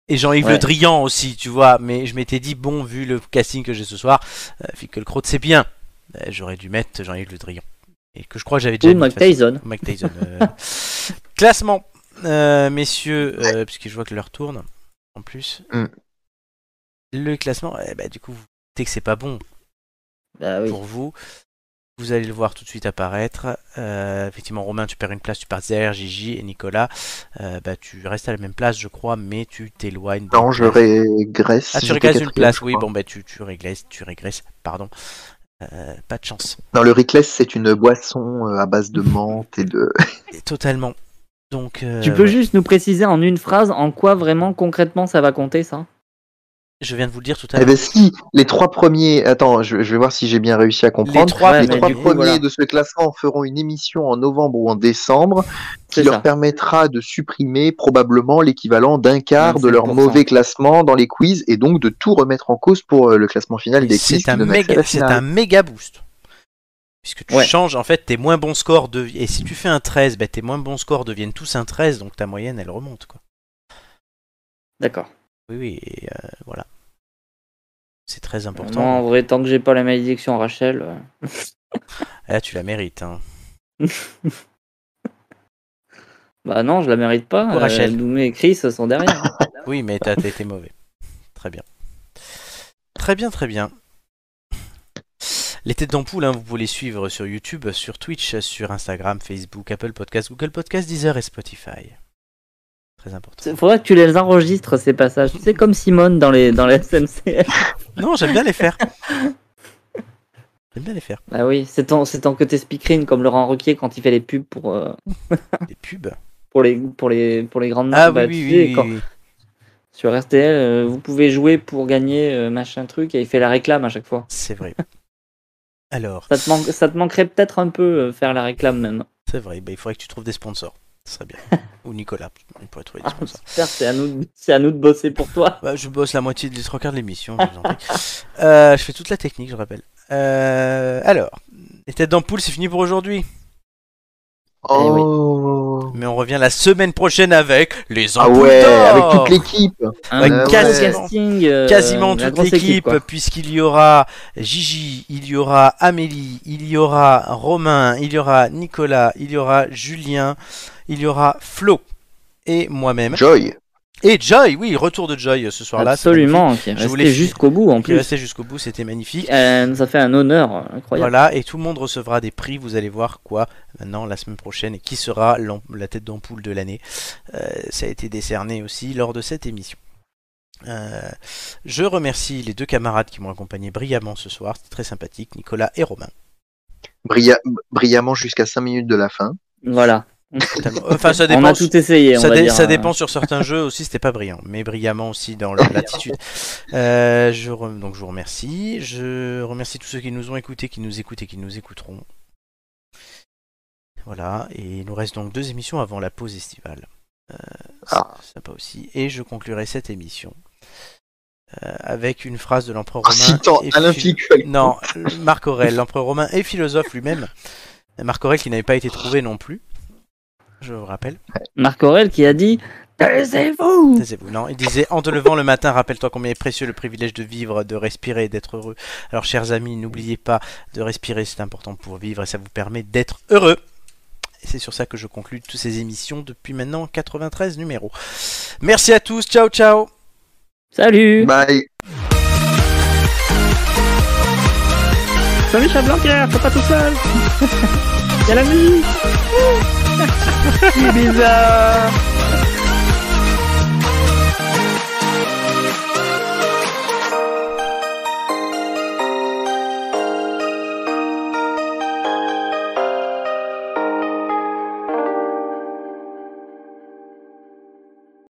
Speaker 1: et Jean-Yves
Speaker 3: Ouais.
Speaker 1: Le Drian aussi, tu vois. Mais je m'étais dit, bon, vu le casting que j'ai ce soir, euh, Finkielkraut, c'est bien. Euh, J'aurais dû mettre Jean-Yves Le Drian. Et que je crois que j'avais déjà
Speaker 3: Ou
Speaker 1: mis, de
Speaker 3: Mike
Speaker 1: toute façon.
Speaker 3: Tyson.
Speaker 1: Mike Tyson. euh. Classement, euh, messieurs, euh, puisque je vois que l'heure tourne, en plus.
Speaker 2: Mm.
Speaker 1: Le classement, eh ben, du coup, vous dites que c'est pas bon
Speaker 3: Bah oui.
Speaker 1: pour vous. Vous allez le voir tout de suite apparaître. Euh, effectivement, Romain, tu perds une place, tu pars derrière Gigi et Nicolas. Euh, bah, tu restes à la même place, je crois, mais tu t'éloignes.
Speaker 2: Non,
Speaker 1: d'une
Speaker 2: je
Speaker 1: place.
Speaker 2: régresse.
Speaker 1: Ah, tu
Speaker 2: j'étais
Speaker 1: régresses une
Speaker 2: quatrième,
Speaker 1: place,
Speaker 2: je
Speaker 1: oui,
Speaker 2: crois.
Speaker 1: bon, bah, tu, tu régresses, tu régresses, pardon. Euh, pas de chance.
Speaker 2: Non, le Rickless, c'est une boisson euh, à base de menthe et de.
Speaker 1: Totalement. Donc, euh,
Speaker 3: tu peux
Speaker 1: ouais.
Speaker 3: juste nous préciser en une phrase en quoi vraiment concrètement ça va compter ça
Speaker 1: Je viens de vous le dire tout à
Speaker 10: Eh
Speaker 1: l'heure.
Speaker 10: ben si, les trois premiers. Attends, je, je vais voir si j'ai bien réussi à comprendre.
Speaker 1: Les trois- Ouais, mais
Speaker 10: trois
Speaker 1: du coup,
Speaker 10: premiers
Speaker 1: voilà.
Speaker 10: de ce classement feront une émission en novembre ou en décembre qui
Speaker 3: C'est
Speaker 10: leur
Speaker 3: ça.
Speaker 10: permettra de supprimer probablement l'équivalent d'un quart de leur
Speaker 3: 25%.
Speaker 10: mauvais classement dans les quiz et donc de tout remettre en cause pour euh, le classement final des quiz.
Speaker 1: C'est
Speaker 10: qui
Speaker 1: un,
Speaker 10: donne accès à
Speaker 1: méga,
Speaker 10: la
Speaker 1: c'est
Speaker 10: finale.
Speaker 1: un méga boost. Puisque tu
Speaker 3: Ouais.
Speaker 1: changes, en fait, tes moins bons scores de... Et si tu fais un 13, ben, tes moins bons scores deviennent tous un 13, donc ta moyenne, elle remonte. Quoi.
Speaker 3: D'accord.
Speaker 1: Oui, oui, et, euh, voilà. C'est très important.
Speaker 3: Moi, en vrai, tant que j'ai pas la malédiction Rachel, euh,
Speaker 1: Là, tu la mérites. Hein.
Speaker 3: bah non, je la mérite pas.
Speaker 1: Pourquoi Rachel
Speaker 3: Doumé et Chris sont derrière.
Speaker 1: Oui, mais t'as t'as été mauvais. Très bien. Très bien, très bien. Les têtes d'ampoule, hein, vous pouvez les suivre sur YouTube, sur Twitch, sur Instagram, Facebook, Apple Podcast, Google Podcast, Deezer et Spotify. Très important.
Speaker 3: C'est- Faudrait que tu les enregistres ces passages. C'est comme Simone dans les dans les SMCF.
Speaker 1: Non, j'aime bien les faire. J'aime bien les faire.
Speaker 3: Bah oui, c'est ton c'est ton côté speakerine comme Laurent Roquier quand il fait les pubs pour euh,
Speaker 1: Les pubs.
Speaker 3: pour les pour les pour les grandes
Speaker 1: Ah oui,
Speaker 3: marques. Bah,
Speaker 1: oui,
Speaker 3: tu
Speaker 1: oui.
Speaker 3: sais,
Speaker 1: oui,
Speaker 3: quand-
Speaker 1: oui.
Speaker 3: Sur RTL, euh, vous pouvez jouer pour gagner euh, machin truc et il fait la réclame à chaque fois.
Speaker 1: C'est vrai. Alors,
Speaker 3: Ça te, manque- ça te manquerait peut-être un peu euh, faire la réclame même.
Speaker 1: c'est vrai, ben, il faudrait que tu trouves des sponsors. Ce serait bien. Ou Nicolas, on pourrait trouver des
Speaker 3: Ah,
Speaker 1: sponsors.
Speaker 3: j'espère que c'est à nous c'est à nous de bosser pour toi.
Speaker 1: Bah, je bosse la moitié des trois quarts de l'émission, je vous en prie. Euh, je fais toute la technique, je rappelle. Euh, alors, les têtes d'ampoule, c'est fini pour aujourd'hui.
Speaker 10: Oh.
Speaker 1: Mais on revient la semaine prochaine avec les
Speaker 10: Ah
Speaker 1: ampoules
Speaker 10: ouais,
Speaker 1: d'or.
Speaker 10: avec toute l'équipe.
Speaker 3: Un
Speaker 10: Ouais,
Speaker 3: gros
Speaker 10: quasiment-
Speaker 3: casting, euh,
Speaker 1: Quasiment
Speaker 3: la
Speaker 1: toute
Speaker 3: grosse
Speaker 1: l'équipe, euh,
Speaker 3: quoi.
Speaker 1: puisqu'il y aura Gigi, il y aura Amélie, il y aura Romain, il y aura Nicolas, il y aura Julien, il y aura Flo et moi-même.
Speaker 10: Joy.
Speaker 1: Et Joy, oui, retour de Joy euh, ce soir-là. c'est magnifique.
Speaker 3: Absolument, qui est
Speaker 1: Je
Speaker 3: resté
Speaker 1: voulais-
Speaker 3: jusqu'au bout en
Speaker 1: Qui est
Speaker 3: plus.
Speaker 1: resté jusqu'au bout, c'était magnifique.
Speaker 3: Euh, nous a fait un honneur euh, incroyable.
Speaker 1: Voilà, et tout le monde recevra des prix. Vous allez voir quoi maintenant la semaine prochaine et qui sera l'am- la tête d'ampoule de l'année. Euh, ça a été décerné aussi lors de cette émission. Euh, je remercie les deux camarades qui m'ont accompagné brillamment ce soir. C'était très sympathique, Nicolas et Romain.
Speaker 10: Brilla- brillamment jusqu'à 5 minutes de la fin.
Speaker 3: Voilà.
Speaker 1: Totalement- Enfin, ça
Speaker 3: On
Speaker 1: dépend.
Speaker 3: a tout essayé. on
Speaker 1: ça,
Speaker 3: va
Speaker 1: dé-
Speaker 3: dire,
Speaker 1: ça
Speaker 3: euh,
Speaker 1: dépend sur certains jeux aussi, c'était pas brillant, mais brillamment aussi dans leur l'attitude. Euh, je re- donc je vous remercie. Je remercie tous ceux qui nous ont écoutés, qui nous écoutent et qui nous écouteront. Voilà, et il nous reste donc deux émissions avant la pause estivale. Euh,
Speaker 10: Ah.
Speaker 1: c'est Sympa aussi. Et je conclurai cette émission euh, avec une phrase de l'empereur
Speaker 10: En
Speaker 1: romain.
Speaker 10: citant
Speaker 1: Ah, et
Speaker 10: Ah, Alain
Speaker 1: phil-
Speaker 10: Piquel.
Speaker 1: Non, Marc Aurèle, l'empereur romain et philosophe lui-même. Marc Aurèle qui n'avait pas été trouvé non plus, je vous rappelle.
Speaker 3: Marc Aurel qui a dit Taisez-vous
Speaker 1: Taisez-vous. Non, il disait En te levant le matin, rappelle-toi combien est précieux le privilège de vivre, de respirer et d'être heureux. Alors, chers amis, n'oubliez pas de respirer, c'est important pour vivre et ça vous permet d'être heureux. Et c'est sur ça que je conclus toutes ces émissions depuis maintenant 93 numéros. Merci à tous, ciao ciao
Speaker 3: Salut
Speaker 10: Bye.
Speaker 7: Salut, chat blanc, Pierre, t'es pas tout seul. Y'a la musique. C'est bizarre.